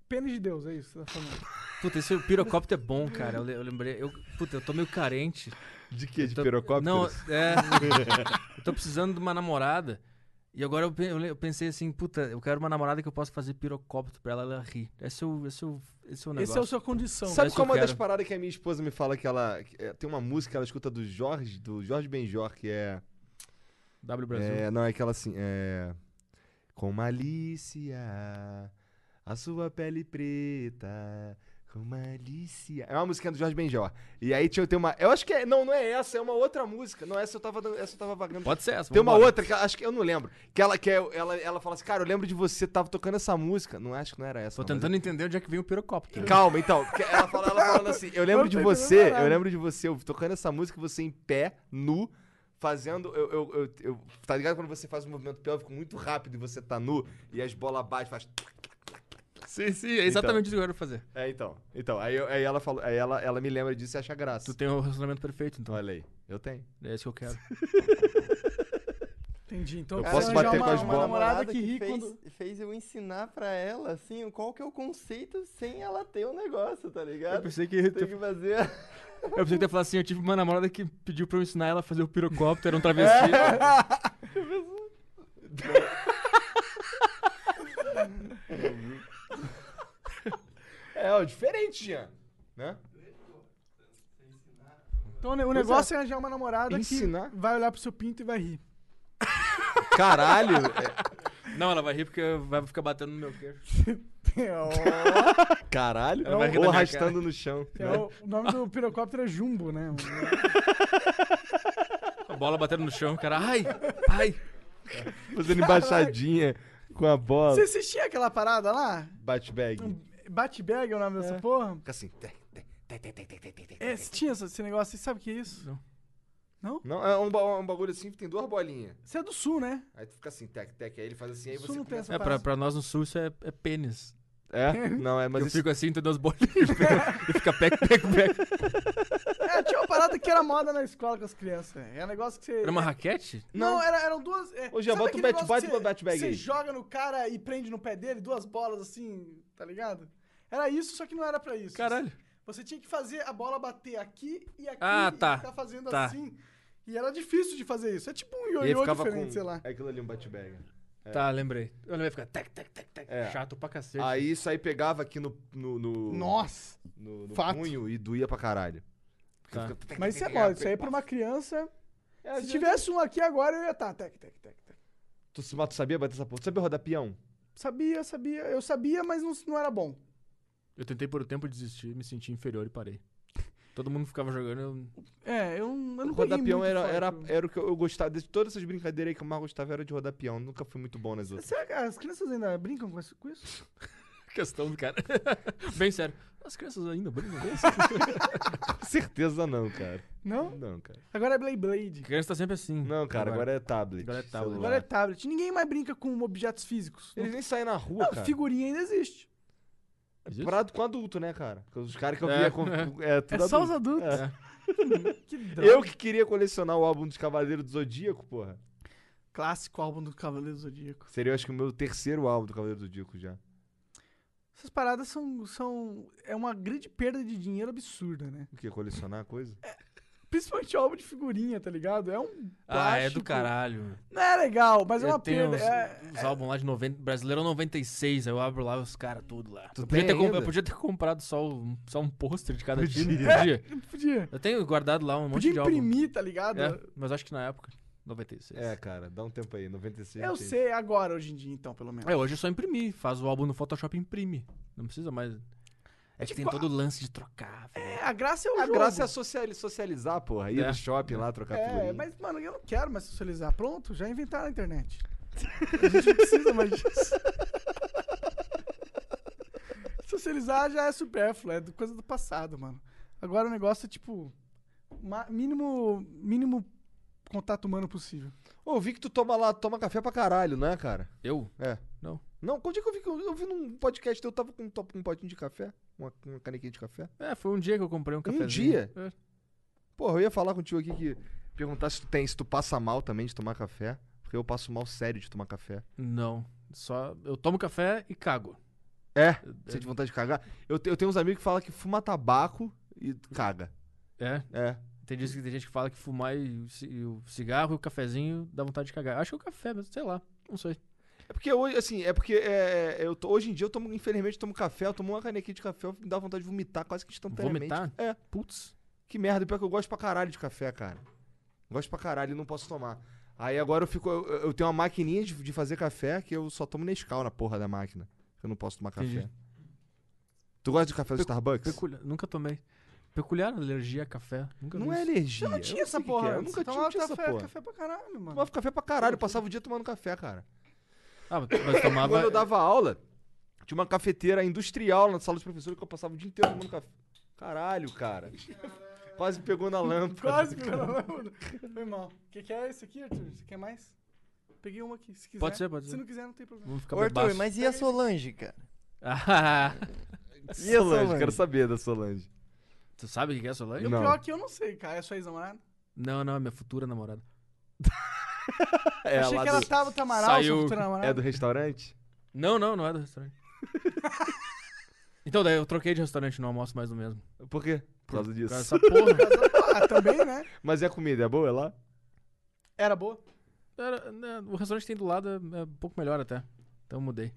S1: pênis de Deus, é isso que você tá falando.
S3: Puta, esse pirocóptero é bom, cara. Eu, le- eu lembrei. Eu, puta, eu tô meio carente.
S2: De quê? De
S3: Tô-
S2: pirocóptero?
S3: Não,
S2: [LAUGHS]
S3: é. eu tô precisando de uma namorada. E agora eu, pe- eu le- eu pensei assim, puta, eu quero uma namorada que eu possa fazer pirocóptero pra ela, ela rir. Esse é o, esse é o, esse é o negócio.
S1: Esse é a sua condição.
S3: Sabe-
S2: Sabe
S3: Essa
S2: qual é
S3: eu
S2: uma das
S3: quero.
S2: paradas que a minha esposa me fala que ela. que, é, tem uma música que ela escuta do Jorge, do Jorge Benjor, que é.
S3: W Brasil.
S2: é não, é aquela assim. É. Com malícia, a sua pele preta. Com malícia. É uma música do Jorge Benjor. E aí tinha tem uma. Eu acho que é. Não, não é essa, é uma outra música. Não, essa eu tava, dando- essa eu tava vagando.
S3: Pode ser essa.
S2: Tem uma
S3: vambora.
S2: outra que eu- acho que eu não lembro. Que ela que é- ela, ela fala assim, cara, eu lembro de você, tava tocando essa música. Não acho que não era essa.
S3: Tô
S2: não, mas
S3: tentando entender onde é que vem o pirocóptero.
S2: Calma, então. porque Ela fala, ela falando assim, eu lembro
S1: Eu
S2: de
S1: não tô
S2: você,
S1: entendendo nada.
S2: eu lembro de você eu tocando essa música, você em pé, nu, fazendo. Eu, eu, eu- eu- tá ligado quando você faz um movimento pélvico muito rápido e você tá nu e as bolas batem, faz.
S3: Sim, sim, é exatamente isso que eu quero fazer.
S2: É, então. Então, aí, eu- aí ela falou, aí ela, ela me lembra disso e acha graça.
S3: Tu tem o relacionamento perfeito, então.
S2: Olha aí, eu tenho.
S3: É isso que eu quero.
S1: Entendi. Então
S2: Eu
S1: você
S2: posso
S1: arranjar
S2: bater
S1: uma,
S2: com as
S1: uma
S2: bolas.
S1: namorada que ri
S6: fez,
S1: quando.
S6: fez eu ensinar pra ela, assim, qual que é o conceito sem ela ter o negócio, tá ligado?
S3: Eu pensei que-
S2: tipo,
S6: Tem que fazer...
S3: Eu pensei que tu ia falar assim, eu tive uma namorada que pediu pra eu ensinar ela a fazer o pirocóptero, era
S2: [LAUGHS]
S3: um travesti.
S2: É, ó, diferente, Jean. Né?
S1: Então o negócio é arranjar uma namorada
S2: Ensinar?
S1: que vai olhar pro seu pinto e vai rir. [LAUGHS]
S2: [LAUGHS] Caralho! é,
S3: Não, ela vai rir porque vai ficar batendo no meu queixo.
S1: É, ó,
S2: Caralho!
S3: Ela vai rir da
S2: Ou
S3: minha
S2: arrastando no chão. né?
S1: é o,
S2: [LAUGHS]
S1: o nome do pirocóptero é Jumbo, né?
S3: A bola batendo no chão, cara. Ai, ai.
S2: Fazendo embaixadinha com a bola.
S1: Você assistia aquela parada lá?
S2: Bate bag.
S1: Batbag é o nome dessa porra?
S2: Fica assim. tec, tec, tec, tec, tec, tec, tec, tec,
S1: É,
S2: tec.
S1: você tinha esse esse negócio, você sabe o que é isso?
S3: Não.
S2: Não, é um, ba- um bagulho assim que tem duas bolinhas.
S1: Você é do sul, né?
S2: Aí tu fica assim, tec, tec, aí ele faz assim, aí
S1: Isso
S2: você.
S1: não tem
S2: começa-
S3: É, pra, pra nós no sul isso é, é pênis.
S1: [LAUGHS]
S2: É? Não, é, mas
S3: eu
S2: isso-
S3: fico assim, entendeu? As bolinhas [LAUGHS] e fica pec, pec, pec.
S1: É, tinha uma parada que era moda na escola com as crianças. É um negócio que você.
S3: Era uma raquete?
S1: Não, era- eram duas. É,
S2: Ô, Jean,
S1: sabe
S2: bota
S1: aquele
S2: o bat-
S1: negócio
S2: bate
S1: que
S2: o bat bag
S1: Você
S2: aí.
S1: joga no cara e prende no pé dele duas bolas assim, tá ligado? Era isso, só que não era pra isso.
S3: Caralho.
S1: Você tinha que fazer a bola bater aqui e aqui.
S3: Ah, tá.
S1: E tá fazendo
S3: Tá.
S1: assim. E era difícil de fazer isso. É tipo um
S2: E aí
S1: ioiô
S2: ficava
S1: diferente,
S2: com.
S1: sei lá.
S2: É aquilo ali, um bate bag.
S3: Tá, lembrei. Eu lembrei ficar tec, tec, tec, tec.
S2: É.
S3: Chato pra cacete.
S2: Aí isso aí pegava aqui no. no, no
S1: Nossa!
S2: No, no
S1: fato.
S2: punho e doía pra caralho. Porque
S3: Tá.
S2: fica-
S1: Mas isso é moda. Isso aí pra uma criança.
S2: É,
S1: Se tivesse um aqui agora, eu ia estar. Tec, tec, tec, tec.
S2: Tu, se- mas tu sabia bater essa porra? Tu sabia rodar peão?
S1: Sabia, sabia. Eu sabia, mas não, não era bom.
S3: Eu tentei por um tempo desistir, me senti inferior e parei. Todo mundo ficava jogando, eu...
S1: É, eu, eu não
S2: rodar
S1: peguei
S2: peão
S1: muito
S2: era,
S1: fora
S2: era,
S1: pro-
S2: era o que eu eu gostava. De todas essas brincadeiras aí que eu mais gostava era de rodar peão. Nunca fui muito bom nas outras.
S1: Será que as crianças ainda brincam com isso- com isso?
S3: questão do cara. Bem sério. As crianças ainda brincam com isso?
S2: Com certeza não, cara.
S1: Não?
S2: Não, cara.
S1: Agora é Blade Blade.
S3: A [LAUGHS] criança tá sempre assim.
S2: Não, cara, agora, é tablet. é
S3: Agora é tablet.
S2: celular.
S1: Agora é tablet. Ninguém mais brinca com objetos físicos.
S2: Eles nem saem na rua,
S1: Não,
S2: cara.
S1: figurinha ainda existe.
S3: Existe?
S2: Parado com adulto, né, cara? Porque Os caras que eu
S3: É.
S2: via com. É,
S1: [LAUGHS]
S2: tudo
S1: é só os
S2: adulto.
S1: adultos. [LAUGHS]
S3: É.
S1: Que droga.
S2: Eu que queria colecionar o álbum dos Cavaleiros do Zodíaco, porra.
S1: Clássico álbum do Cavaleiro do Zodíaco.
S2: Seria, acho que, o meu terceiro álbum do Cavaleiro do Zodíaco já.
S1: Essas paradas são, são... É uma grande perda de dinheiro absurda, né?
S2: O quê? Colecionar coisa?
S3: É.
S1: Principalmente álbum de figurinha, tá ligado? É um
S3: Ah, é
S1: plástico.
S3: do caralho.
S1: Não é legal, mas é
S3: Eu
S1: uma
S3: tenho
S1: perda.
S3: uns,
S1: É-
S3: uns álbuns lá de 90, brasileiro é 96, aí eu abro lá os caras tudo lá.
S2: Tu
S3: eu, podia
S2: tem
S3: ter com-
S2: ainda?
S3: eu podia ter comprado só, um- só um pôster de cada
S2: Podia.
S3: time. Podia.
S1: Podia,
S3: Eu tenho guardado lá um monte
S1: podia
S3: de álbum.
S1: imprimir, tá ligado?
S3: É, mas acho que na época, 96.
S2: É, cara, dá um tempo aí, 96.
S1: Eu
S2: gente.
S1: sei agora, hoje em dia, então, pelo menos.
S3: É, hoje é só imprimir. Faz o álbum no Photoshop e imprime. Não precisa mais. É que
S1: Tipo,
S3: tem todo o lance de trocar, velho.
S1: É, a graça é o
S2: A
S1: jogo.
S2: graça é sociali- socializar, porra. Ir
S3: É.
S2: no shopping lá, trocar
S1: É,
S2: figurinha.
S1: mas, mano, eu não quero mais socializar. Pronto, já inventaram a internet. A gente não precisa mais
S2: [LAUGHS]
S1: disso. Socializar já é supérfluo, é do- coisa do passado, mano. Agora o negócio é, tipo, ma- mínimo, mínimo contato humano possível.
S2: Ô, eu vi que tu toma lá, toma café pra caralho, não é, cara?
S3: Eu?
S2: É.
S3: Não.
S2: Não, quando é que eu vi que eu, eu vi num podcast teu, eu tava com um, top, um potinho de café? Uma, uma canequinha de café?
S3: É, foi um dia que eu comprei um cafezinho.
S2: dia?
S3: É.
S2: Porra, eu ia falar contigo aqui que perguntar se tu tem, se tu passa mal também de tomar café. Porque eu passo mal sério de tomar café.
S3: Não. Só eu tomo café e cago.
S2: É? Sente vontade de cagar? Eu, te- eu tenho uns amigos que falam que fuma tabaco e caga.
S3: É.
S2: É.
S3: Tem, diz que tem gente que fala que fumar e, o ci- e o cigarro e o cafezinho dá vontade de cagar. Acho que é o café mesmo, sei lá. Não sei.
S2: É porque hoje, assim, é porque é, eu tô- hoje em dia eu tomo, infelizmente, eu tomo café, eu tomo uma canequinha de café, eu- me dá vontade de vomitar quase que instantaneamente.
S3: Vomitar?
S2: É.
S3: Putz.
S2: Que merda, e pior que eu gosto pra caralho de café, cara. Gosto pra caralho e não posso tomar. Aí agora eu fico. Eu, eu tenho uma maquininha de, de fazer café que eu só tomo Nescau na porra da máquina. Eu não posso tomar café.
S3: Entendi.
S2: Tu gosta de café do
S3: Pecu-
S2: Starbucks?
S3: Peculiar. Nunca tomei. Peculiar alergia a café. Nunca
S2: Não
S3: vi
S2: é
S3: isso.
S2: alergia.
S1: Eu não tinha essa
S2: sei o que
S1: porra.
S2: que é, Eu
S1: antes.
S2: nunca tinha,
S1: tomava
S2: não tinha essa
S1: café,
S2: porra.
S1: café pra caralho, mano.
S2: Tomava café pra caralho, eu passava o dia tomando café, cara.
S3: Ah, mas tomava.
S2: Quando eu dava aula, tinha uma cafeteira industrial na sala de professores que eu passava o dia inteiro tomando café. Caralho, cara. Quase pegou na
S1: [LAUGHS]
S2: lâmpada.
S1: Quase, mano. Foi mal. O que, que é esse aqui, Arthur? Você quer mais? Peguei uma aqui, se quiser.
S3: Pode ser, pode
S1: Se
S3: ser.
S1: não quiser, não tem problema.
S3: Vamos ficar
S6: Ô, Arthur,
S3: bebaço.
S6: mas e a Solange, cara?
S3: [LAUGHS] Ah,
S6: E a
S7: Solange, quero saber da Solange.
S3: tu sabe o que que é Solange?
S1: E o pior que eu não sei, cara. É sua ex-namorada?
S3: Não, não, é minha futura namorada.
S7: É,
S1: Achei
S7: lá
S1: que ela
S7: do-
S1: tava do Tamaral,
S3: Saiu-
S1: sua futura namorada.
S7: é do restaurante?
S3: Não, não, não é
S2: [LAUGHS]
S3: do restaurante. então, daí eu troquei de restaurante, não almoço mais no mesmo.
S7: Por quê? Por causa
S2: [LAUGHS]
S3: Por
S7: disso.
S3: causa dessa porra.
S1: Ah, também, né?
S7: Mas e a comida é boa lá?
S1: Era boa.
S3: Era- né, o restaurante que tem do lado é, é um pouco melhor até. Então eu mudei.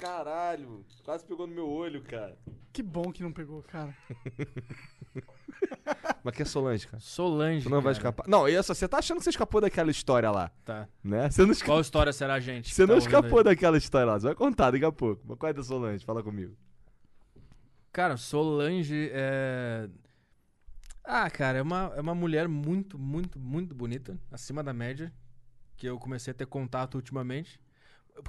S7: Caralho, quase pegou no meu olho, cara.
S1: Que bom que não pegou, cara.
S2: Mas que é Solange, cara.
S3: Solange.
S2: Tu não vai
S3: cara.
S2: escapar. Não, e essa, você tá achando que você escapou daquela história lá,
S3: Tá.
S2: né? Você não, esca-
S3: Qual história será, gente?
S2: [LAUGHS]
S3: que
S2: você
S3: tá
S2: não
S3: ouvindo aí?
S2: escapou daquela história lá. Você vai contar daqui a pouco. Mas qual é da Solange? Fala comigo.
S3: Cara, Solange é. Ah, cara, é uma, é uma mulher muito, muito, muito bonita, acima da média, que eu comecei a ter contato ultimamente.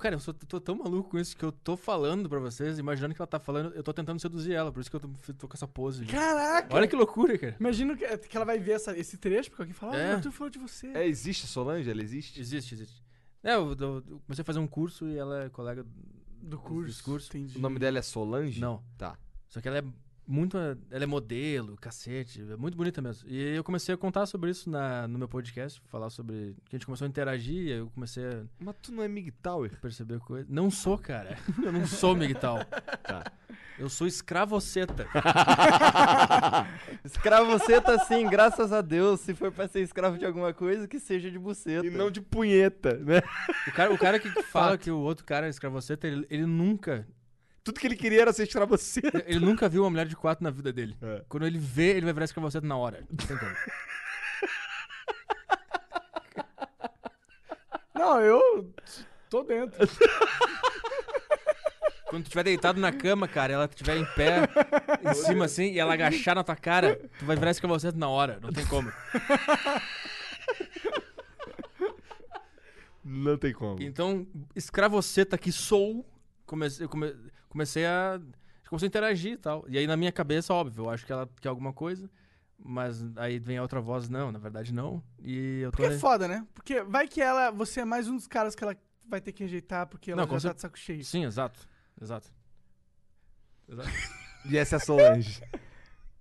S3: Cara, eu sou, tô tão maluco com isso que eu tô falando pra vocês, imaginando que ela tá falando, eu tô tentando seduzir ela, por isso que eu tô, tô com essa pose. de-
S1: Caraca!
S3: Olha que loucura, cara.
S1: Imagino que, que ela vai ver essa- esse trecho, porque alguém fala, ah,
S3: É.
S1: o Arthur falou de você.
S2: É, existe a Solange? Ela existe?
S3: Existe, existe. É, eu, eu- eu comecei a fazer um curso e ela é colega.
S1: Do curso.
S3: discurso.
S1: Entendi.
S2: O nome dela é Solange?
S3: Não.
S2: Tá.
S3: Só que ela é muito. Ela é modelo, cacete. É muito bonita mesmo. E eu comecei a contar sobre isso na, no meu podcast, falar sobre. Que a gente começou a interagir, e aí eu comecei a
S2: Mas tu não é Mig Tower?
S3: perceber coisas. Não sou, cara. Eu não sou migtal. Eu sou escravoceta.
S6: Escravoceta, sim, tá assim, graças a Deus. Se for pra ser escravo de alguma coisa, que seja de buceta.
S2: E não de punheta, né? [LAUGHS]
S3: O cara, o cara que fala que o outro cara é escravoceta, ele, ele nunca.
S2: Tudo que ele queria era ser escravoceta.
S3: Ele nunca viu uma mulher de quatro na vida dele.
S2: É.
S3: Quando ele vê, ele vai virar escravoceta na hora. Não tem como.
S1: Não, eu tô dentro.
S3: Quando tu estiver deitado na cama, cara, ela estiver em pé, em cima assim, e ela agachar na tua cara, tu vai virar escravoceta na hora, não tem como.
S2: Não tem como.
S3: Então, escravoceta que sou, comecei, eu come- comecei a. Comecei a interagir e tal. E aí, na minha cabeça, óbvio, eu acho que ela quer alguma coisa, mas aí vem a outra voz, não, na verdade não. E eu tô.
S1: Porque é foda, né? Porque vai que ela. Você é mais um dos caras que ela vai ter que rejeitar porque ela
S3: Não, com
S1: já
S3: cer-
S1: tá de saco cheio.
S3: Sim, exato. Exato. Exato.
S2: E essa é a Solange.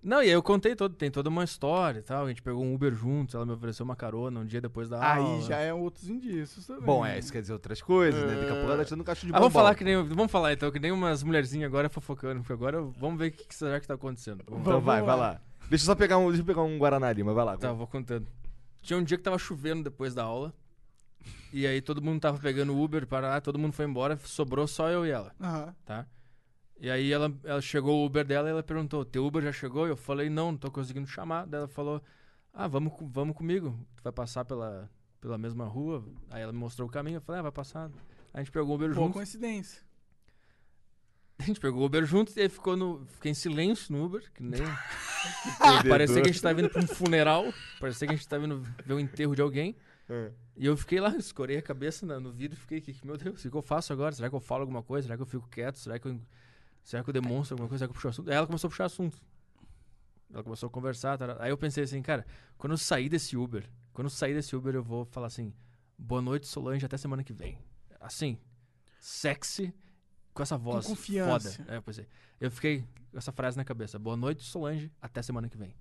S3: Não, e aí eu contei todo, tem toda uma história e tal. A gente pegou um Uber juntos, ela me ofereceu uma carona um dia depois da aula.
S1: Aí já é outros indícios também.
S2: Bom, é, isso quer dizer outras coisas, né? Daqui a pouco ela tá tirando um cacho de
S3: Ah,
S2: bombom.
S3: vamos falar que nem. Vamos falar então, que nem umas mulherzinhas agora fofocando, porque agora vamos ver o que, que será que tá acontecendo. Vamos lá.
S2: Então vai, vai lá. Deixa eu só pegar um, deixa eu pegar um Guaraná ali, mas vai lá.
S3: Tá, vou contando. Tinha um dia que tava chovendo depois da aula. E aí todo mundo tava pegando Uber para lá, todo mundo foi embora, sobrou só eu e ela,
S1: Aham.
S3: tá? E aí ela, ela chegou o Uber dela e ela perguntou: "Teu Uber já chegou?" Eu falei: "Não, não tô conseguindo chamar". Daí ela falou: "Ah, vamos, co- vamos comigo. Tu vai passar pela pela mesma rua". Aí ela me mostrou o caminho, eu falei: "Ah, vai passar". A gente pegou o Uber
S1: Boa
S3: junto.
S1: coincidência.
S3: [LAUGHS] A gente pegou o Uber junto e aí ficou no. Fiquei em silêncio no Uber, que nem.
S2: Perdedor.
S3: Parecia que a gente tava indo pra um funeral. Parecia que a gente tava indo ver o enterro de alguém.
S2: É.
S3: E eu fiquei lá, [LAUGHS] escorei a cabeça na- no vidro e fiquei, que, que- meu Deus, o que que eu faço agora? Será que eu falo alguma coisa? Será que eu fico quieto? Será que eu, será que eu demonstro alguma coisa? Será que eu puxo assunto? Aí ela começou a puxar assunto. Ela começou a conversar. tará. Aí eu pensei assim, cara, quando eu sair desse Uber, quando eu sair desse Uber, eu vou falar assim: boa noite, Solange, até semana que vem. Assim, sexy, com essa voz
S1: confiança.
S3: foda. É, pois é. Eu fiquei com essa frase na cabeça. Boa noite, Solange. Até semana que vem.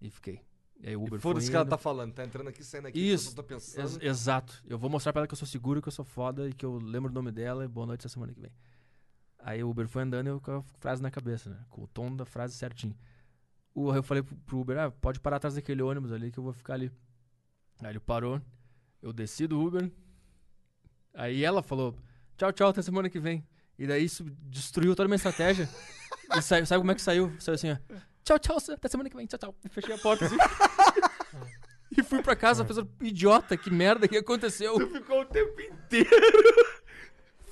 S3: E fiquei. E aí o Uber foi
S8: Foda-se o que ela
S3: indo.
S8: tá falando, tá entrando aqui, saindo aqui,
S3: Isso.
S8: eu só tô pensando.
S3: Ex- exato. Eu vou mostrar pra ela que eu sou seguro, que eu sou foda e que eu lembro o nome dela e boa noite até semana que vem. Aí o Uber foi andando e eu com a frase na cabeça, né? Com o tom da frase certinho. O, eu falei pro, pro Uber, ah, pode parar atrás daquele ônibus ali que eu vou ficar ali. Aí ele parou, eu desci do Uber. Aí ela falou, tchau, tchau, até semana que vem. E daí isso destruiu toda a minha [LAUGHS] estratégia. e saiu, sabe como é que saiu? Saiu assim, ó. Tchau, tchau, até semana que vem, tchau, tchau. E fechei a porta assim. E fui pra casa pensando, idiota, que merda que aconteceu.
S8: Ficou o tempo inteiro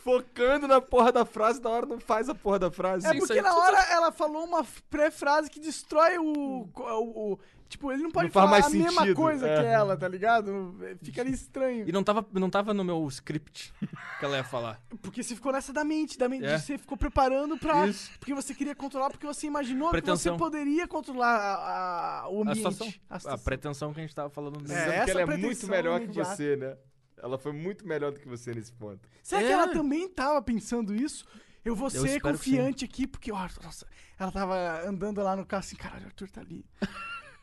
S8: focando na porra da frase, na hora não faz a porra da frase.
S1: É
S3: Sim,
S1: porque
S3: saiu
S1: na
S3: tudo-
S1: hora ela falou uma f- pré-frase que destrói o, co- o- o- Tipo, ele não pode
S8: Não faz
S1: falar
S8: mais
S1: a mesma
S8: sentido,
S1: coisa
S8: é.
S1: que ela, tá ligado? Fica ali estranho.
S3: E não tava, não tava no meu script que ela ia falar.
S1: Porque você ficou nessa da mente, da mente.
S3: É.
S1: Você ficou preparando pra.
S3: Isso.
S1: Porque você queria controlar, porque você imaginou
S3: Pretensão.
S1: que você poderia controlar a- a- o [LAUGHS]
S3: A
S1: ambiente.
S3: situação. Ah,
S1: A
S3: A
S1: situação.
S3: pretensão que a gente tava falando. no-
S1: É,
S8: Sendo
S1: essa
S8: que ela é
S1: pretensão
S8: muito melhor que
S1: imediata.
S8: você, né? Ela foi muito melhor do que você nesse ponto.
S1: Será que
S3: É.
S1: ela também tava pensando isso? Eu vou ser
S3: espero que
S1: confiante aqui, porque, ó, nossa, ela tava andando lá no carro assim, caralho, o Arthur tá ali.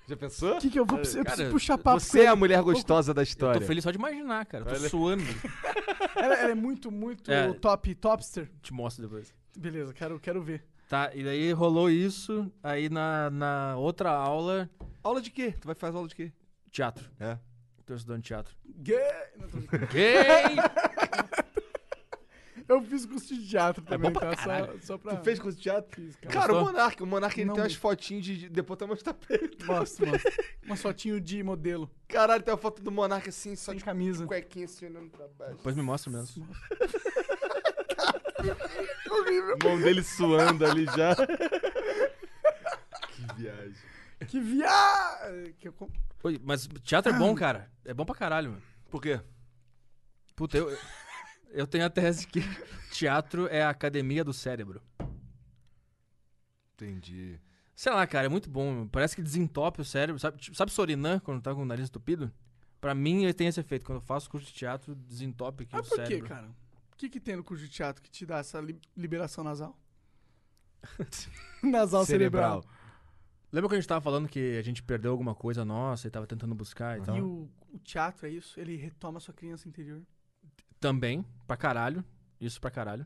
S8: Já pensou?
S1: O que, que eu vou precisar? Eu
S3: É, Cara,
S1: preciso puxar papo
S8: Você
S1: com
S8: é
S1: ele.
S8: a mulher gostosa da história.
S3: Tô feliz só de imaginar, cara. Tô
S8: Olha. [LAUGHS]
S3: suando.
S1: Ela, ela é muito, muito
S3: É.
S1: top, topster.
S3: Te mostro depois.
S1: Beleza, quero, quero ver.
S3: Tá, e daí rolou isso. Aí na, na outra aula,
S8: Aula de quê? Tu vai fazer aula de quê?
S3: teatro.
S8: É.
S3: Tô estudando teatro.
S1: Gay! Não, tô brincando. [LAUGHS]
S3: Gay!
S1: Eu fiz curso de teatro
S3: É
S1: também, tá? Só, só pra.
S8: Tu fez curso de teatro? Fiz,
S1: cara.
S8: cara, o
S3: Gostou?
S8: Monark, o Monark ele
S1: Não
S8: tem umas
S1: muito.
S8: fotinhas de. de- Depois até mostrar pra ele.
S1: Mostra, mostra. Uma fotinho de modelo,
S8: Caralho, tem uma foto do Monark assim, só
S1: sem
S8: de
S1: camisa.
S8: cuequinha assim olhando pra baixo.
S3: depois me mostra mesmo.
S8: mão dele suando ali já. que viagem.
S1: Que viagem! Que eu com-
S3: Oi, mas teatro é bom, cara. É bom pra caralho, mano.
S8: Por quê?
S3: Puta, eu, eu tenho a tese que teatro é a academia do cérebro.
S8: Entendi.
S3: Sei lá, cara, é muito bom. Parece que desentope o cérebro. Sabe, tipo, sabe Sorinã, quando tá com o nariz entupido? Pra mim, ele tem esse efeito. Quando eu faço curso de teatro, desentope aqui
S1: Ah,
S3: é o
S1: por quê,
S3: cérebro.
S1: cara? O que, que tem no curso de teatro que te dá essa li- liberação nasal? nasal cerebral.
S3: Lembra quando a gente tava falando que a gente perdeu alguma coisa nossa e tava tentando buscar e tal?
S1: E o, o teatro é isso? Ele retoma a sua criança interior.
S3: Também, pra caralho. Isso pra caralho.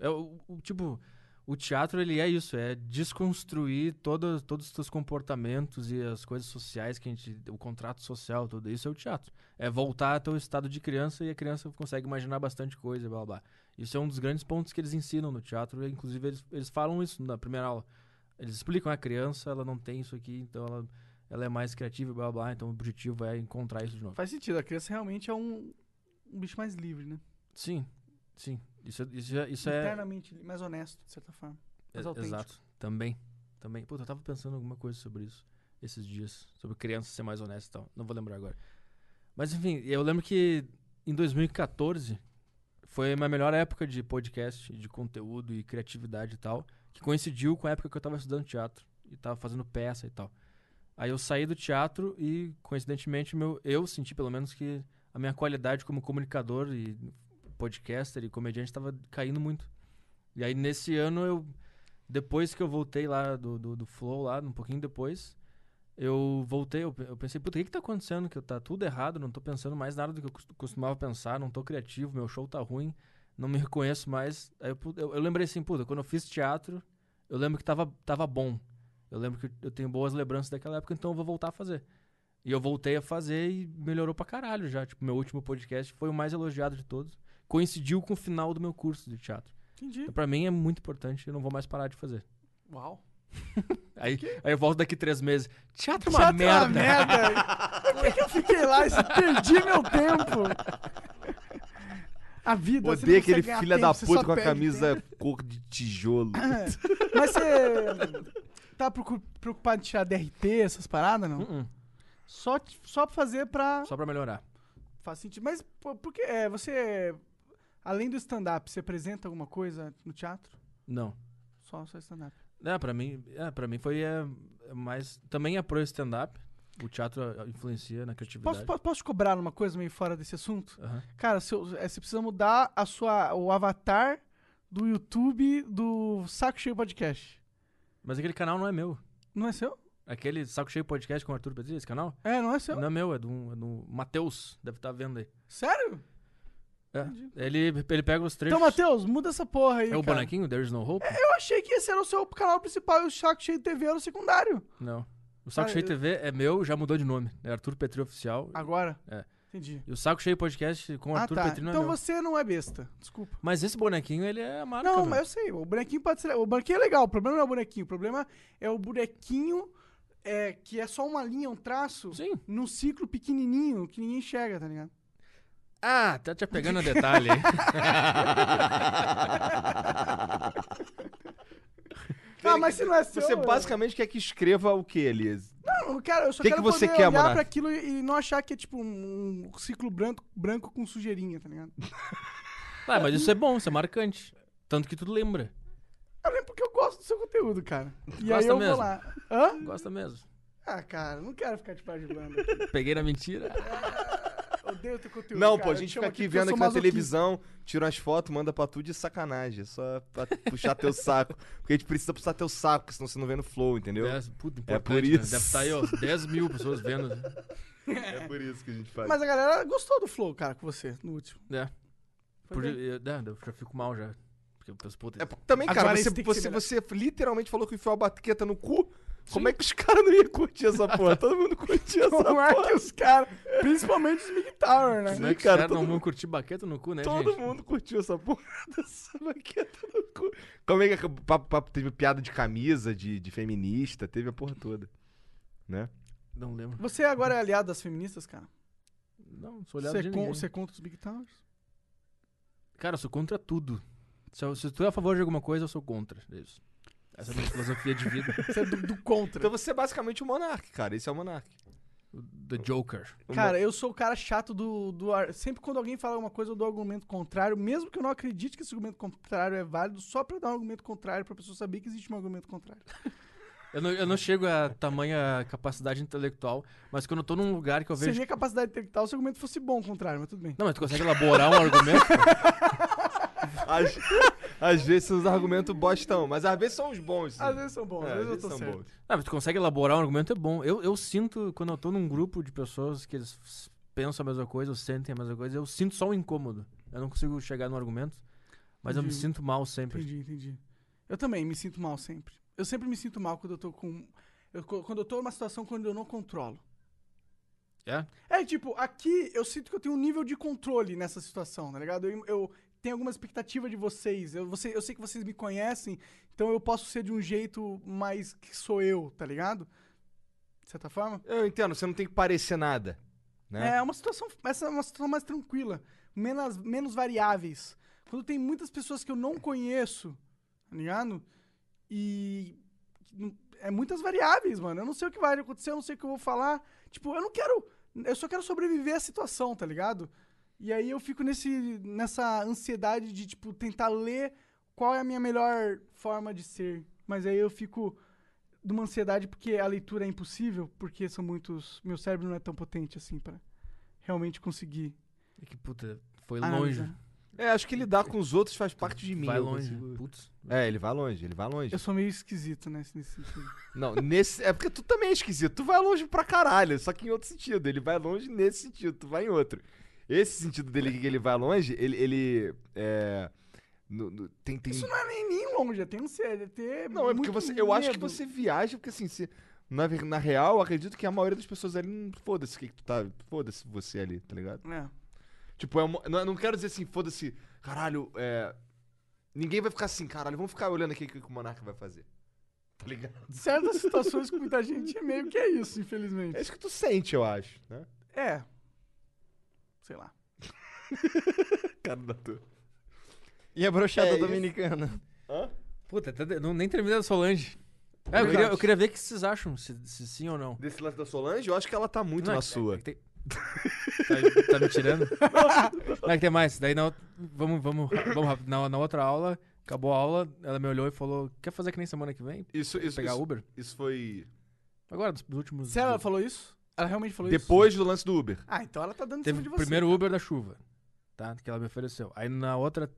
S3: É o, o- tipo, o teatro ele é isso, é desconstruir todo, todos os teus comportamentos e as coisas sociais que a gente. O contrato social, tudo isso é o teatro. É voltar ao teu estado de criança e a criança consegue imaginar bastante coisa, blá blá. blá. Isso é um dos grandes pontos que eles ensinam no teatro. e, Inclusive, eles, eles falam isso na primeira aula. Eles explicam a criança, ela não tem isso aqui, então ela, ela é mais criativa, e blá blá. blá, Então o objetivo é encontrar isso de novo.
S1: Faz sentido, a criança realmente é um, um bicho mais livre, né?
S3: Sim, sim. Isso, é- isso, é- isso é.
S1: Internamente li- mais honesto, de certa forma. mais
S3: É-
S1: autêntico.
S3: Exato. Também. Também. Puta, eu tava pensando alguma coisa sobre isso esses dias. Sobre criança ser mais honesta e tal. Não vou lembrar agora. Mas enfim, eu lembro que em 2014 foi a minha melhor época de podcast, de conteúdo e criatividade e tal. Que coincidiu com a época que eu tava estudando teatro e tava fazendo peça e tal. Aí eu saí do teatro e, coincidentemente, meu, eu senti pelo menos que a minha qualidade como comunicador e podcaster e comediante tava caindo muito. E aí nesse ano eu depois que eu voltei lá do, do, do Flow, lá, um pouquinho depois, eu voltei, eu, pe- eu pensei, puta, o que que tá acontecendo? Que eu tá tudo errado, não tô pensando mais nada do que eu cos- costumava pensar, não tô criativo, meu show tá ruim, não me [LAUGHS] reconheço mais. Aí eu, pu- eu, eu lembrei assim, puta, quando eu fiz teatro, eu lembro que tava, tava bom. Eu lembro que eu- eu tenho boas lembranças daquela época, então eu vou voltar a fazer. E eu voltei a fazer e melhorou pra caralho já. Tipo, meu último podcast foi o mais elogiado de todos. Coincidiu com o final do meu curso de teatro.
S1: Entendi.
S3: Então, pra mim é muito importante, eu não vou mais parar de fazer.
S1: Uau.
S3: Aí, aí eu volto daqui três meses. Teatro é uma
S1: Teatro é
S3: merda.
S1: merda. Por que que eu fiquei lá? Isso- Perdi meu tempo. A vida. Então, você não
S8: Odeio aquele
S1: consegue ganhar
S8: filho da
S1: tempo, você
S8: puta
S1: só
S8: com a
S1: perde tempo.
S8: camisa cor de
S1: [LAUGHS]
S8: tijolo.
S1: É. Mas você tá preocu- preocupado em tirar DRT, essas paradas, não?
S3: Hum, hum.
S1: Só, t- só pra fazer pra...
S3: Só pra melhorar.
S1: Faz sentido. Mas pô, por que é, você... Além do stand-up, você apresenta alguma coisa no teatro?
S3: Não.
S1: Só, só stand-up.
S3: É, pra mim, é, pra mim foi é, é mais. Também é pro stand-up. O teatro é, influencia na criatividade.
S1: Posso, po- posso te cobrar uma coisa meio fora desse assunto?
S3: Aham.
S1: Cara, seu- é, você precisa mudar a sua, o avatar do YouTube do Saco Cheio Podcast.
S3: Mas aquele canal não é meu.
S1: Não é seu?
S3: Aquele Saco Cheio Podcast com o Arthur Pedrinho, esse canal?
S1: É, não é seu?
S3: Não é meu, é do, é do Matheus. Deve estar vendo aí.
S1: Sério?
S3: É. Ele, ele pega os trechos.
S1: Então, Matheus, muda essa porra aí.
S3: é o
S1: cara. É,
S3: bonequinho? There's no hope?
S1: Eu achei que esse era o seu canal principal e o Saco Cheio TV era o secundário.
S3: Não. O Saco
S1: Ah,
S3: Cheio
S1: eu-
S3: TV é meu, já mudou de nome. É Arthur Petri Oficial.
S1: Agora?
S3: É.
S1: Entendi.
S3: E o Saco Cheio Podcast com o
S1: ah,
S3: Arthur
S1: tá.
S3: Petri não
S1: então
S3: é meu.
S1: você não é besta. Desculpa.
S3: Mas esse bonequinho, ele é a marca,
S1: Não,
S3: mano.
S1: mas eu sei. O bonequinho pode ser. O bonequinho é legal. O problema não é o bonequinho. O problema é o bonequinho é, que é só uma linha, um traço,
S3: Sim.
S1: num ciclo pequenininho que ninguém enxerga, tá ligado?
S3: Ah, tá te pegando
S2: [LAUGHS]
S3: a detalhe. aí.
S1: Ah, mas se não é seu.
S2: Você
S1: eu-
S2: basicamente quer que escreva o que, Elias?
S1: Não, cara, eu só
S2: Que que
S1: quero
S2: você
S1: poder
S2: quer,
S1: olhar
S2: Monark?
S1: pra aquilo e não achar que é tipo um ciclo branco, branco com sujeirinha, tá ligado?
S3: ah, mas isso é bom, isso é marcante. Tanto que tu lembra.
S1: Eu lembro porque eu gosto do seu conteúdo, cara. E aí
S3: Gosta
S1: eu
S3: mesmo?
S1: vou lá. Hã?
S3: Gosta mesmo.
S1: Ah, cara, não quero ficar te pajubando. aqui.
S3: Peguei na mentira.
S1: Odeio teu conteúdo.
S2: Não,
S1: cara.
S2: pô, a
S1: Eu te
S2: gente
S1: chamo
S2: fica aqui
S1: porque eu
S2: vendo
S1: sou
S2: aqui na
S1: masoquista.
S2: televisão, tira umas fotos, manda pra tu de sacanagem, só pra puxar teu saco. Porque a gente precisa puxar teu saco, porque senão você não vê no flow, entendeu? É,
S3: Dez- puta,
S2: É por
S3: importante, né?
S2: isso.
S3: Deve estar aí, ó, 10 mil pessoas
S2: [LAUGHS]
S3: vendo.
S1: É
S2: por isso que a gente faz.
S1: Mas a galera gostou do flow, cara, com você, no último.
S3: É.
S1: Foi
S3: Por-
S1: bem.
S3: eu, né, eu já fico mal já. Porque eu penso, puta,
S2: É, porque também, cara,
S1: Agora
S2: você,
S1: esse tem que
S2: você,
S1: ser
S2: você literalmente falou que enfiou a baqueta no cu. Como é que os caras não iam curtir essa porra? Todo mundo curtia
S1: [LAUGHS]
S2: essa
S1: Não
S2: porra.
S1: é que os caras, principalmente os Mig Tower, né?
S3: como é
S2: cara,
S3: que os caras
S2: todo
S3: não vão curtir baqueta no cu, né,
S2: Todo
S3: gente?
S2: mundo curtiu essa porra [LAUGHS] dessa baqueta no cu. Como é que é- papo- papo- teve piada de camisa, de, de feminista, teve a porra toda.
S3: Não lembro.
S1: Você agora é aliado das feministas, cara?
S3: Não, não sou olhado
S1: Você,
S3: de
S1: con-
S3: ninguém.
S1: você contra os Big Towers?
S3: Cara, eu sou contra tudo. Se, eu- se tu é a favor de alguma coisa, eu sou contra. É isso. Essa é a minha filosofia de vida.
S1: Você é do, do contra.
S2: [LAUGHS] Então você é basicamente o monarca, cara. Esse é o Um monarca.
S3: O The Joker.
S2: Então,
S1: cara, eu sou o cara chato do, do ar. Sempre quando alguém fala alguma coisa, eu dou argumento contrário, mesmo que eu não acredite que esse argumento contrário é válido, só pra dar um argumento contrário, pra pessoa saber que existe um argumento contrário.
S3: Eu não, eu não chego a tamanha capacidade intelectual, mas quando eu tô num lugar que eu vejo.
S1: Seria capacidade intelectual se o argumento fosse bom, contrário, mas tudo bem.
S3: Não, mas tu consegue elaborar um argumento? [LAUGHS]
S2: Às,
S1: [LAUGHS]
S2: às vezes são os argumentos bostão, mas às vezes são os bons. sim.
S1: Às vezes são bons,
S2: É,
S1: às vezes eu tô certo.
S2: bons.
S3: Não, mas tu consegue elaborar um argumento, é bom. Eu, eu sinto, quando eu tô num grupo de pessoas que eles s- pensam a mesma coisa, ou sentem a mesma coisa, eu sinto só um incômodo. Eu não consigo chegar no argumento, mas eu me
S1: Entendi.
S3: sinto mal sempre.
S1: Entendi, entendi. Eu também me sinto mal sempre. Eu sempre me sinto mal quando eu tô com. eu co- quando eu tô numa situação quando eu não controlo.
S3: É?
S1: É, tipo, aqui eu sinto que eu tenho um nível de controle nessa situação, tá ligado? Eu, eu tenho alguma expectativa de vocês. Eu, você, eu sei que vocês me conhecem, então eu posso ser de um jeito mais que sou eu, tá ligado? De certa forma.
S2: Eu entendo, você não tem que parecer nada.
S1: É, uma situação. Essa é uma situação mais tranquila. Menos, menos variáveis. Quando tem muitas pessoas que eu não conheço, tá ligado? E. não- É muitas variáveis, mano. Eu não sei o que vai acontecer, eu não sei o que eu vou falar. Tipo, eu não quero. Eu só quero sobreviver à situação, tá ligado? E aí eu fico nesse, nessa ansiedade de, tipo, tentar ler qual é a minha melhor forma de ser. Mas aí eu fico numa ansiedade porque a leitura é impossível, porque são muitos. Meu cérebro não é tão potente assim pra realmente conseguir.
S3: É que, puta, foi
S1: analisar.
S3: longe.
S2: É, acho que lidar com os outros faz Ah, parte de mim.
S3: Vai
S2: eu
S3: longe.
S2: consigo-
S3: Putz.
S2: É, ele vai longe, ele vai longe.
S1: Eu sou meio esquisito né, nesse [LAUGHS] sentido.
S2: [LAUGHS] Não, nesse. É porque tu também é esquisito. Tu vai longe pra caralho, só que em outro sentido. Ele vai longe nesse sentido, tu vai em outro. Esse sentido dele que ele vai longe, ele. ele é. no- no- tem, tem...
S1: Isso não é nem, nem longe, é ter ansiedade, é ter.
S2: Não, é porque
S1: muito
S2: você. Eu acho que
S1: medo.
S2: você viaja, porque assim, se, na, ver- na real, eu acredito que a maioria das pessoas ali não. Foda-se o que, que tu tá. Foda-se você ali, tá ligado?
S1: É.
S2: Tipo, é uma- não, não quero dizer assim, foda-se, caralho, é. Ninguém vai ficar assim, caralho, vamos ficar olhando aqui o que que o Monarca vai fazer. Tá ligado?
S1: Certas situações com muita gente é meio que é isso,
S2: É
S1: infelizmente.
S2: isso que tu sente, eu acho, né?
S1: É. Sei lá.
S2: Cara da tua.
S6: E a brochada
S2: É isso.
S6: dominicana?
S3: Puta, até de- não, nem terminei da Solange. É, eu, queria, eu queria ver o que vocês acham, se, se sim ou não.
S2: Desse lance da Solange, eu acho que ela tá muito
S3: Não, é
S2: na
S3: que-
S2: sua.
S3: é que tem- [LAUGHS] tá, tá me tirando? Não é que tem mais. Daí na, outra- vamos, vamos, vamos rápido. Na, na outra aula, acabou a aula, ela me olhou e falou: Quer fazer que nem semana que vem?
S2: Isso, isso,
S3: Pegar
S2: isso,
S3: Uber?
S2: isso foi.
S3: Agora, dos dos últimos.
S1: Sério, ela falou isso? Ela realmente falou
S2: Depois do lance do Uber.
S1: isso? Ah, então ela tá dando em
S3: Teve
S1: cima
S3: o
S1: de você.
S3: primeiro Uber da chuva, tá? Que ela me ofereceu. Aí na outra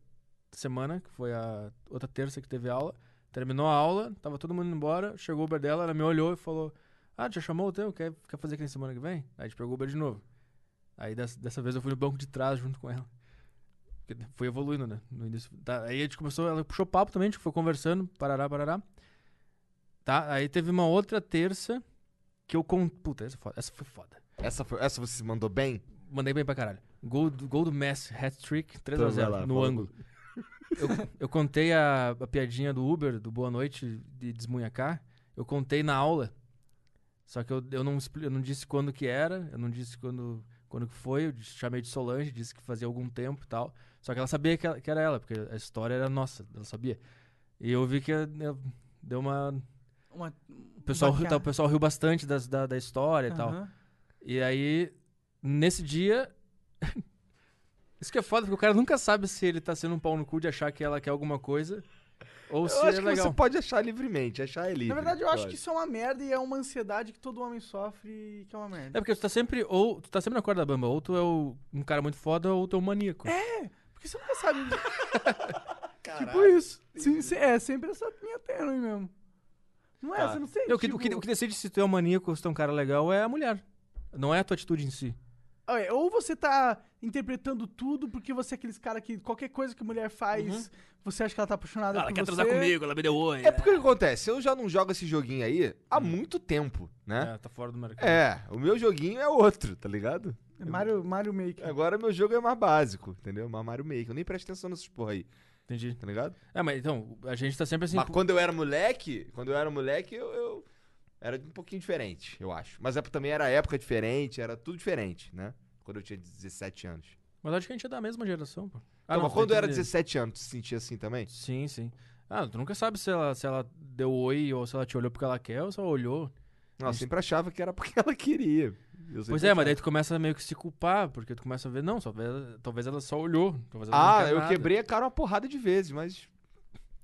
S3: semana, que foi a outra terça que teve aula. Terminou a aula, tava todo mundo indo embora, chegou o Uber dela, ela me olhou e falou: Ah, já chamou o teu? Quer, quer fazer aqui na semana que vem? Aí a gente pegou o Uber de novo. Aí dessa, dessa vez eu fui no banco de trás junto com ela. Porque Foi evoluindo, né? No início. Tá, aí a gente começou, ela puxou papo também, a gente foi conversando, parará, parará. Tá, aí teve uma outra terça que eu. Con... Puta, essa, é foda, essa foi foda.
S2: Essa, foi, essa você se mandou bem?
S3: Mandei bem pra caralho. Gol do, gol do Messi, hat-trick, 3x0
S2: Então, vai lá,
S3: no
S2: fala
S3: ângulo. Eu, eu contei a, a piadinha do Uber, do Boa Noite, de desmunhacar. Eu contei na aula. Só que eu, eu, não, expli- eu não disse quando que era, eu não disse quando, quando que foi. Eu disse- chamei de Solange, disse que fazia algum tempo e tal. Só que ela sabia que, ela- que era ela, porque a história era nossa, ela sabia. E eu vi que eh, deu uma...
S1: Uma,
S3: O pessoal, riu-
S1: Bacana.
S3: o pessoal riu bastante das, da, da história e tal.
S1: Aham.
S3: E aí, nesse dia. [LAUGHS] Isso que é foda, porque o cara nunca sabe se ele tá sendo um pau no cu de achar que ela quer alguma coisa. Ou se
S2: Eu acho
S3: é
S2: que
S3: legal.
S2: você pode achar livremente, achar é livre.
S1: Na verdade, eu acho
S2: Pode.
S1: que isso é uma merda e é uma ansiedade que todo homem sofre e que é uma merda.
S3: É porque tu tá sempre. Ou tu tá sempre na corda bamba. Ou tu é o- um cara muito foda, ou tu é um maníaco.
S1: Porque você nunca
S3: [LAUGHS]
S1: sabe. tipo isso. Sim, sim, é sempre essa linha tênue mesmo. Não é?
S2: Tá.
S1: Você não sente?
S3: É, o, que,
S1: tipo...
S3: o, que, o que decide se tu é um maníaco ou se tu é um cara legal é a mulher. Não é a tua atitude em si.
S1: Olha, Ou você tá interpretando tudo porque você é aqueles cara que qualquer coisa que mulher faz, você acha que ela tá apaixonada por você.
S3: Uhum. ela me deu oi.
S2: É porque o que acontece? Eu já não jogo esse joguinho aí há muito tempo, né?
S3: É, tá fora do mercado.
S2: Hum. É, o meu joguinho é outro, tá ligado?
S1: É Mario, Mario Maker.
S2: Agora meu jogo é mais básico, entendeu? Mais Mario Maker. Eu nem presto atenção nessas porra aí,
S3: Entendi.
S2: tá ligado?
S3: É, mas então, a gente tá sempre assim.
S2: Mas quando eu era moleque, quando eu era moleque, eu, eu era um pouquinho diferente, eu acho. Mas é, porque também era época diferente, era tudo diferente, né? Quando eu tinha 17 anos.
S3: Mas acho que a gente é da mesma geração, pô. Ah,
S2: Então, mas
S3: tu
S2: quando eu era
S3: entende.
S2: 17 anos, tu se sentia assim também?
S3: Sim, sim. Ah, tu nunca sabe se ela, se ela deu oi ou se ela te olhou porque ela quer ou só olhou.
S2: Não, eu sempre achava que era porque ela queria. Eu sempre
S3: pois é, mas daí
S2: achava.
S3: tu começa a meio que se culpar, porque tu começa a ver, não, só, talvez ela só olhou. Talvez ela não
S2: Ah,
S3: quer
S2: eu
S3: nada.
S2: quebrei a cara uma porrada de vezes, mas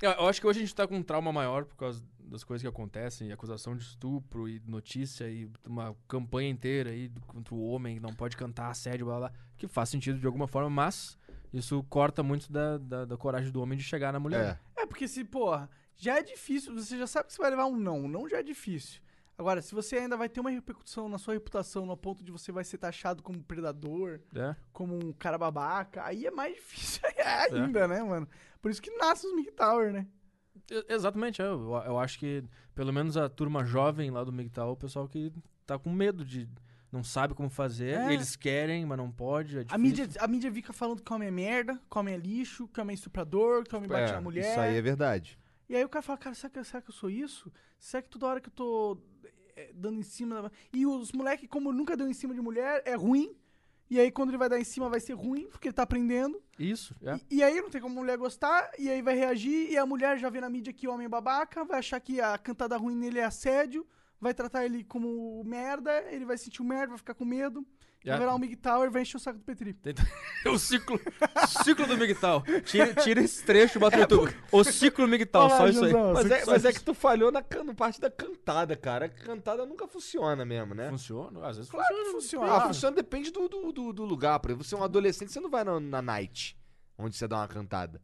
S3: Eu, eu acho que hoje a gente tá com um trauma maior por causa das coisas que acontecem, e acusação de estupro e notícia e uma campanha inteira aí do- contra o homem que não pode cantar, assédio, blá blá, blá, que faz sentido de alguma forma, mas isso corta muito da, da, da coragem do homem de chegar na mulher.
S2: É.
S1: É, porque se, porra, já é difícil, você já sabe que você vai levar um não, um não já é difícil. Agora, se você ainda vai ter uma repercussão na sua reputação, no ponto de você vai ser taxado como predador,
S2: É.
S3: né?
S1: como um cara babaca, aí é mais [LAUGHS] difícil ainda, né, mano? Por isso que nasce os Mig Tower, né?
S3: E- Exatamente, é. eu, eu acho que pelo menos a turma jovem lá do MGTOW, o pessoal que tá com medo de não sabe como fazer,
S1: É.
S3: eles querem, mas não pode, é
S1: A
S3: difícil.
S1: mídia, a mídia fica falando que homem é merda, que homem é lixo, que homem é estuprador, que homem bate
S2: é,
S1: na mulher.
S2: Isso aí é verdade.
S1: E aí o cara fala, cara, será que, será que eu sou isso? Será que toda hora que eu tô eh, dando em cima... da- E os moleque, como nunca deu em cima de mulher, é ruim. E aí quando ele vai dar em cima vai ser ruim, porque ele tá aprendendo.
S3: Isso, é.
S1: E, e aí não tem como a mulher gostar, e aí vai reagir, e a mulher já vê na mídia que o homem é babaca, vai achar que a cantada ruim nele é assédio, vai tratar ele como merda, ele vai sentir o merda, vai ficar com medo.
S3: É.
S1: Vai virar um Big Tower, vai encher o saco do Petri.
S3: É o ciclo, ciclo do MGTOW.
S1: [LAUGHS]
S3: Tira, tira esse trecho e
S1: É,
S3: bota no YouTube. O ciclo MGTOW, só isso aí.
S2: Mas, é, mas é que tu falhou na, can- na parte da cantada, cara. A cantada nunca funciona mesmo, né?
S3: Funciona? Às vezes
S1: Claro
S3: funciona.
S1: que funciona.
S2: Ah, funciona depende do, do, do- do lugar. Por exemplo, você é um adolescente, você não vai na, na night, onde você dá uma cantada.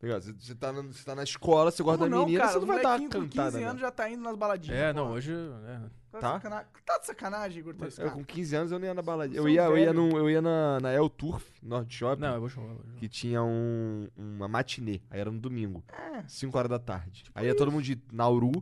S2: Tá ligado? Você, você tá, na- você tá na escola, você gosta
S1: Como
S2: da menina, você não vai dar uma
S1: molequinho com
S2: cantada.
S1: 15 anos
S2: né?
S1: já tá indo nas baladinhas.
S3: É, não, hoje... é.
S1: Tá,
S2: Tá? É,
S1: de sacana- tá de sacanagem, Igor Teles,
S2: Eu,
S1: cara.
S2: com 15 anos eu não ia na baladinha. Eu
S1: Sou
S2: ia, eu
S1: velho.
S2: ia, num, eu ia na, na El Turf, Norte Shopping,
S3: Não, eu vou chamar. eu vou chamar.
S2: que tinha um, uma matinê. Aí era no domingo,
S3: É.
S2: 5 horas da tarde.
S3: Tipo
S2: aí ia todo mundo de Nauru,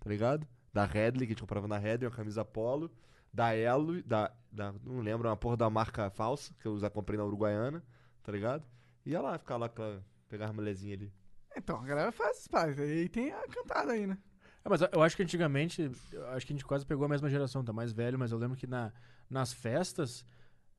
S2: tá ligado? Da Redley, que a gente comprava na Redley, uma camisa polo. Da Elo, da, da- Não lembro, uma porra da marca falsa, que eu já comprei na Uruguaiana, tá ligado? Ia lá, ficar lá, com a- pegar as mulherzinhas ali.
S1: Então, a galera faz essas paradas. Aí tem a cantada aí, né?
S3: É, mas eu- eu acho que antigamente, eu acho que a gente quase pegou a mesma geração, tá mais velho, mas eu lembro que na, nas festas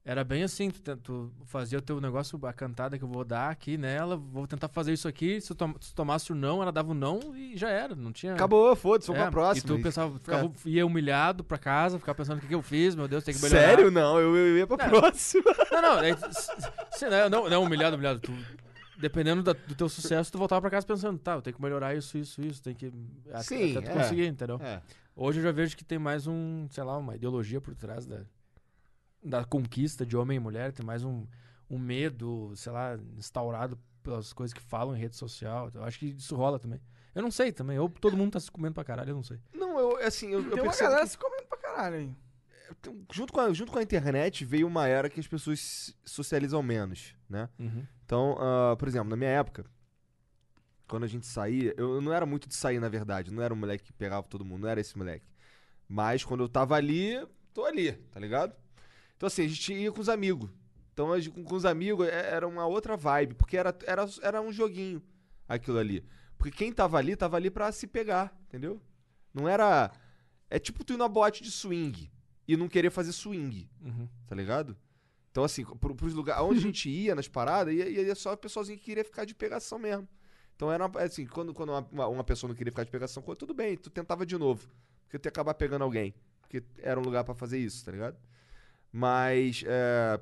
S3: era bem assim, tu, te- tu fazia o teu negócio, a cantada que eu vou dar aqui nela, vou tentar fazer isso aqui, se, eu tom- se tomasse o não, ela dava o não e já era, não tinha...
S2: Acabou, foda-se, vamos pra
S3: É,
S2: próxima.
S3: E tu pensava, ficava, ia humilhado pra casa, ficava pensando o que, que eu fiz, meu Deus, tem que melhorar. É.
S2: Sério? Não, eu, eu ia pra próxima.
S3: Não, não, é, s- s- não, não, não, humilhado, humilhado. Tu, dependendo da- do teu sucesso, tu voltava pra casa pensando, tá, eu tenho que melhorar isso, isso, isso, tem que... até-
S2: Sim,
S3: até tu
S2: é.
S3: conseguir, entendeu?
S2: É.
S3: Hoje eu já vejo que tem mais um, sei lá, uma ideologia por trás da, da conquista de homem e mulher, tem mais um, um medo, sei lá, instaurado pelas coisas que falam em rede social. Eu acho que isso rola também. Eu não sei também. Ou todo mundo tá se comendo pra caralho, eu não sei.
S2: Não, eu, assim, eu, eu
S3: Então,
S1: Tem uma
S2: percebo
S1: galera
S2: que-
S1: se comendo pra caralho aí.
S2: Então, junto, com a, junto com a internet veio uma era que as pessoas se socializam menos, né? Então, ah, por exemplo, na minha época, quando a gente saía, eu não era muito de sair, na verdade. Não era um moleque que pegava todo mundo, não era esse moleque. Mas quando eu tava ali, tô ali, tá ligado? Então, assim, a gente ia com os amigos. Então, a gente- com, com os amigos é- era uma outra vibe, porque era, era, era um joguinho aquilo ali. Porque quem tava ali, tava ali pra se pegar, entendeu? Não era. É tipo tu ir na boate de swing e não querer fazer swing,
S1: Uhum.
S2: tá ligado? Então, assim, pro, pros lugares onde a gente ia nas paradas, ia, ia só o pessoalzinho que queria ficar de pegação mesmo. Então era uma- assim, quando, quando uma- uma, uma pessoa não queria ficar de pegação, com outra, tudo bem, tu tentava de novo. Porque tu ia acabar pegando alguém. Porque era um lugar pra fazer isso, tá ligado? Mas é,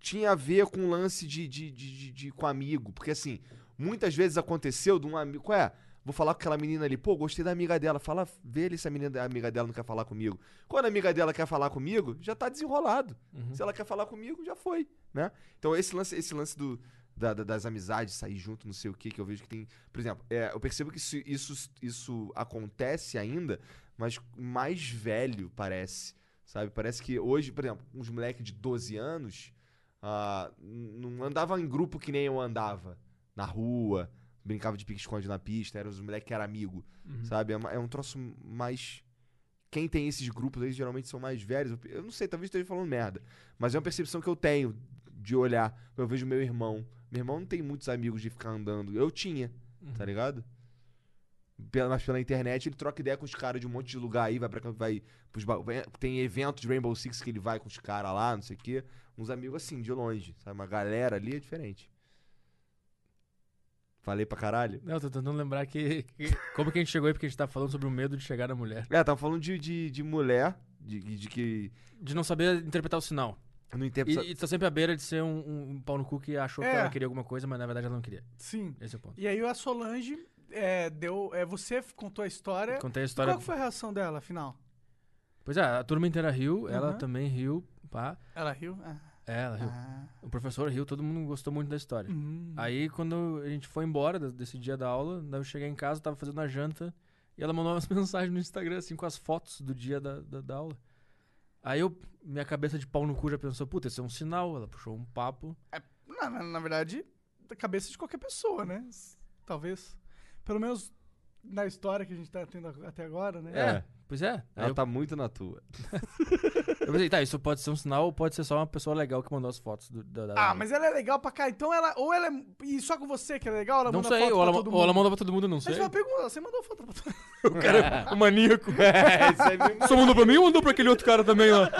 S2: tinha a ver com o lance de, de, de, de- de- com amigo. Porque assim, muitas vezes aconteceu de um amigo. Qual é? Vou falar com aquela menina ali, pô, gostei da amiga dela. Fala, vê ali se a menina, a amiga dela não quer falar comigo. Quando a amiga dela quer falar comigo, já tá desenrolado. Se ela quer falar comigo, já foi, né? Então esse lance, esse lance do, da- da- das amizades, sair junto, não sei o que, que eu vejo que tem... Por exemplo, é, eu percebo que isso, isso, isso acontece ainda, mas mais velho parece, sabe? Parece que hoje, por exemplo, uns moleques de 12 anos ah, n- não andava em grupo que nem eu andava, na rua, brincava de pique-esconde na pista, eram os moleques que eram amigo, sabe? É, ma- é um troço mais quem tem esses grupos aí geralmente são mais velhos. Eu- Eu não sei, talvez eu esteja falando merda. Mas é uma percepção que eu tenho de olhar. Eu vejo meu irmão. Meu irmão não tem muitos amigos de ficar andando. Eu tinha, tá ligado? Pela, mas pela internet ele troca ideia com os caras de um monte de lugar aí, vai para vai pros, ba- vai- tem eventos de Rainbow Six que ele vai com os caras lá, não sei o quê. Uns amigos assim, de longe, sabe? Uma galera ali é diferente. Falei pra caralho.
S3: Não, eu tô tentando lembrar que, que- como que a gente chegou aí, porque a gente tá falando sobre o medo de chegar na mulher.
S2: É, tava falando de, de, de mulher, de, de que
S3: De não saber interpretar o sinal.
S2: no tempo
S3: E, e tá sempre à beira de ser um, um- um pau no cu que achou que
S1: É.
S3: ela queria alguma coisa, mas na verdade ela não queria.
S1: Sim.
S3: Esse é o ponto.
S1: E aí a Solange é, deu. É, você f- contou a história.
S3: Contei
S1: É. Qual
S3: a história.
S1: que foi a reação dela, afinal?
S3: Pois é, a turma inteira riu, ela
S1: Uhum.
S3: também riu, pá.
S1: Ela riu? Ah.
S3: É, ela riu.
S1: Ah.
S3: O professor riu, todo mundo gostou muito da história.
S1: Hum.
S3: Aí quando a gente foi embora de- desse dia da aula, daí eu cheguei em casa, tava fazendo a janta, e ela mandou umas [LAUGHS] mensagens no Instagram, assim, com as fotos do dia da, da, da aula. Aí eu, minha cabeça de pau no cu já pensou, puta, esse é um sinal. Ela puxou um papo.
S1: Na, na, na verdade, da cabeça de qualquer pessoa, né? S- Talvez. Pelo menos na história que a gente tá tendo a- até agora, né?
S3: É, pois é. Aí
S2: Ela
S3: eu,
S2: tá muito na tua.
S3: [LAUGHS] eu pensei, tá, isso pode ser um sinal ou pode ser só uma pessoa legal que mandou as fotos do, da, da
S1: Ah,
S3: aula.
S1: mas ela é legal pra cá, então ela. Ou ela é. E só com você que ela é legal, ela
S3: Não
S1: manda
S3: sei,
S1: foto
S3: ou ela,
S1: pra todo
S3: ou ela
S1: mundo.
S3: mandou pra todo mundo, não sei.
S1: Mas uma pergunta, você mandou foto pra todo mundo.
S3: [LAUGHS] O cara é
S1: [LAUGHS]
S3: um maníaco.
S2: [LAUGHS]
S3: Só mandou pra mim ou mandou pra aquele outro cara também lá?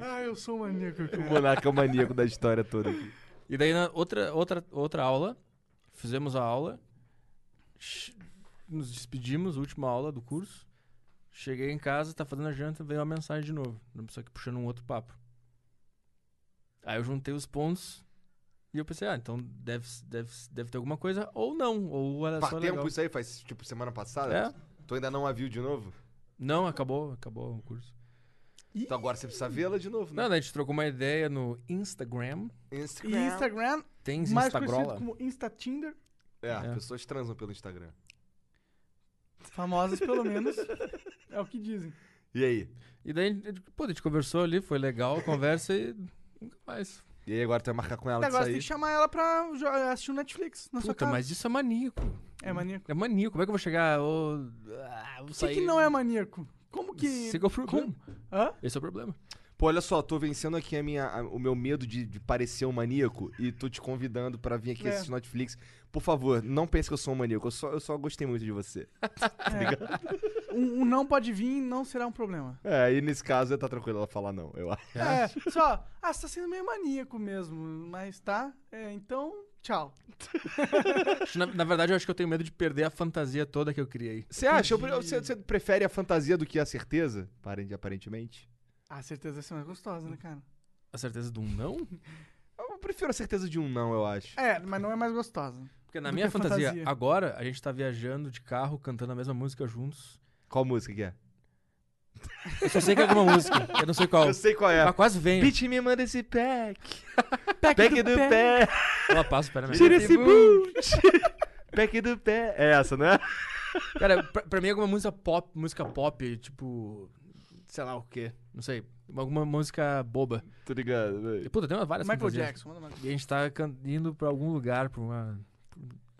S1: Ah, eu sou um [LAUGHS] maníaco,
S2: O
S1: cara.
S2: Monarca é o maníaco da história toda aqui.
S3: E daí, na outra, outra, outra aula, fizemos a aula, ch- nos despedimos, última aula do curso. Cheguei em casa, tá fazendo a janta, veio uma mensagem de novo. Uma pessoa que puxando um outro papo. Aí eu juntei os pontos e eu pensei, ah, então deve, deve, deve ter alguma coisa, ou não, ou era
S2: Faz
S3: só
S2: tempo
S3: legal.
S2: isso aí, faz tipo semana passada?
S3: É?
S2: Tu ainda não a viu de novo?
S3: Não, acabou, acabou o curso.
S2: Então agora você precisa vê-la de novo, né?
S3: Não, daí a gente trocou uma ideia no Instagram.
S1: E Instagram,
S3: Tem
S1: mais conhecido
S3: Instagrola.
S1: como Insta Tinder.
S2: É,
S3: É.
S2: pessoas transam pelo Instagram.
S1: Famosas, pelo menos. [LAUGHS] É o que dizem.
S2: E aí?
S3: E daí, a gente- pô, a gente conversou ali, foi legal a conversa e nunca mais.
S2: E aí agora tu vai marcar com ela de
S1: Agora você tem
S2: sair?
S1: que chamar ela pra jo- assistir o Netflix na sua
S3: Puta,
S1: casa.
S3: mas isso é maníaco.
S1: É maníaco.
S3: É maníaco. Como é que eu vou chegar? Ô, ah, vou
S1: O que,
S3: sair.
S1: que não é maníaco? Como que.
S3: Esse que é o problema.
S1: Hã?
S3: Esse é o problema.
S2: Pô, olha só, tô vencendo aqui a minha, a- o meu medo de, de parecer um maníaco e tô te convidando pra vir aqui
S1: É.
S2: assistir Netflix. Por favor, não pense que eu sou um maníaco, eu só, eu só gostei muito de você.
S1: Um, um não pode vir não será um problema.
S2: É, e nesse caso tá tranquilo ela falar não, eu acho.
S1: É, só, ah, você tá sendo meio maníaco mesmo, mas tá, é, então, tchau.
S3: Acho, Na, na verdade, eu acho que eu tenho medo de perder a fantasia toda que eu criei.
S2: [LAUGHS] Você acha? Eu pre- Você, você prefere a fantasia do que a certeza? Aparente- Aparentemente.
S1: Ah, certeza vai ser mais gostosa, né, cara?
S3: A certeza de um não?
S2: Eu prefiro a certeza de um não, eu acho.
S1: É, mas não é mais gostosa.
S3: Porque na
S1: Do
S3: minha
S1: que a
S3: fantasia,
S1: fantasia.
S3: agora a gente tá viajando de carro, cantando a mesma música juntos.
S2: Qual música que é?
S3: Eu só sei que é alguma música. Eu não sei qual.
S2: Eu sei qual é.
S3: Mas quase vem.
S2: me manda esse pack.
S1: Pack
S2: Pack do pé.
S3: Ela passa o Superman.
S2: Tira esse boot! [LAUGHS] Pack do pé. É essa, né?
S3: Cara, pra, pra mim é alguma música pop, música pop, tipo. Sei lá o quê. Não sei. Alguma música boba.
S2: Tô ligado, velho.
S3: E, Puta, tem várias
S1: Michael
S3: fantasias.
S1: Jackson, manda Michael Jackson.
S3: E a gente tá can- indo pra algum lugar, pra uma.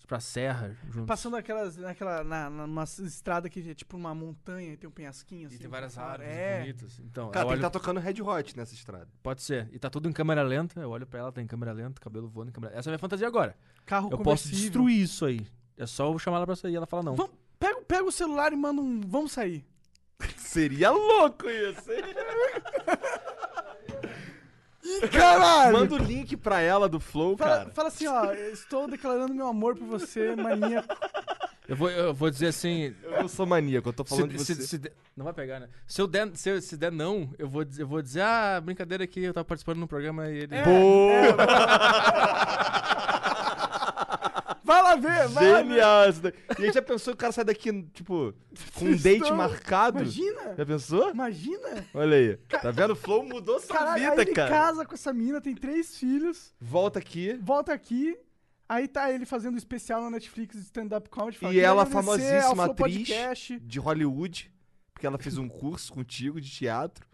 S3: pra serra. Juntos.
S1: Passando aquelas, naquela, na, na- numa estrada que é tipo uma montanha e tem um penhasquinho assim.
S3: E tem várias
S1: cara.
S3: árvores
S1: é.
S3: bonitas.
S8: Cara,
S3: Então,
S8: tem
S3: eu
S8: que
S3: olho-
S8: estar tocando Red Hot nessa estrada.
S3: pode ser. E tá tudo em câmera lenta. Eu olho pra ela, tá em câmera lenta, cabelo voando em câmera Essa é a minha fantasia agora.
S1: Carro
S3: eu posso
S1: conversível.
S3: destruir isso aí. É só eu chamar ela pra sair e ela fala não.
S1: Vamos, pega, pega o celular e manda um. Vamos sair.
S2: Seria louco isso, [LAUGHS] hein?
S1: Caralho!
S2: Manda o link pra ela do Flow,
S1: Fala,
S2: cara.
S1: fala assim, ó, estou declarando meu amor por
S3: [LAUGHS]
S1: você, maníaco.
S3: Eu vou, eu vou dizer
S1: [LAUGHS]
S3: assim.
S2: Eu não sou maníaco, eu tô falando
S3: se,
S2: de você.
S3: se- se der- não vai pegar, né? Se eu der, se, eu- se der não, eu vou, dizer- eu vou dizer, ah, brincadeira aqui, eu tava participando de um programa e
S1: É.
S3: ele.
S1: Vai lá ver, [LAUGHS] vai lá ver.
S2: Genial isso daí. E aí já pensou que o cara sai daqui, tipo, com um date
S1: Estão-
S2: marcado? É
S1: Imagina!
S2: Já pensou?
S1: Imagina!
S2: Olha aí. Tá vendo? O Flow mudou sua
S1: Caralho, aí
S2: vida,
S1: ele
S2: cara.
S1: casa com essa mina, tem três filhos,
S2: Volta aqui.
S1: volta aqui, aí tá ele fazendo um especial na Netflix de stand-up comedy. fala,
S2: E
S1: "Queria
S2: ela,
S1: agradecer ao
S2: famosíssima
S1: Flow
S2: atriz.
S1: Podcast."
S2: De Hollywood. Porque ela fez um curso contigo de teatro.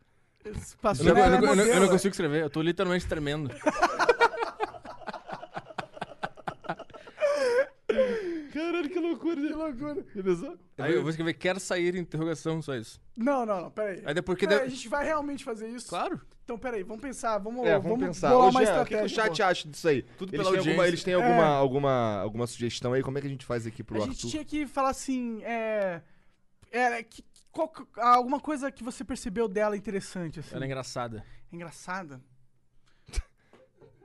S3: Eu
S1: Passou
S3: não,
S1: na
S3: eu não- eu não- eu não
S1: é modelo.
S3: consigo escrever, eu tô literalmente
S1: [LAUGHS]
S3: tremendo.
S2: Caralho, que loucura. Que loucura. Beleza?
S3: Eu vou- eu vou escrever, quero sair, interrogação, só isso.
S1: Não, não, não, peraí.
S3: Aí depois que
S1: Peraí,
S3: der-
S1: A gente vai realmente fazer isso?
S3: Claro.
S1: Então, peraí, vamos pensar, vamos,
S2: É, vamos, pensar.
S1: bolar
S2: Ô,
S1: uma
S2: Jean, o que, que
S1: estratégia.
S2: o chat acha disso aí? Tudo eles
S3: pela
S2: têm alguma,
S3: audiência.
S2: Eles têm alguma, alguma, alguma sugestão aí? Como é que a gente faz aqui pro
S1: A
S2: Arthur?
S1: gente tinha que falar assim, é. é, que- qual que- alguma coisa que você percebeu dela interessante, assim.
S3: Ela é engraçada.
S1: Engraçada.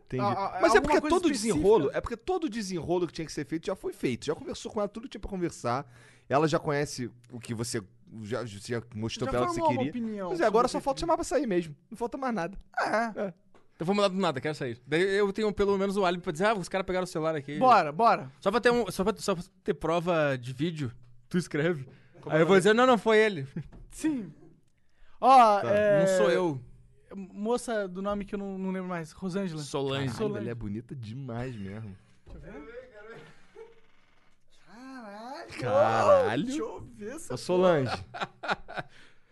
S2: Entendi.
S1: a- a-
S2: Mas é
S1: Ah, alguma
S2: porque
S1: coisa
S2: todo
S1: específica.
S2: desenrolo, é porque todo desenrolo que tinha que ser feito já foi feito. Já conversou com ela tudo que tinha pra conversar. Ela já conhece o que você já, já mostrou
S1: Já
S2: pra ela que você
S1: formou uma
S2: queria.
S1: opinião
S2: Mas é, agora
S1: sobre
S2: só
S1: o que-
S2: falta chamar pra sair mesmo. Não falta mais nada.
S1: É.
S3: Eu vou mudar Então do nada, quero sair. Daí eu tenho pelo menos o álibi pra dizer, ah, os caras pegaram o celular aqui.
S1: Bora, bora.
S3: Só pra ter, um, só pra, só pra ter prova de vídeo, tu escreve. Aí
S1: é?
S3: eu vou dizer, não, não, foi ele.
S1: Sim. Ó,
S2: Tá,
S1: é,
S3: Não sou eu,
S1: Moça do nome que eu não, não lembro mais, Rosângela.
S3: Solange.
S1: Solange.
S2: Ela é bonita demais mesmo.
S1: Caralho. Deixa
S2: Caralho.
S1: eu ver essa.
S2: Ô Solange,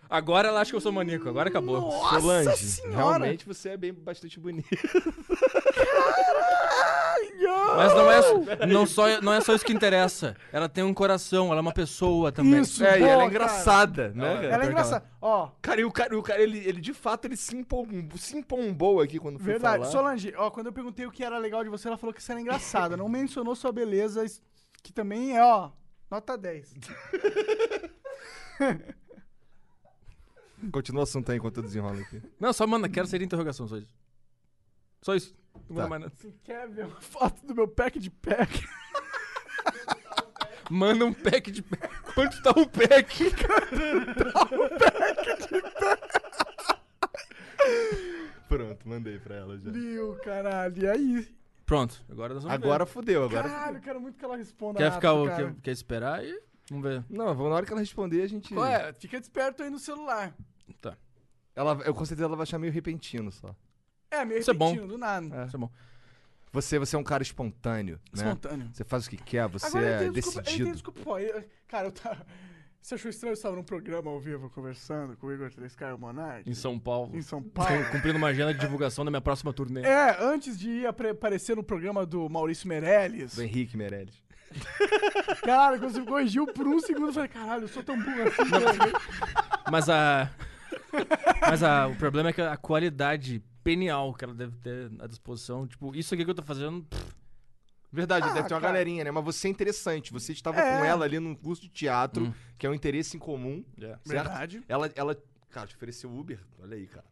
S3: Agora ela acha que eu sou maníaco, agora acabou.
S1: Nossa
S2: Solange,
S1: senhora!
S2: realmente você é bem bastante bonita.
S3: Mas não é, não, só, não é só isso que interessa. Ela tem um coração, ela é uma pessoa também.
S1: Isso,
S2: É, e
S1: boa,
S2: ela é
S1: cara.
S2: engraçada, né? cara?
S1: Ela é engraçada. Ó,
S2: Cara, e o cara, e o cara ele, ele de fato ele se, empom, se empombou aqui quando foi
S1: verdade.
S2: falar.
S1: Solange, ó, quando eu perguntei o que era legal de você, ela falou que você era engraçada. não mencionou sua beleza, es- que também é, ó, nota 10.
S2: Continua o assunto aí enquanto eu desenrolo aqui.
S3: Não, só manda, quero ser interrogação, só isso. Só isso. Não manda
S2: Tá.
S3: mais nada.
S1: Você quer ver uma foto do meu pack de pack?
S3: Manda um pack de. [LAUGHS] Quanto tá o pack?
S1: [LAUGHS]
S2: Pronto, mandei pra ela já.
S1: Meu caralho, e aí?
S3: Pronto, agora nós vamos ver.
S1: né?
S2: Agora fodeu, agora.
S1: Caralho, eu quero muito que ela responda.
S3: Quer
S1: rápido,
S3: ficar o.
S1: cara.
S3: Quer, quer esperar e. Vamos ver.
S2: Não, vamos- na hora que ela responder, a gente.
S1: Qual é? Fica desperto aí no celular.
S3: Tá.
S2: Ela, eu com certeza ela vai achar meio repentino só.
S1: É, meio
S3: Isso é bom.
S1: repentino, do nada.
S3: Isso é bom.
S2: Você, você é um cara espontâneo, né?
S1: Espontâneo.
S2: Você faz o que quer, você
S1: Agora
S2: é
S1: ele tem desculpa, ele tem
S2: decidido.
S1: desculpa. Pô, eu- cara, eu tava. [LAUGHS] Você achou estranho eu estava num programa ao vivo conversando com o Igor 3K e o Monark?
S3: Em São Paulo.
S1: Em São Paulo.
S3: Cumprindo uma agenda de divulgação da minha próxima turnê.
S1: É, antes de ir apre- aparecer no programa do Maurício Meirelles.
S2: Do Henrique Meirelles.
S1: Cara, quando você me corrigiu por um segundo, eu falei, caralho, eu sou tão burro assim. cara.
S3: Mas a. Mas a, o problema é que a qualidade penial que ela deve ter à disposição. Tipo, isso aqui que eu tô fazendo. pff,
S2: Verdade, deve ter uma
S1: Ah, cara.
S2: galerinha, né? Mas você é interessante. Você estava
S1: É. Hum.
S2: com ela ali num curso de teatro, que é um interesse em comum.
S3: Yeah.
S2: Certo?
S1: Verdade.
S2: Ela, ela, cara, te ofereceu Uber. Olha aí, cara.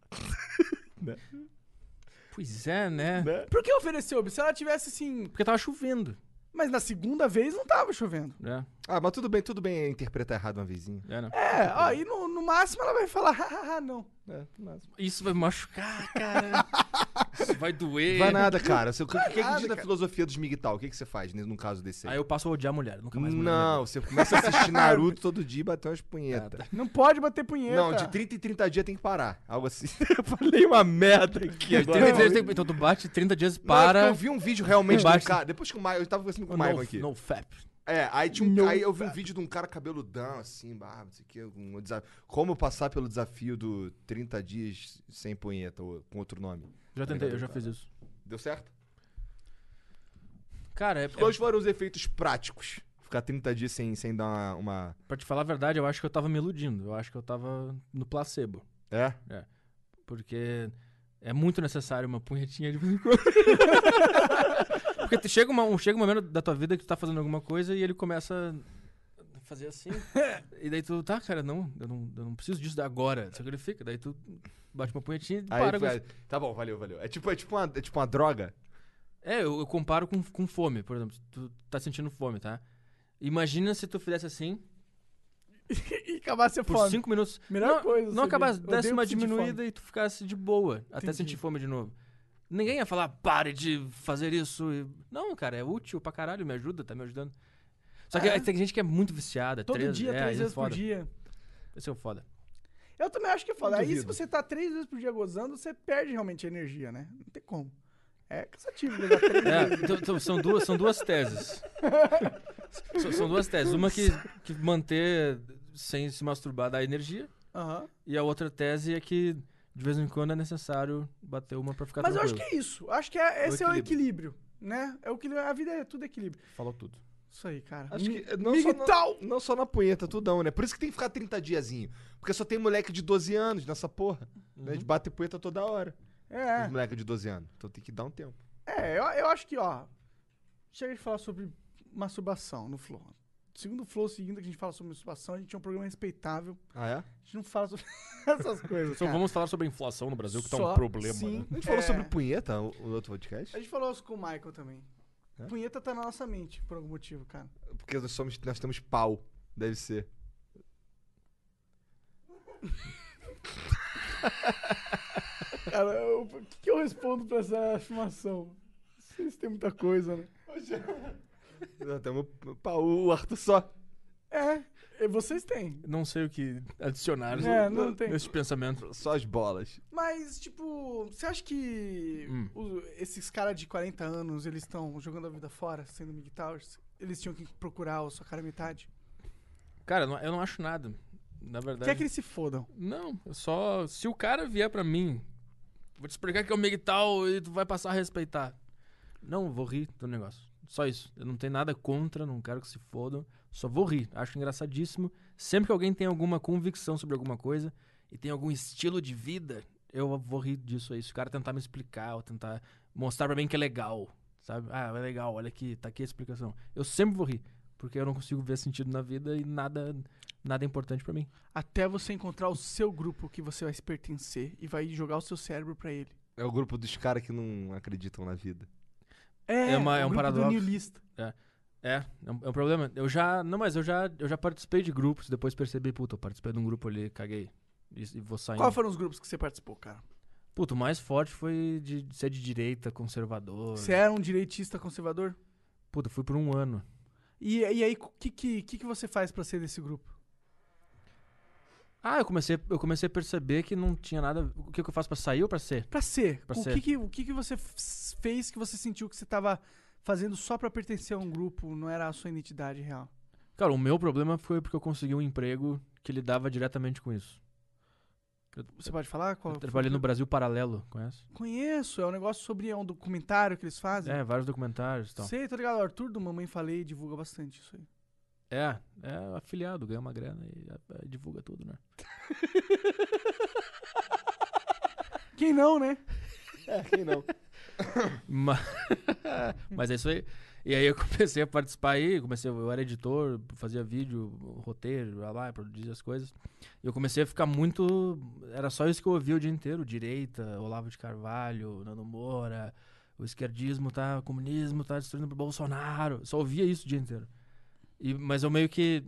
S3: Pois é, né?
S2: Né?
S1: Por que ofereceu? Se ela tivesse assim.
S3: Porque tava chovendo.
S1: Mas na segunda vez não tava chovendo.
S3: né?
S2: Ah, mas tudo bem, tudo bem interpretar errado uma vezinha.
S3: É, né?
S1: É, aí não, no máximo ela vai falar, hahaha, não.
S9: É, mas...
S3: Isso vai me machucar, cara. Isso vai doer.
S2: Vai nada, cara. Você- O que, o que, é que
S1: nada,
S2: diz na
S1: cara.
S2: filosofia dos Miguel? O que, que você faz nesse- num caso desse aí?
S3: Aí eu passo a odiar a mulher, nunca mais mulher. né?
S2: Não, você começa a
S1: [LAUGHS]
S2: assistir Naruto todo dia e bater umas punhetas.
S1: Não pode bater punheta.
S2: Não, de [LAUGHS] 30 em 30 dias tem que parar. Algo assim. [LAUGHS] Eu falei uma merda aqui agora.
S3: Tem- tem- tem- Então tu bate 30 dias
S2: Não, é porque
S3: para.
S2: eu vi um vídeo realmente de um
S3: Basta.
S2: cara. Depois que o Maicon. Eu tava conversando com
S3: o
S2: o Maicon
S3: no-
S2: aqui.
S3: no fap.
S2: É, aí, tinha um- aí eu vi um vídeo de um cara cabeludão, assim, barba, não sei o que, um desa- como passar pelo desafio do 30 dias sem punheta, ou com outro nome.
S3: Já tentei, eu já fiz isso.
S2: Deu certo?
S3: Cara, é, é-
S2: Quais foram os efeitos práticos? Ficar 30 dias sem, sem dar uma, uma-
S3: pra te falar a verdade, eu acho que eu tava me iludindo. Eu acho que eu tava no placebo.
S2: É?
S3: Porque é muito necessário uma punhetinha de vez em quando. [LAUGHS] Porque tu chega, uma, um- chega um momento da tua vida que tu tá fazendo alguma coisa e ele começa a
S2: [LAUGHS]
S3: fazer assim. e daí tu, tá, cara, não, eu não, eu não preciso disso agora. Só que ele fica. Daí tu bate uma punhetinha e
S2: Aí,
S3: para. com
S2: vai-
S3: isso.
S2: tá bom, valeu, valeu. É tipo, é tipo, uma, é tipo uma droga?
S3: É, eu, eu comparo com, com fome, por exemplo. Tu tá sentindo fome, tá? Imagina se tu fizesse assim
S1: E acabar ser
S3: por
S1: fome.
S3: cinco minutos.
S1: Melhor
S3: não,
S1: coisa,
S3: Não
S1: sabia?
S3: acabasse,
S1: Odeio
S3: desse uma
S1: sentir fome.
S3: diminuída e tu ficasse de boa, até
S1: Entendi.
S3: sentir fome de novo. Ninguém ia falar, pare de fazer isso. e- Não, cara, é útil pra caralho, me ajuda, tá me ajudando. Só que
S1: É.
S3: tem gente que é muito viciada.
S1: Todo
S3: três,
S1: dia,
S3: é,
S1: três
S3: isso é
S1: vezes por
S3: foda.
S1: dia.
S3: Esse é o foda.
S1: Eu também acho que é foda. Aí se
S2: duvido.
S1: você tá três vezes por dia gozando, você perde realmente a energia, né? Não tem como. É cansativo gozar três
S3: [LAUGHS]
S1: vezes.
S3: É, então, então, são, duas, são
S1: [LAUGHS]
S3: duas teses. são, são duas teses. Uma que, que manter sem se masturbar dá energia.
S1: Aham.
S3: E a outra tese é que de vez em quando é necessário bater uma pra ficar
S1: Mas eu acho
S3: Tá tranquilo.
S1: que é isso. Acho que é- esse é o
S2: equilíbrio.
S1: equilíbrio, né? É o equilíbrio. A vida é tudo equilíbrio.
S3: Falou tudo.
S1: Isso aí, cara.
S2: Acho
S1: Mi-
S2: que não só, na, não só na punheta, tudão, né? Por isso que tem que ficar 30 diazinho. Porque só tem moleque de 12 anos nessa porra. Né? De bater punheta toda hora.
S1: É.
S2: Os moleque de 12 anos. Então tem que dar um tempo.
S1: É, eu, eu acho que, ó. Chega de falar sobre masturbação no Flow. Segundo o Flow seguinte que a gente fala sobre masturbação, a gente é um programa respeitável.
S2: Ah, é?
S1: A gente não fala sobre [LAUGHS] essas coisas.
S3: Então
S1: cara.
S3: vamos falar sobre a inflação no Brasil, que tá
S1: É. Só-
S3: um problema.
S1: Sim,
S3: né?
S2: A gente falou
S1: é.
S2: sobre punheta o, o outro
S1: A
S2: podcast?
S1: gente falou isso com o Michael também. Punheta tá na nossa mente, por algum motivo, cara.
S2: Porque nós, somos, nós temos pau. Deve ser.
S1: Cara, eu- o que, que eu respondo pra essa afirmação? Não sei se tem muita coisa, né?
S2: Nós temos pau, o Arthur só.
S1: É, e vocês têm.
S3: Não sei o que adicionar
S1: É, não tem.
S3: nesse pensamento.
S2: Só as bolas.
S1: Mas, tipo, você acha que
S3: Hum.
S1: o- esses caras de 40 anos, eles estão jogando a vida fora, sendo Mig Towers? Eles tinham que procurar a sua cara metade?
S3: Cara, não- eu não acho nada. Na verdade.
S1: Quer que eles se fodam?
S3: Não, eu só. Se o cara vier pra mim, vou te explicar que é o MGTOW e tu vai passar a respeitar. Não, vou rir do negócio. Só isso. Eu não tenho nada contra, não quero que se fodam. Só vou rir. Acho engraçadíssimo. Sempre que alguém tem alguma convicção sobre alguma coisa e tem algum estilo de vida, eu vou rir disso aí. Se o cara tentar me explicar ou tentar mostrar pra mim que é legal, sabe? Ah, é legal, olha aqui, tá aqui a explicação. Eu sempre vou rir, porque eu não consigo ver sentido na vida e nada, nada é importante pra mim.
S1: Até você encontrar o seu grupo que você vai se pertencer e vai jogar o seu cérebro pra ele.
S2: É o grupo dos caras que não acreditam na vida.
S3: É uma- é
S1: o
S3: um
S1: grupo
S3: paradoxo.
S1: Do nihilista.
S3: É, é um, é um problema. Eu já. Não, mas eu já, eu já participei de grupos, depois percebi, puta, eu participei de um grupo ali, caguei. E, e vou saindo.
S1: Qual foram os grupos que você participou, cara?
S3: Puta, o mais forte foi de, de ser de direita, conservador.
S1: Você era um direitista conservador?
S3: Puta, eu fui por um ano.
S1: E, e aí, o que, que, que, que você faz pra ser desse grupo?
S3: Ah, eu comecei, eu comecei a perceber que não tinha nada. O que, que eu faço pra sair ou pra ser?
S1: Pra ser.
S3: Pra
S1: o
S3: ser.
S1: Que, que, o que, que você f- fez que você sentiu que você tava fazendo só pra pertencer a um grupo, não era a sua identidade real?
S3: Cara, o meu problema foi porque eu consegui um emprego que lidava diretamente com isso.
S1: Você pode falar? Qual
S3: Eu trabalhei no Brasil Paralelo, conhece?
S1: Conheço, é um negócio sobre é um documentário que eles fazem.
S3: É, vários documentários e tal.
S1: Sei, tô ligado. O Arthur do Mamãe Falei divulga bastante isso aí.
S3: É, é afiliado, ganha uma grana e é, divulga tudo, né?
S1: Quem não, né?
S3: Ma- [LAUGHS] Mas é isso aí. E aí eu comecei a participar aí, comecei, eu era editor, fazia vídeo, roteiro, lá, lá, produzia as coisas. E eu comecei a ficar muito. Era só isso que eu ouvia o dia inteiro: direita, Olavo de Carvalho, Nando Moura, o esquerdismo tá, o comunismo tá destruindo o Bolsonaro. Só ouvia isso o dia inteiro. E, mas eu meio que.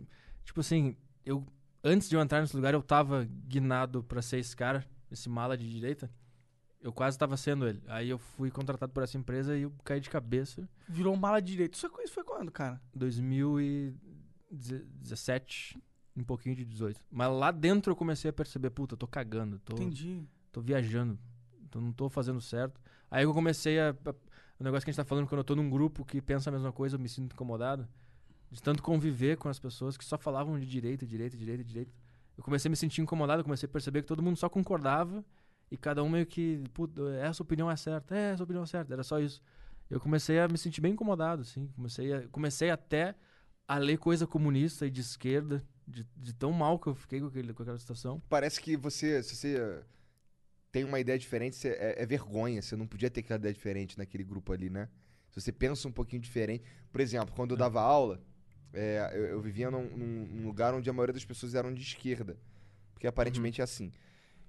S3: Tipo assim, eu antes de eu entrar nesse lugar, eu tava guinado pra ser esse cara, esse mala de direita. Eu quase tava sendo ele. Aí eu fui contratado por essa empresa e eu caí de cabeça.
S1: Virou um mala direito. Isso foi- isso foi quando, cara?
S3: 2017, um pouquinho de 18. Mas lá dentro eu comecei a perceber, puta, eu tô cagando, tô,
S1: Entendi.
S3: tô viajando, tô, não tô fazendo certo. Aí eu comecei a, a- O negócio que a gente tá falando, quando eu tô num grupo que pensa a mesma coisa, eu me sinto incomodado. De tanto conviver com as pessoas que só falavam de direita, direita, direita, direita. Eu comecei a me sentir incomodado, eu comecei a perceber que todo mundo só concordava e cada um meio que, puta, essa opinião é certa, é, essa opinião é certa, era só isso. Eu comecei a me sentir bem incomodado, assim. Comecei, a- comecei até a ler coisa comunista e de esquerda, de, de tão mal que eu fiquei com, aquele, com aquela situação.
S2: Parece que você, se você tem uma ideia diferente, você- é, é vergonha. Você não podia ter aquela ideia diferente naquele grupo ali, né? Se você pensa um pouquinho diferente. Por exemplo, quando eu dava aula, é, eu, eu vivia num, num- num lugar onde a maioria das pessoas eram de esquerda. Porque aparentemente é assim.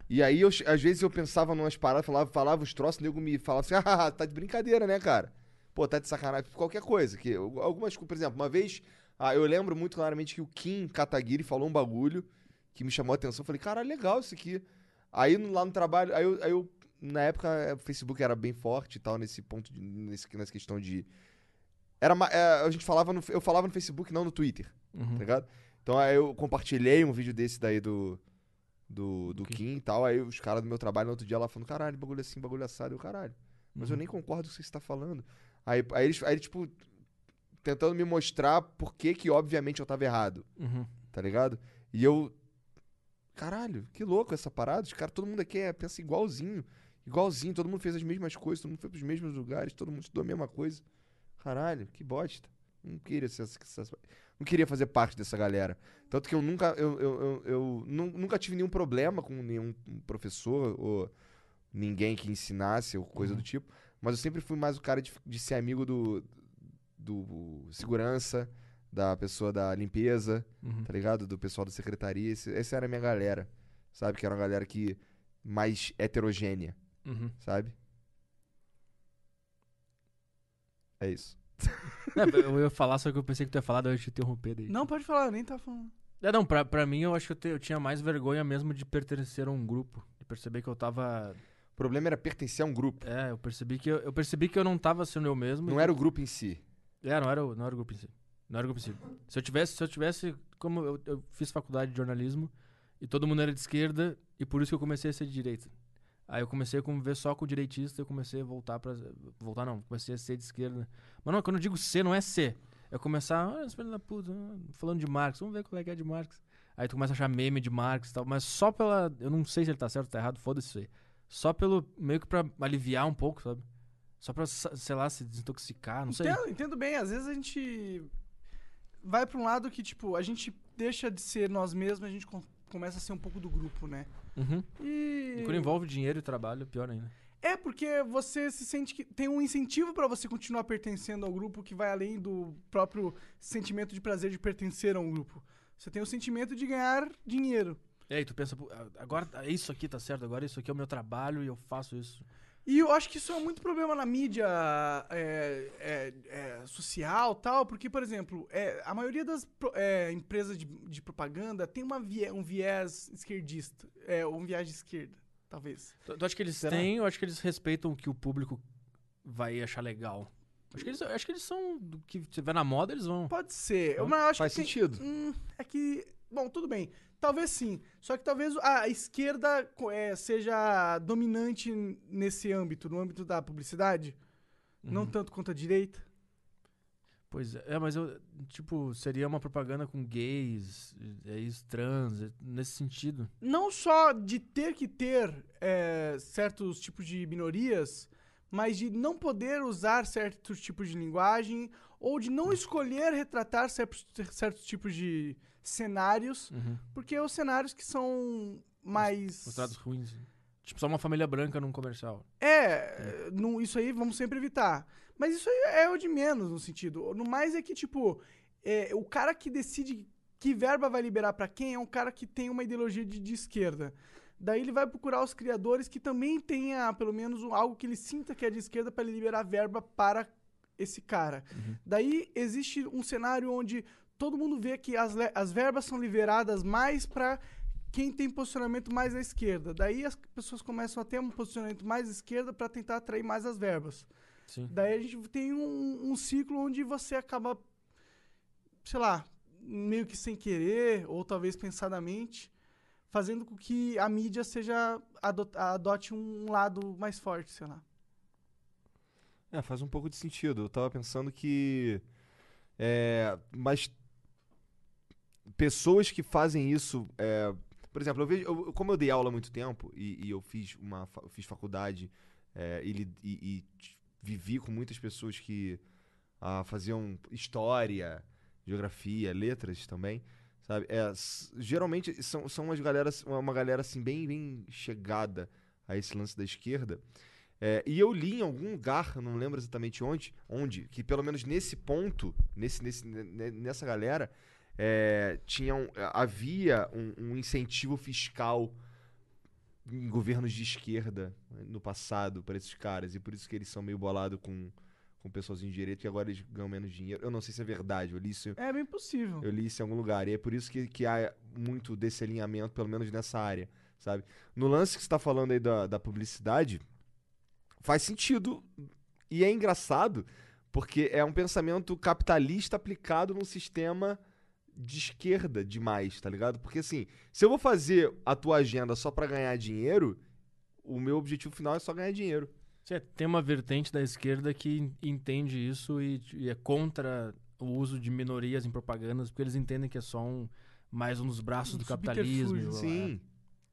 S2: E aí, eu che- às vezes, eu pensava numas paradas, falava, falava os troços, o nego me falava assim, [LAUGHS] ah, tá de brincadeira, né, cara? Pô, tá de sacanagem. Qualquer coisa. Que, eu- algumas, co- por exemplo, uma vez, ah, eu lembro muito claramente que o Kim Kataguiri falou um bagulho que me chamou a atenção. Eu falei, cara, legal isso aqui. Aí no- lá no trabalho, aí eu, aí eu- na época, eh, o Facebook era bem forte e tal, nesse ponto, de, nesse, nessa questão de. Era, ma- eh, a gente falava no, eu falava no Facebook, não no Twitter, tá ligado? Então aí eu compartilhei um vídeo desse daí do. Do, do Kim e tal, aí os caras do meu trabalho no outro dia lá falando, caralho, bagulho assim, bagulho assado, eu, caralho. Mas eu nem concordo com o que você está falando. Aí, aí, eles, aí, tipo, tentando me mostrar por que que, obviamente, eu tava errado
S3: Uhum.
S2: tá ligado? E eu. Caralho, que louco essa parada. Os caras, todo mundo aqui é, pensa igualzinho. Igualzinho, todo mundo fez as mesmas coisas, todo mundo foi pros mesmos lugares, todo mundo estudou a mesma coisa. Caralho, que bosta. Não queria ser essa- essa- não queria fazer parte dessa galera. Tanto que eu nunca. Eu, eu, eu, eu nu- nunca tive nenhum problema com nenhum professor ou ninguém que ensinasse ou coisa do tipo. Mas eu sempre fui mais o cara de, de ser amigo do. do segurança, da pessoa da limpeza
S3: Uhum.
S2: tá ligado? Do pessoal da secretaria. Esse, essa era a minha galera, sabe? Que era uma galera que mais heterogênea,
S3: Uhum.
S2: sabe? É isso.
S3: É, eu ia falar, só que eu pensei que tu ia falar, daí eu ia te interromper daí.
S1: Não, pode falar, eu nem tava falando.
S3: É, não, pra, pra mim eu acho que eu, te- eu tinha mais vergonha mesmo de pertencer a um grupo. De perceber que eu tava.
S2: O problema era pertencer a um grupo.
S3: É, eu percebi que eu, eu percebi que eu não tava sendo eu mesmo.
S2: Não
S3: e-
S2: era o grupo em si.
S3: É, não era, o- não era o grupo em si. Não era o grupo em si. Se eu tivesse, se eu tivesse. Como eu, eu fiz faculdade de jornalismo e todo mundo era de esquerda, e por isso que eu comecei a ser de direita. Aí eu comecei a conviver só com direitista, eu comecei a voltar pra. Voltar não, comecei a ser de esquerda. Mas não, quando eu digo ser, não é ser. É começar, ah, esse filho da puta, ah, falando de Marx, vamos ver qual é que é de Marx. Aí tu começa a achar meme de Marx e tal, mas só pela. Eu não sei se ele tá certo ou tá errado, foda-se isso aí. Só pelo. meio que pra aliviar um pouco, sabe? Só pra, sa- sei lá, se desintoxicar, não sei.
S1: Entendo, entendo bem. Às vezes a gente vai pra um lado que, tipo, a gente deixa de ser nós mesmos, a gente com- começa a ser um pouco do grupo, né?
S3: Uhum.
S1: E.
S3: E quando envolve dinheiro e trabalho, pior ainda.
S1: É porque você se sente que tem um incentivo pra você continuar pertencendo ao grupo que vai além do próprio sentimento de prazer de pertencer a um grupo. Você tem o sentimento de ganhar dinheiro.
S3: E aí tu pensa, "Pô, a- agora tá- isso aqui tá certo, agora isso aqui é o meu trabalho e eu faço isso.
S1: E eu acho que isso é muito problema na mídia é, é, é, social tal, porque, por exemplo, é, a maioria das pro- é, empresas de, de propaganda tem uma vie- um viés esquerdista, é, ou um viés de esquerda, talvez.
S3: Tu, tu acha que eles têm ou acho que eles respeitam o que o público vai achar legal? Acho que eles, acho que eles são. Do que tiver na moda, eles vão.
S1: Pode ser, eu, mas eu acho
S2: Então, Faz
S1: que tem-
S2: sentido.
S1: Hum, é que. Bom, tudo bem. Talvez sim. Só que talvez a esquerda co- é, seja dominante n- nesse âmbito, no âmbito da publicidade.
S2: Uhum.
S1: Não tanto quanto a direita.
S3: Pois é, é, mas eu. Tipo, seria uma propaganda com gays, ex trans, e- nesse sentido.
S1: Não só de ter que ter é, certos tipos de minorias, mas de não poder usar certos tipos de linguagem, ou de não escolher retratar certos, certos tipos de cenários, porque os cenários que são mais.
S3: Mostrados ruins. Tipo, só uma família branca num comercial.
S1: É, não, isso aí vamos sempre evitar. Mas isso aí é o de menos, no sentido. No mais é que, tipo, é, o cara que decide que verba vai liberar pra quem é um cara que tem uma ideologia de, de esquerda. Daí ele vai procurar os criadores que também tenha, pelo menos, um- algo que ele sinta que é de esquerda pra ele liberar verba para esse cara. Daí existe um cenário onde todo mundo vê que as, le- as verbas são liberadas mais para quem tem posicionamento mais à esquerda. Daí as pessoas começam a ter um posicionamento mais à esquerda para tentar atrair mais as verbas.
S3: Sim.
S1: Daí a gente tem um, um ciclo onde você acaba, sei lá, meio que sem querer, ou talvez pensadamente, fazendo com que a mídia seja ado- adote um lado mais forte, sei lá.
S2: É, faz um pouco de sentido. Eu tava pensando que. É, mas. Pessoas que fazem isso. é, por exemplo, eu vejo. eu- eu- como eu dei aula há muito tempo e, e eu fiz uma fa- eu fiz faculdade é, e, li- e- e t- vivi com muitas pessoas que ah, faziam história, geografia, letras também. Sabe? É, s- geralmente são, são umas galera, uma galera assim, bem, bem chegada a esse lance da esquerda. É, e eu li em algum lugar, não lembro exatamente onde, onde que pelo menos nesse ponto, nesse, nesse, ne- ne- nessa galera, é, tinha um- havia um, um incentivo fiscal em governos de esquerda né, no passado para esses caras. E por isso que eles são meio bolados com, com o pessoalzinho de direito, que agora eles ganham menos dinheiro. Eu não sei se é verdade, eu li isso
S1: É bem possível.
S2: eu li isso em algum lugar. E é por isso que, que há muito desse alinhamento, pelo menos nessa área, sabe? No lance que você tá falando aí da, da publicidade, faz sentido. E é engraçado, porque é um pensamento capitalista aplicado num sistema de esquerda demais, tá ligado? Porque assim, se eu vou fazer a tua agenda só pra ganhar dinheiro, o meu objetivo final é só ganhar dinheiro.
S3: Cê- tem uma vertente da esquerda que en- entende isso e, e é contra o uso de minorias em propagandas, porque eles entendem que é só um mais um dos braços
S1: Um
S3: do capitalismo.
S1: subterfúgio.
S3: blá, blá, blá.
S2: Sim.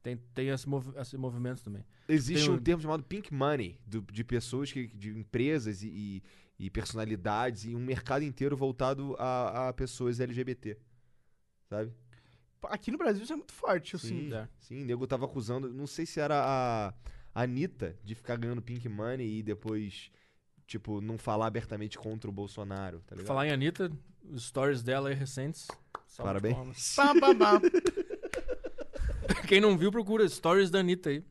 S3: Tem, tem esse, mov- esse movimento também.
S2: Existe
S3: Tem
S2: um
S3: o-
S2: termo chamado pink money, do- de pessoas, que, de empresas e, e- e personalidades, e um mercado inteiro voltado a, a pessoas LGBT. Sabe?
S1: Aqui no Brasil isso é muito forte, assim.
S2: Sim, Tá sim, o nego tava acusando, não sei se era a, a Anitta, de ficar ganhando pink money e depois, tipo, não falar abertamente contra o Bolsonaro, tá ligado?
S3: Falar em Anitta, os stories dela aí recentes. salva de
S2: Parabéns.
S3: palmas.
S1: Pá, pá, pá.
S3: Quem não viu, procura stories da Anitta aí.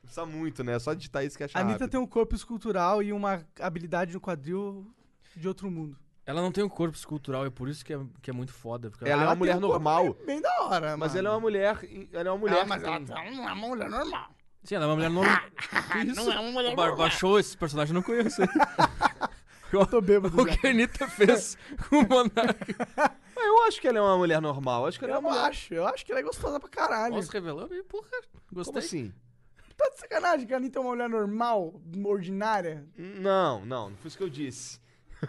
S2: Precisa muito, né? É só digitar isso que acha
S1: A Anitta
S2: rápido.
S1: tem um corpo escultural e uma habilidade no quadril de outro mundo.
S3: Ela não tem um corpo escultural, é por isso que é, que é muito foda. Porque
S2: Ela é uma
S1: tem
S2: mulher
S1: um corpo
S2: normal,
S1: Bem da hora,
S2: mas
S1: mano.
S2: ela é uma mulher, ela é uma mulher... que tem-
S1: é uma mulher normal.
S3: Sim, ela é uma mulher normal. [LAUGHS] Não é uma mulher normal. Baixou esse personagem, eu não conheço.
S1: [LAUGHS]
S3: eu
S1: Tô bêbado
S3: O
S1: já.
S3: que a
S1: [LAUGHS]
S3: Anitta fez com o Monark.
S2: Ah, Eu acho que ela é uma mulher normal, acho que ela é
S1: Eu
S2: uma
S1: não
S2: mulher...
S1: acho. Eu acho que ela é gostosa pra caralho.
S3: Nossa, revelou e, porra, gostei.
S2: Como assim?
S1: Tá de sacanagem que a Anitta é uma mulher normal, ordinária.
S2: Não, não, não foi isso que eu disse.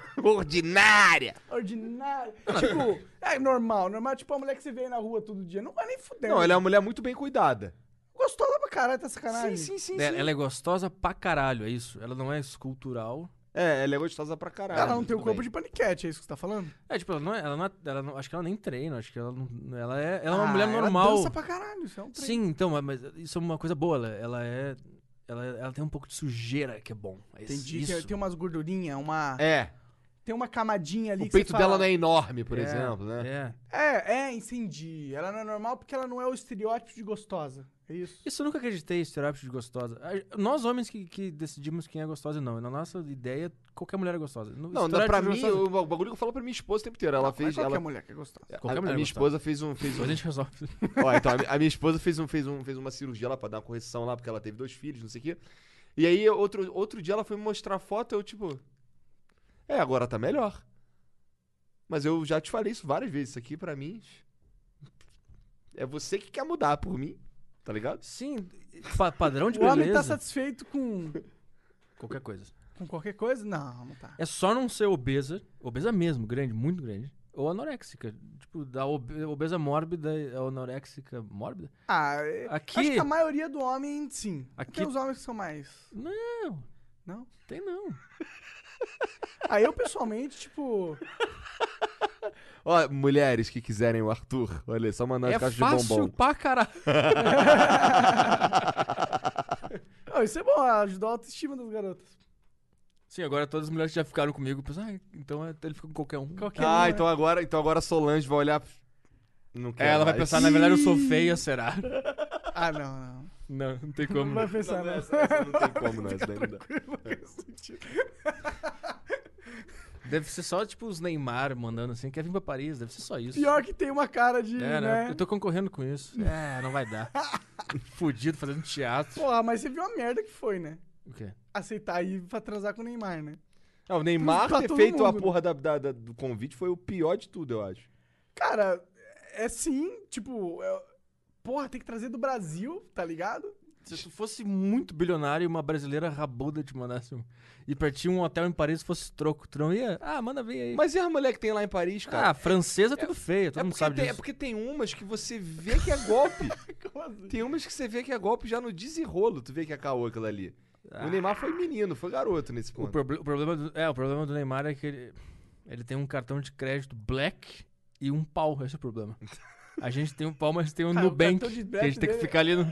S2: [LAUGHS] Ordinária! [LAUGHS]
S1: Ordinária. tipo, é normal. Normal é tipo uma mulher que você vê aí na rua todo dia. Não vai nem fuder.
S2: Não, ela é uma mulher muito bem cuidada.
S1: Gostosa pra caralho, tá de sacanagem.
S2: sim,
S3: É, Ela é gostosa pra caralho, é isso. Ela não é escultural.
S2: É, ela é gostosa pra caralho.
S1: Ela não tem o
S2: tudo
S1: corpo de
S2: bem.
S1: paniquete, é isso que você tá falando?
S3: É, tipo, ela não é. Ela não, é- ela não- acho que ela nem treina, acho que ela não. Ela é, ela é uma
S1: Ah,
S3: mulher normal.
S1: Ela dança pra caralho, isso é um trem.
S3: Sim, então, mas- mas isso é uma coisa boa. Ela, ela é. Ela, ela tem um pouco de sujeira que é bom. É isso-
S1: Entendi
S3: isso.
S1: que tem umas gordurinhas, uma...
S2: É,
S1: tem uma camadinha ali
S2: o
S1: que você
S2: peito
S1: fala-
S2: dela não é enorme, por exemplo,
S1: um,
S2: né?
S3: É.
S1: É, é, entendi. Ela não é normal porque ela não é o estereótipo de gostosa. É isso.
S3: Isso eu nunca acreditei, estereótipo de gostosa. A- Nós homens que, que decidimos quem é gostosa e não. Na nossa ideia, qualquer mulher é gostosa.
S2: Não,
S3: No-
S2: não,
S3: estereótipo
S2: pra
S3: de
S2: mim,
S3: gostosa-
S2: eu- o bagulho que eu falo é pra minha esposa o tempo inteiro. Ela
S1: Mas
S2: fez.
S1: qualquer
S2: Ela,
S1: mulher que é gostosa.
S2: a-
S3: Qualquer
S2: a,
S3: mulher
S2: minha
S3: é gostosa.
S2: esposa fez um. Fez um
S3: Depois a gente resolve.
S2: Ó, então, a mi- a minha esposa fez, um, fez, um, fez uma cirurgia lá pra dar uma correção lá, porque ela teve dois filhos, não sei o quê. E aí, outro, outro dia ela foi me mostrar a foto, eu, tipo. É, agora tá melhor. Mas eu já te falei isso várias vezes. Isso aqui, pra mim. [LAUGHS] É você que quer mudar por mim, tá ligado?
S3: Sim, pa- padrão
S2: é
S3: de
S1: O homem tá
S3: beleza.
S1: satisfeito com,
S3: Qualquer coisa.
S1: com qualquer coisa? Não, não tá.
S3: É só não ser obesa, obesa mesmo, grande, muito grande, ou anoréxica. Tipo, da obe- obesa mórbida, anoréxica mórbida.
S1: Ah, é-
S3: Aqui-
S1: acho que a maioria do homem, sim.
S3: Aqui-
S1: Tem os homens que são mais...
S3: Não,
S1: Não?
S3: tem não.
S1: Aí eu, pessoalmente, tipo... [LAUGHS]
S2: Ó, mulheres que quiserem o Arthur, olha, aí, só mandar as
S3: é
S2: caixas de
S3: fácil
S2: bombom.
S3: pra caralho.
S1: "Ah, isso é bom, ajudou a autoestima das garotas.
S3: Sim, agora todas as mulheres que já ficaram comigo pensam, ah, então é- ele fica com qualquer um.
S1: Qualquer
S2: Ah,
S1: uma.
S2: então agora, então agora a Solange vai olhar. Não quer
S3: É, ela vai
S2: mais.
S3: pensar,
S2: [LAUGHS]
S3: na verdade eu sou feia, será? né?
S1: Ah, não, não.
S3: Não, não tem
S1: Não
S2: Hum.
S3: como. né?
S1: vai pensar, não.
S3: [LAUGHS]
S2: Essa não tem como, não, essa daí não dá.
S3: Deve ser só, tipo, os Neymar mandando assim, quer vir pra Paris, deve ser só
S1: [LAUGHS]
S3: isso.
S1: Pior que tem uma cara de.
S3: É, né?
S1: né?
S3: Eu tô concorrendo com isso.
S8: [LAUGHS]
S3: É, não vai dar. Fudido fazendo teatro.
S1: Porra, mas você viu a merda que foi, né?
S3: O quê?
S1: Aceitar ir pra transar com o Neymar, né?
S8: É, o Neymar
S1: Pra
S8: ter
S1: todo
S8: feito a
S1: mundo.
S8: porra da- da- da- do convite foi o pior de tudo, eu acho.
S1: Cara, é sim, tipo. é- Porra, tem que trazer do Brasil, tá ligado?
S3: Se tu fosse muito bilionário e uma brasileira rabuda te mandasse um. E pra ti um hotel em Paris fosse troco, tu não ia? Ah, manda ver aí.
S8: Mas e as mulheres que tem lá em Paris, cara?
S3: ah, francesa é tudo feio, todo
S8: é,
S3: mundo
S8: porque
S3: sabe
S8: tem, é
S3: disso.
S8: porque tem umas que você vê que é
S3: [LAUGHS]
S8: golpe.
S3: assim?
S8: Tem umas que você vê que é golpe já no desenrolo. Tu vê que é caô aquilo ali. O Neymar foi menino, foi garoto nesse
S3: Ah. O,
S8: ponto.
S3: proble- o problema do, é, o problema do Neymar é que ele, ele tem um cartão de crédito black e um pau, esse é o problema. A gente tem um pau, mas
S1: [LAUGHS]
S3: tem um
S1: Cara, o
S3: Nubank.
S1: Ah, é cartão de
S3: que a gente
S1: black
S3: tem que
S1: dele-
S3: ficar ali
S1: [LAUGHS]
S3: no.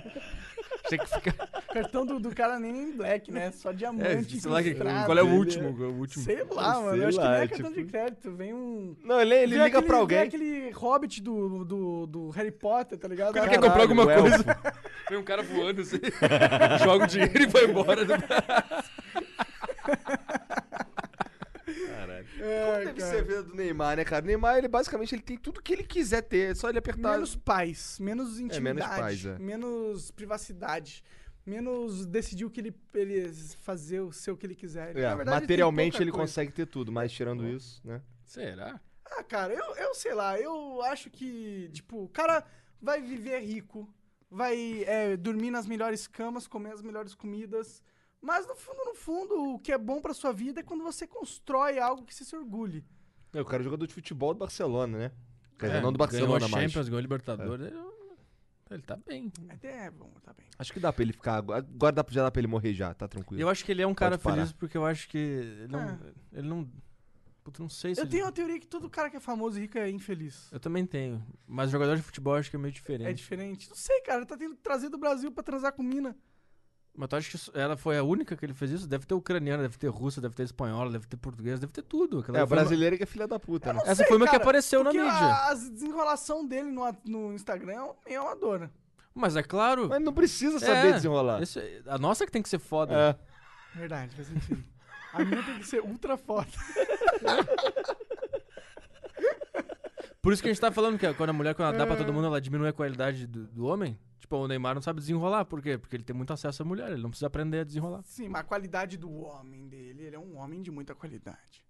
S3: tem que [LAUGHS] ficar.
S1: O cartão do, do cara nem em black, né? Só
S3: É,
S1: diamante.
S3: sei lá que-
S1: incrustado.
S3: qual é o último. qual é o último.
S1: Sei lá, mano.
S2: Sei
S1: Tipo, eu acho
S2: lá,
S1: que nem
S2: é
S1: é cartão
S2: tipo-
S1: de crédito. Vem um.
S8: Não, ele, ele
S1: vem
S8: liga
S1: aquele,
S8: pra
S1: vem
S8: alguém.
S1: aquele hobbit do, do, do Harry Potter, tá ligado?
S3: Ele
S1: Ah,
S3: quer comprar alguma
S8: é o elfo.
S3: coisa. Vem um cara voando assim. [LAUGHS]
S8: [LAUGHS]
S3: joga o dinheiro e vai embora.
S1: [LAUGHS] É,
S8: Como deve ser a vida do Neymar, né, cara? O Neymar, ele basicamente ele tem tudo que ele quiser ter. É só ele apertar.
S1: Menos paz, menos intimidade,
S8: menos
S1: menos,
S8: paz, é.
S1: privacidade, menos decidir o que ele, ele fazer, o seu que ele quiser.
S8: É,
S1: Na verdade, tem
S8: materialmente
S1: pouca
S8: ele
S1: coisa.
S8: consegue ter tudo, mas tirando isso, né?
S3: Será?
S1: Ah, cara, eu, eu sei lá, eu acho que, tipo, o cara vai viver rico, vai é, dormir nas melhores camas, comer as melhores comidas. Mas no fundo, no fundo, o que é bom pra sua vida é quando você constrói algo que você se orgulhe.
S8: Eu quero é jogador de futebol do Barcelona, né? Quer dizer,
S3: É,
S8: não do Barcelona
S3: ganhou a
S8: mais.
S3: Champions, ganhou a Libertadores. Ele, ele tá bem.
S1: Até é bom, tá bem.
S8: Acho que dá pra ele ficar. Agora agora dá pra, já dá pra ele morrer já, tá tranquilo.
S3: Eu acho que ele é um cara
S8: parar.
S3: feliz porque eu acho que. Ele não.
S1: É.
S3: Ele não. Puta, não sei se.
S1: Eu
S3: ele-
S1: tenho a teoria que todo cara que é famoso e rico é infeliz.
S3: Eu também tenho. Mas jogador de futebol acho que é meio diferente.
S1: É diferente. Não sei, cara. Tá tendo que trazer do Brasil pra transar com mina.
S3: Mas tu acha que isso- ela foi a única que ele fez isso? Deve ter ucraniana, deve ter russa, deve ter espanhola, deve ter portuguesa, deve ter tudo. Aquela
S8: É, o
S3: foi uma-
S8: brasileiro que é filha da puta, né?
S3: Essa
S1: sei,
S3: foi uma que
S1: cara,
S3: apareceu na
S1: Porque
S3: mídia.
S1: a, as desenrolação dele no, a- no Instagram é uma dor.
S3: Mas é claro.
S8: Mas não precisa saber
S3: é,
S8: desenrolar.
S3: esse- a nossa que tem que ser foda.
S8: É.
S1: Verdade, faz sentido. A mina tem que ser ultra foda.
S3: Por isso que a gente tá falando que quando a mulher, quando ela dá pra todo mundo, ela diminui a qualidade do, do homem. Tipo, o Neymar não sabe desenrolar. Por quê? Porque ele tem muito acesso à mulher, ele não precisa aprender a desenrolar.
S1: Sim, mas a qualidade do homem dele, ele é um homem de muita qualidade.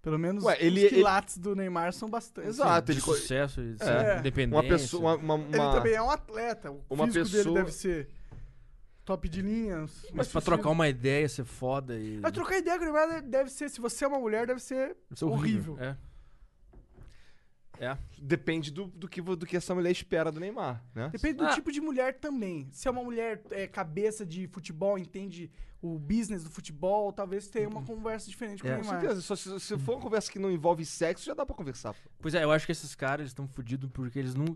S1: Pelo menos
S8: Ué, ele-
S1: os quilates do Neymar são bastante.
S8: Exato,
S3: De
S8: ele co-
S3: sucesso, e
S8: É.
S3: ser independente.
S8: uma pessoa. Uma, uma,
S1: Ele
S8: uma-
S1: também é um atleta. O
S8: uma
S1: físico
S8: pessoa-
S1: dele deve ser top de linha.
S3: Mas pra trocar
S8: um-
S3: uma ideia, ser foda e.
S8: É,
S1: Pra trocar ideia com o Neymar deve ser, se você é uma mulher, deve ser
S3: Isso é
S1: horrível.
S3: É. É.
S8: Depende do, do, que, vo- do que essa mulher espera do Neymar, né?
S1: Depende do
S3: Ah.
S1: tipo de mulher também. Se é uma mulher é, cabeça de futebol, entende o business do futebol, talvez tenha uma conversa diferente com
S3: É.
S1: o
S8: Uhum. Com
S1: Neymar.
S8: certeza. Só se, se for uma conversa que não envolve sexo, já dá pra conversar. pô.
S3: Pois é, eu acho que esses caras estão fodidos porque eles não.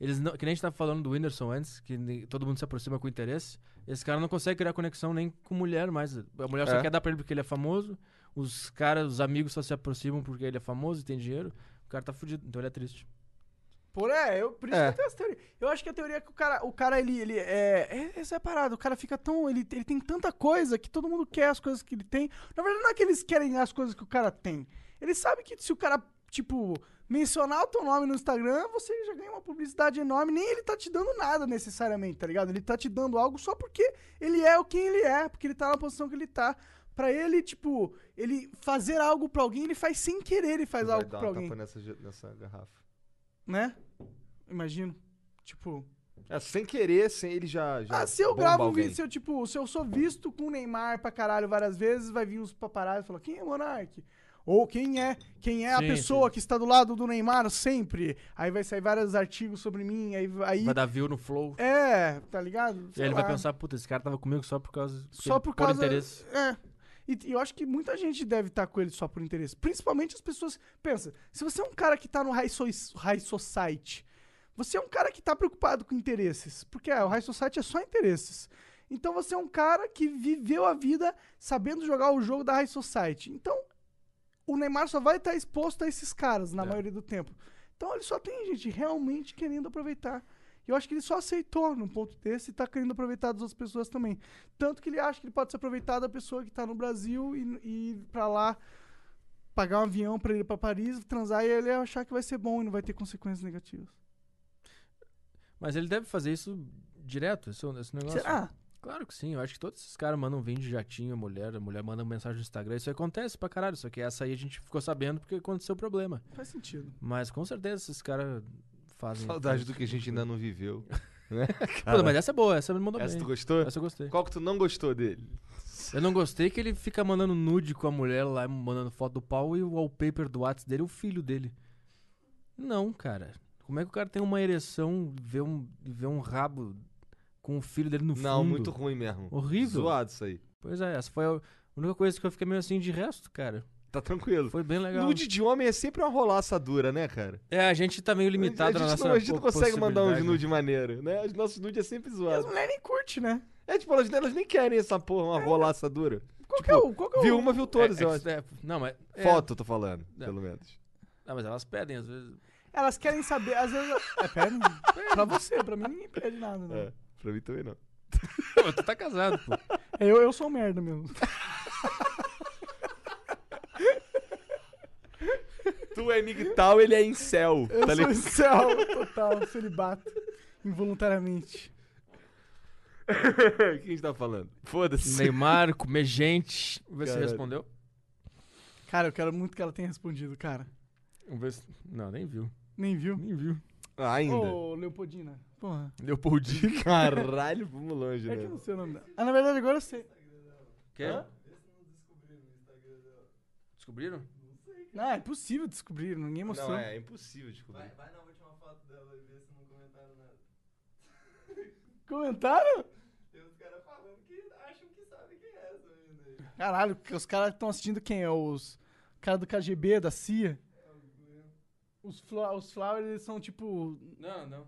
S3: Eles não. Que nem a gente tava falando do Whindersson antes, que ni- todo mundo se aproxima com interesse. Esse cara não consegue criar conexão nem com mulher mais. A mulher
S8: É.
S3: só quer dar pra ele porque ele é famoso. Os caras, os amigos só se aproximam porque ele é famoso e tem dinheiro. O cara tá fudido, então ele é triste.
S1: Por é, eu, por isso
S8: É.
S1: que eu tenho essa teoria. Eu acho que a teoria é que o cara, o cara ele, ele é, é. Essa é a parada. O cara fica tão. Ele, ele tem tanta coisa que todo mundo quer as coisas que ele tem. Na verdade, não é que eles querem as coisas que o cara tem. Ele sabe que se o cara, tipo, mencionar o teu nome no Instagram, você já ganha uma publicidade enorme. Nem ele tá te dando nada necessariamente, tá ligado? Ele tá te dando algo só porque ele é o quem ele é, porque ele tá na posição que ele tá. Pra ele, tipo, ele fazer algo pra alguém, ele faz sem querer, ele faz
S2: é
S8: Vai
S1: algo
S8: dar
S1: pra
S2: tá
S8: uma
S1: alguém.
S8: tapa nessa, ge- nessa garrafa.
S1: Né? Imagino. Tipo.
S8: É, sem querer, sem ele já. já
S1: Ah, se eu
S8: bomba
S1: gravo um
S8: alguém.
S1: vídeo, se eu, tipo, se eu sou visto com o Neymar pra caralho várias vezes, vai vir os paparazzi e falar, quem é Monark? Ou quem é, quem é
S3: Sim,
S1: a pessoa que está do lado do Neymar sempre? Aí vai sair vários artigos sobre mim, aí. aí
S3: Vai dar view no flow.
S1: É, tá ligado?
S3: e
S1: Sei
S3: aí ele
S1: lá.
S3: vai pensar, puta, esse cara tava comigo só por causa. porque
S1: Só
S3: ele-
S1: por causa.
S3: interesse.
S1: É. E e eu acho que muita gente deve estar com ele só por interesse. Principalmente as pessoas. Pensa, se você é um cara que tá no high, so high society, você é um cara que tá preocupado com interesses. Porque ah, o high society é só interesses. Então você é um cara que viveu a vida sabendo jogar o jogo da high society. Então o Neymar só vai estar exposto a esses caras na
S3: É.
S1: maioria do tempo. Então ele só tem gente realmente querendo aproveitar. E eu acho que ele só aceitou num ponto desse e tá querendo aproveitar das outras pessoas também. Tanto que ele acha que ele pode se aproveitar da pessoa que tá no Brasil e, e ir pra lá pagar um avião pra ele ir pra Paris, transar e ele achar que vai ser bom e não vai ter consequências negativas.
S3: Mas ele deve fazer isso direto, esse, esse negócio.
S1: Será?
S3: Claro que sim. Eu acho que todos esses caras mandam vídeo de jatinho, a mulher, a mulher manda mensagem no Instagram. Isso acontece pra caralho. Só que essa aí a gente ficou sabendo porque aconteceu o problema.
S1: Faz sentido.
S3: Mas com certeza esses caras fazem.
S2: Saudade do que a gente ainda não viveu. né,
S3: Pô,
S2: cara?
S3: mas essa é boa, essa me mandou
S2: Essa
S3: bem.
S2: tu gostou?
S3: Essa eu gostei.
S2: Qual que tu não gostou dele?
S3: Eu não gostei que ele fica mandando nude com a mulher lá, mandando foto do pau e o wallpaper do WhatsApp dele é o filho dele. Não, cara. Como é que o cara tem uma ereção e vê um, e vê um rabo com o filho dele no fundo?
S2: Não, muito ruim mesmo.
S3: Horrível.
S2: Zoado isso aí.
S3: Pois é, essa foi a única coisa que eu fiquei meio assim de resto, cara.
S2: Tá tranquilo.
S3: Foi bem legal.
S2: Nude de homem é sempre uma rolaça dura, né, cara?
S3: É, a gente tá meio limitado
S2: a
S3: na
S2: gente
S3: nossa
S2: não, a gente não
S3: po-
S2: consegue mandar uns
S3: possibilidade, né?
S2: nude maneiro, né? Os nossos nudes é sempre
S1: E as
S2: zoado.
S1: mulheres nem curte, né?
S2: É tipo, elas, elas nem querem essa porra, uma rolaça dura.
S1: Qual que é o. Qual que é o-
S2: Tipo, Viu uma, viu todas,
S3: É, é
S2: eu
S3: que-
S2: acho.
S3: é, não, mas. é-
S2: Foto, tô falando,
S3: É.
S2: pelo menos.
S3: Ah, mas elas pedem, às vezes.
S1: Elas querem saber, às vezes. É, [LAUGHS] pera, pra você, pra mim ninguém pede nada, né?
S2: É, pra mim também não.
S3: Pô, tu tá casado,
S2: [LAUGHS]
S3: pô.
S1: É, Eu, eu sou um merda mesmo.
S2: Tá Tu é migtal, ele é incel.
S1: Eu
S2: tá
S1: sou
S2: ligado?
S1: incel total, celibato. Involuntariamente.
S2: [LAUGHS] O que a gente tá falando? Foda-se.
S3: Neymar, comer gente. Vamos ver se
S2: Caralho.
S3: respondeu.
S1: Cara, eu quero muito que ela tenha respondido, cara.
S3: Vamos ver se. Não, nem viu.
S1: Nem viu?
S3: Nem viu.
S2: Ah, ainda.
S3: Oh.
S1: Ô, Leopoldina. Porra.
S3: Leopoldina.
S2: Caralho, vamos longe,
S1: É que eu não
S2: né?
S1: sei o nome dela. Ah, na verdade agora eu sei.
S3: Quer? Descobriram?
S1: Não, é impossível descobrir, ninguém mostrou.
S2: Não, é, é impossível descobrir.
S1: Comentaram? Caralho, que os caras estão assistindo quem? É os cara do KGB, da CIA? Os, flo os Flowers, eles são tipo.
S3: [LAUGHS] Não, não.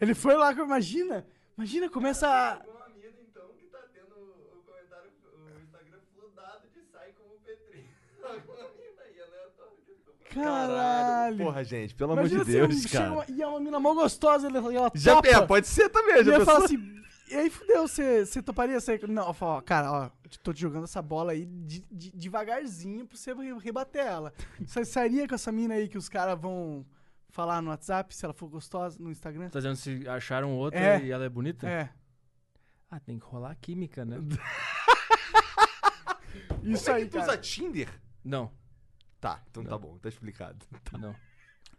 S1: Ele foi lá, imagina! Imagina, começa a.
S6: Uma mina, então, que tá tendo o comentário, o Instagram flodado de sai como Petri. [LAUGHS] Uma mina aí, aleatória.
S1: Caralho!
S2: Porra, gente, pelo
S1: Imagina
S2: amor de Deus,
S1: se um-
S2: cara.
S1: chega uma- e é uma mina mó gostosa, ele, e ela
S2: Já
S1: topa.
S2: é, pode ser também,
S1: E
S2: já
S1: eu
S2: pensou?
S1: falo assim, e aí fudeu, você você toparia sair? com- Não, eu falo, ó, cara, ó, te- tô te jogando essa bola aí de- de- devagarzinho pra você re- rebater ela. Você sairia com essa mina aí que os caras vão falar no WhatsApp, se ela for gostosa, no Instagram?
S3: Tá dizendo se acharam outra
S1: É.
S3: e ela é bonita?
S1: É.
S3: Ah, tem que rolar a
S2: [LAUGHS]
S3: química, né?
S1: Isso
S2: Como é
S1: aí,
S2: que tu
S1: cara.
S2: usa Tinder?
S3: não,
S2: Tá, então tá bom, tá explicado.
S3: não.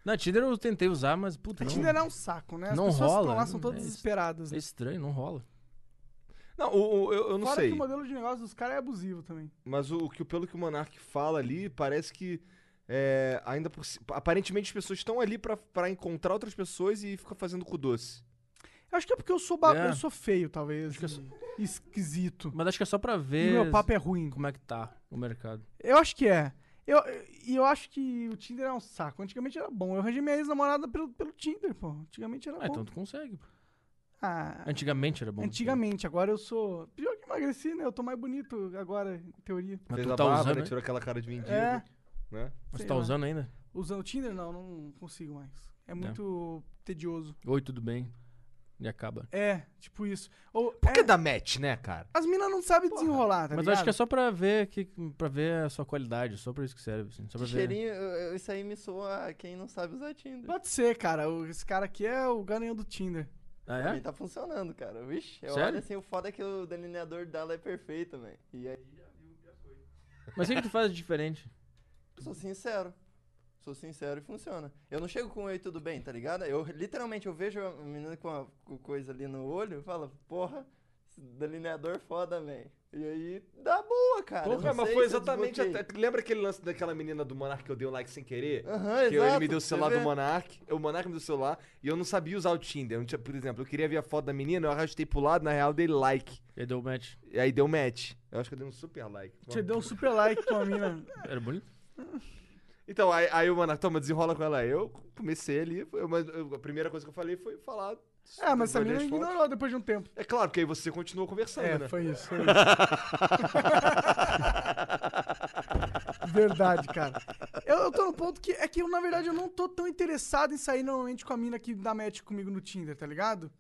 S3: Na Tinder eu tentei usar, mas puta,
S1: A
S3: não,
S1: Tinder é um saco, né? As
S3: não
S1: pessoas que
S3: rola,
S1: estão lá são
S3: né?
S1: todas
S3: É isso.
S1: desesperadas.
S3: é
S1: Né?
S3: estranho, não rola.
S2: Não, o, o- eu, eu não
S1: Fora
S2: sei.
S1: que o modelo de negócio dos caras é abusivo também.
S2: Mas o, o que pelo que o Monark fala ali, parece que é, ainda por ci- aparentemente as pessoas estão ali pra- pra encontrar outras pessoas e fica fazendo cu doce.
S1: Eu acho que é porque eu sou, ba-
S3: É.
S1: eu sou feio, talvez.
S3: Acho que eu
S1: e Esquisito.
S3: Mas acho que é só pra
S1: E
S3: ver
S1: meu papo é ruim.
S3: como é que tá o mercado.
S1: Eu acho que é. Eu, e eu acho que o Tinder é um saco. Antigamente era bom. Eu arranjei minha ex-namorada pelo, pelo Tinder, pô. Antigamente era
S3: Ah,
S1: Tá bom.
S3: então tu consegue.
S1: Ah,
S3: Antigamente era é bom. né?
S1: antigamente, agora eu sou. Pior que emagreci, né? Eu tô mais bonito agora, em teoria.
S3: Mas
S2: Fez
S3: tu
S2: a
S3: tá
S2: barba,
S3: usando,
S2: né?
S3: né?
S2: Tirou aquela cara de mendigo,
S1: É.
S2: né?
S3: Mas
S1: sei
S3: tu tá
S1: lá.
S3: usando ainda?
S1: Usando o Tinder? Não, não consigo mais. É muito tedioso.
S3: Oi, tudo bem? E acaba.
S1: É, tipo isso. Ou,
S2: Por que
S1: é,
S2: dá match, né, cara?
S1: as minas não sabem desenrolar, tá
S3: Mas eu
S1: ligado?
S3: acho que é só pra ver, que, pra ver a sua qualidade, só pra isso que serve. assim, Só pra ver.
S6: Cheirinho, eu- eu- isso aí me soa a quem não sabe né? usar Tinder.
S1: Pode ser, cara. O- Esse cara aqui é o ganhão do Tinder.
S3: Ah,
S6: Pra mim
S3: é?
S6: tá funcionando, cara. Vixe, eu
S3: Sério?
S6: olho assim, o foda é que o delineador dela é perfeito, velho. E aí já viu que já foi.
S3: Mas o que que tu faz de diferente?
S6: Eu Sou sincero. Sou sincero e funciona. Eu não chego com oi, tudo bem, tá ligado? Eu literalmente eu vejo a menina com a com coisa ali no olho e falo, porra, esse delineador é foda, velho. E aí dá boa, cara. Eu
S2: Porra,
S6: não
S2: mas
S6: sei
S2: foi
S6: se eu
S2: exatamente
S6: desbloqueei.
S2: até. Lembra aquele lance daquela menina do Monark que eu dei um like sem querer?
S6: Aham,
S2: que eu- ele me
S6: exato,
S2: deu o
S6: você
S2: celular do
S6: vê.
S2: Monark, o Monark me deu o celular e eu não sabia usar o Tinder. Eu não tinha- por exemplo, eu queria ver a foto da menina, eu arrastei pro lado, na real dei like.
S3: E aí deu match.
S2: E aí deu match. Eu acho que eu dei um super like.
S1: Você deu um super like pra uma mina.
S3: Era bonito?
S2: Então, aí, aí o Monark, toma, desenrola com ela. Aí Eu comecei ali, foi- mas eu- a primeira coisa que eu falei foi falar.
S1: É, mas essa
S2: olhei
S1: mina
S2: as fotos.
S1: ignorou depois de um tempo.
S2: É claro, porque aí você continuou conversando,
S1: É,
S2: né?
S1: foi isso, [LAUGHS] foi isso. verdade, cara. Eu, eu tô no ponto que é que eu, na verdade, eu não tô tão interessado em sair normalmente com a mina que dá match comigo no Tinder, tá ligado?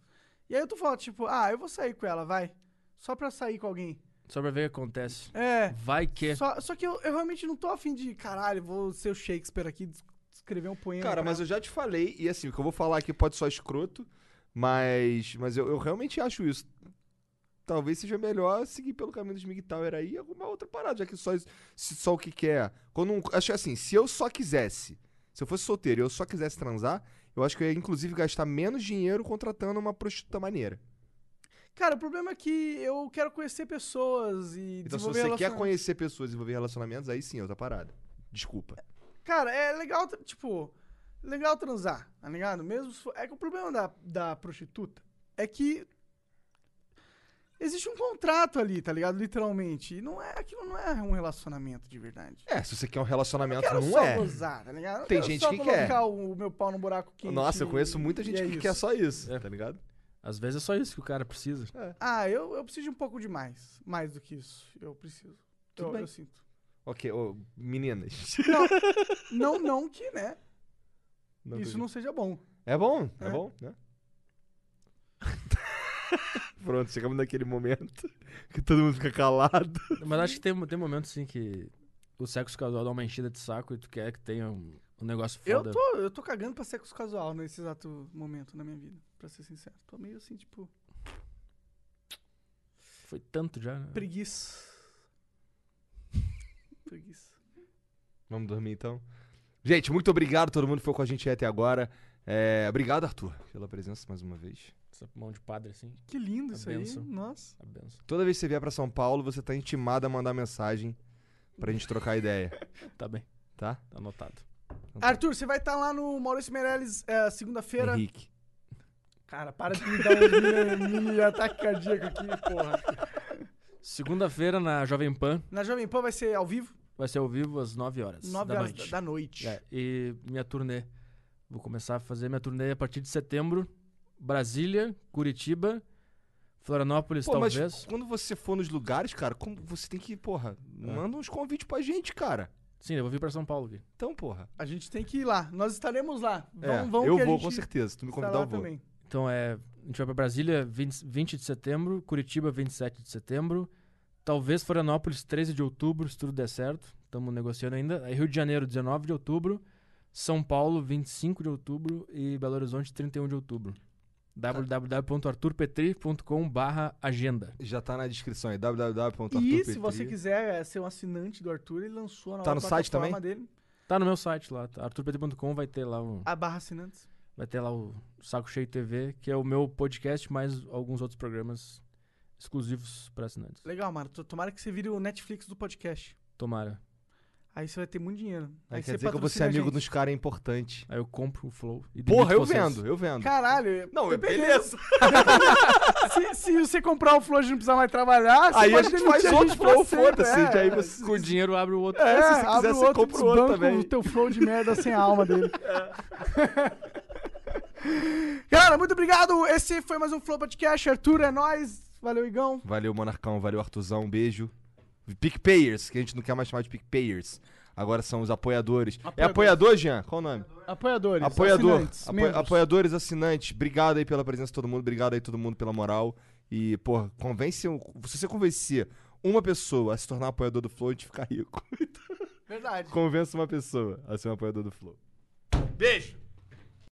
S1: E aí eu tô falando, tipo, ah, eu vou sair com ela, vai. Só pra sair com alguém.
S3: Só pra ver o que acontece.
S1: É.
S3: Vai que.
S1: Só, só que eu, eu realmente não tô afim de, caralho, vou ser o Shakespeare aqui, des- escrever um poema.
S2: Cara,
S1: pra-
S2: mas eu já te falei, e assim, o que eu vou falar aqui pode só escroto, mas, mas eu, eu realmente acho isso. Talvez seja melhor seguir pelo caminho dos MGTOWER aí e alguma outra parada, já que só, isso- se- só o que quer. Quando um, acho que assim, se eu só quisesse, se eu fosse solteiro e eu só quisesse transar, eu acho que eu ia inclusive gastar menos dinheiro contratando uma prostituta maneira.
S1: Cara, o problema é que eu quero conhecer pessoas e
S2: Então, se
S1: desenvolver
S2: você quer
S1: relaciona-
S2: conhecer pessoas e desenvolver relacionamentos, aí sim, é outra parada. Desculpa.
S1: Cara, é legal, tra- tipo, legal transar, tá ligado? Mesmo se for- É que o problema da, da prostituta é que existe um contrato ali, tá ligado? Literalmente. E não é, aquilo não é um relacionamento de verdade.
S2: É, se você quer um relacionamento,
S1: Quero
S2: não
S1: só
S2: é.
S1: gozar, tá ligado? Eu
S2: Tem
S1: quero
S2: gente
S1: só
S2: que
S1: colocar
S2: quer.
S1: o meu pau no buraco quente.
S2: Nossa, eu
S1: e-
S2: conheço muita
S1: e
S2: gente
S1: é
S2: que
S1: isso.
S2: quer só isso, tá ligado?
S3: Às vezes é só isso que o cara precisa.
S1: Ah, eu, eu preciso de um pouco de mais. Mais do que isso. Eu preciso.
S2: Tudo
S1: eu,
S2: bem.
S1: eu sinto.
S2: Ok, ô,
S1: [LAUGHS]
S2: meninas.
S1: Não, não que, né?
S2: Não
S1: isso
S2: acredito.
S1: não seja bom.
S2: É bom, é, [LAUGHS]
S1: É.
S2: bom, né? Pronto, chegamos naquele momento [LAUGHS] que todo mundo fica calado.
S3: Mas acho que tem, tem momentos sim que o sexo casual dá uma enchida de saco e tu quer que tenha um, um negócio
S1: Eu
S3: foda.
S1: tô, eu tô cagando pra sexo casual nesse exato momento na minha vida, pra ser sincero. Tô meio assim, tipo,
S3: Foi tanto já, né?
S2: [LAUGHS]
S1: preguiça. preguiça.
S2: Vamos dormir então. Gente, muito obrigado a todo mundo que foi com a gente aí até agora. É, obrigado, Arthur, pela presença mais uma vez.
S3: Essa mão de padre, assim.
S1: Que lindo
S2: Tá
S3: A
S1: isso
S3: benção.
S1: aí. Nossa.
S3: A benção.
S2: Toda vez que você vier pra São Paulo, você tá intimado a mandar mensagem pra gente trocar ideia,
S3: Tá bem,
S2: tá?
S1: [LAUGHS]
S3: tá anotado.
S1: Arthur, você vai estar lá no Maurício Meirelles é, segunda-feira.
S2: Henrique.
S1: Cara, para de me dar um mini, mini ataque cardíaco aqui, porra.
S3: Segunda-feira na Jovem Pan
S1: Na Jovem Pan vai ser ao vivo,
S3: vai ser ao vivo às 9 horas.
S1: 9
S3: da
S1: horas
S3: noite.
S1: da noite.
S3: É, e minha turnê. Vou começar a fazer minha turnê a partir de setembro. Brasília, Curitiba, Florianópolis,
S2: Pô, mas
S3: talvez.
S2: quando você for nos lugares, cara, como você tem que, porra,
S1: É.
S2: manda uns convites pra gente, cara.
S3: Sim, eu vou vir pra São Paulo, Gui.
S2: Então, porra.
S1: A gente tem que ir lá. Nós estaremos lá. Vão,
S2: É,
S1: vão
S2: eu
S1: que a
S2: vou,
S1: gente
S2: com certeza. Tu me
S1: está
S2: convidar,
S1: lá
S2: eu vou.
S1: também.
S3: Então é. A gente vai pra Brasília 20, 20 de setembro, Curitiba 27 de setembro. Talvez Florianópolis 13 de outubro, se tudo der certo. Estamos negociando ainda. Aí Rio de Janeiro, 19 de outubro. São Paulo, 25 de outubro. E Belo Horizonte, 31 de outubro. www.arturpetri.com/barra agenda.
S2: Já tá na descrição aí, www.arturpetri.
S1: E se você quiser é, ser um assinante do Arthur, ele lançou a nova
S2: Tá no site
S1: plataforma dele.
S3: Tá no meu site lá, tá? arturpetri.com vai ter lá o,
S1: A barra assinantes.
S3: vai ter lá o Saco Cheio TV, que é o meu podcast mais alguns outros programas exclusivos para assinantes.
S1: Legal, mano. To- Tomara que você vire o Netflix do podcast.
S3: Tomara.
S1: Aí você vai ter muito dinheiro.
S2: Aí
S1: Aí
S2: quer
S1: você
S2: dizer que eu vou ser
S1: patrocina a
S2: amigo
S1: gente.
S2: dos caras é importante.
S3: Aí eu compro o Flow. e
S2: Porra,
S3: demito
S2: eu
S3: vocês.
S2: vendo, eu vendo.
S1: Caralho.
S2: Não,
S1: eu
S2: é
S1: peguei.
S2: beleza.
S1: [LAUGHS] Se, se você comprar o Flow, a gente não precisar mais trabalhar. você
S2: Aí a
S1: Assim, pode
S2: gente
S1: demitir
S2: faz
S1: a
S2: outro
S1: pra
S2: flow,
S1: sempre,
S2: foda-se.
S1: é.
S2: que Aí você.
S3: Com o dinheiro abre o outro.
S2: É, se você
S1: abre
S2: quiser,
S1: o
S2: você
S1: outro,
S2: compra o outro
S1: desbanca
S2: também. É.
S1: o teu flow de merda sem a alma dele. [LAUGHS]
S2: [LAUGHS]
S1: Galera, muito obrigado. Esse foi mais um Flow Podcast. Arthur, é nóis. Valeu, Igão.
S2: Valeu, Monarcão, valeu, Artuzão, um beijo. PicPayers, que a gente não quer mais chamar de PicPayers. Agora são os apoiadores. É apoiador, Jean? Qual o nome?
S1: Apoiadores.
S2: Apoiador.
S1: assinantes,
S2: Apo-
S1: membros.
S2: Apoiadores, assinantes. Obrigado aí pela presença de todo mundo. Obrigado aí todo mundo pela moral. E, pô, convence. um- Se você convencer uma pessoa a se tornar apoiador do Flow, a gente fica rico. [LAUGHS]
S1: Verdade.
S2: Convença uma pessoa a ser um apoiador do Flow.
S1: Beijo.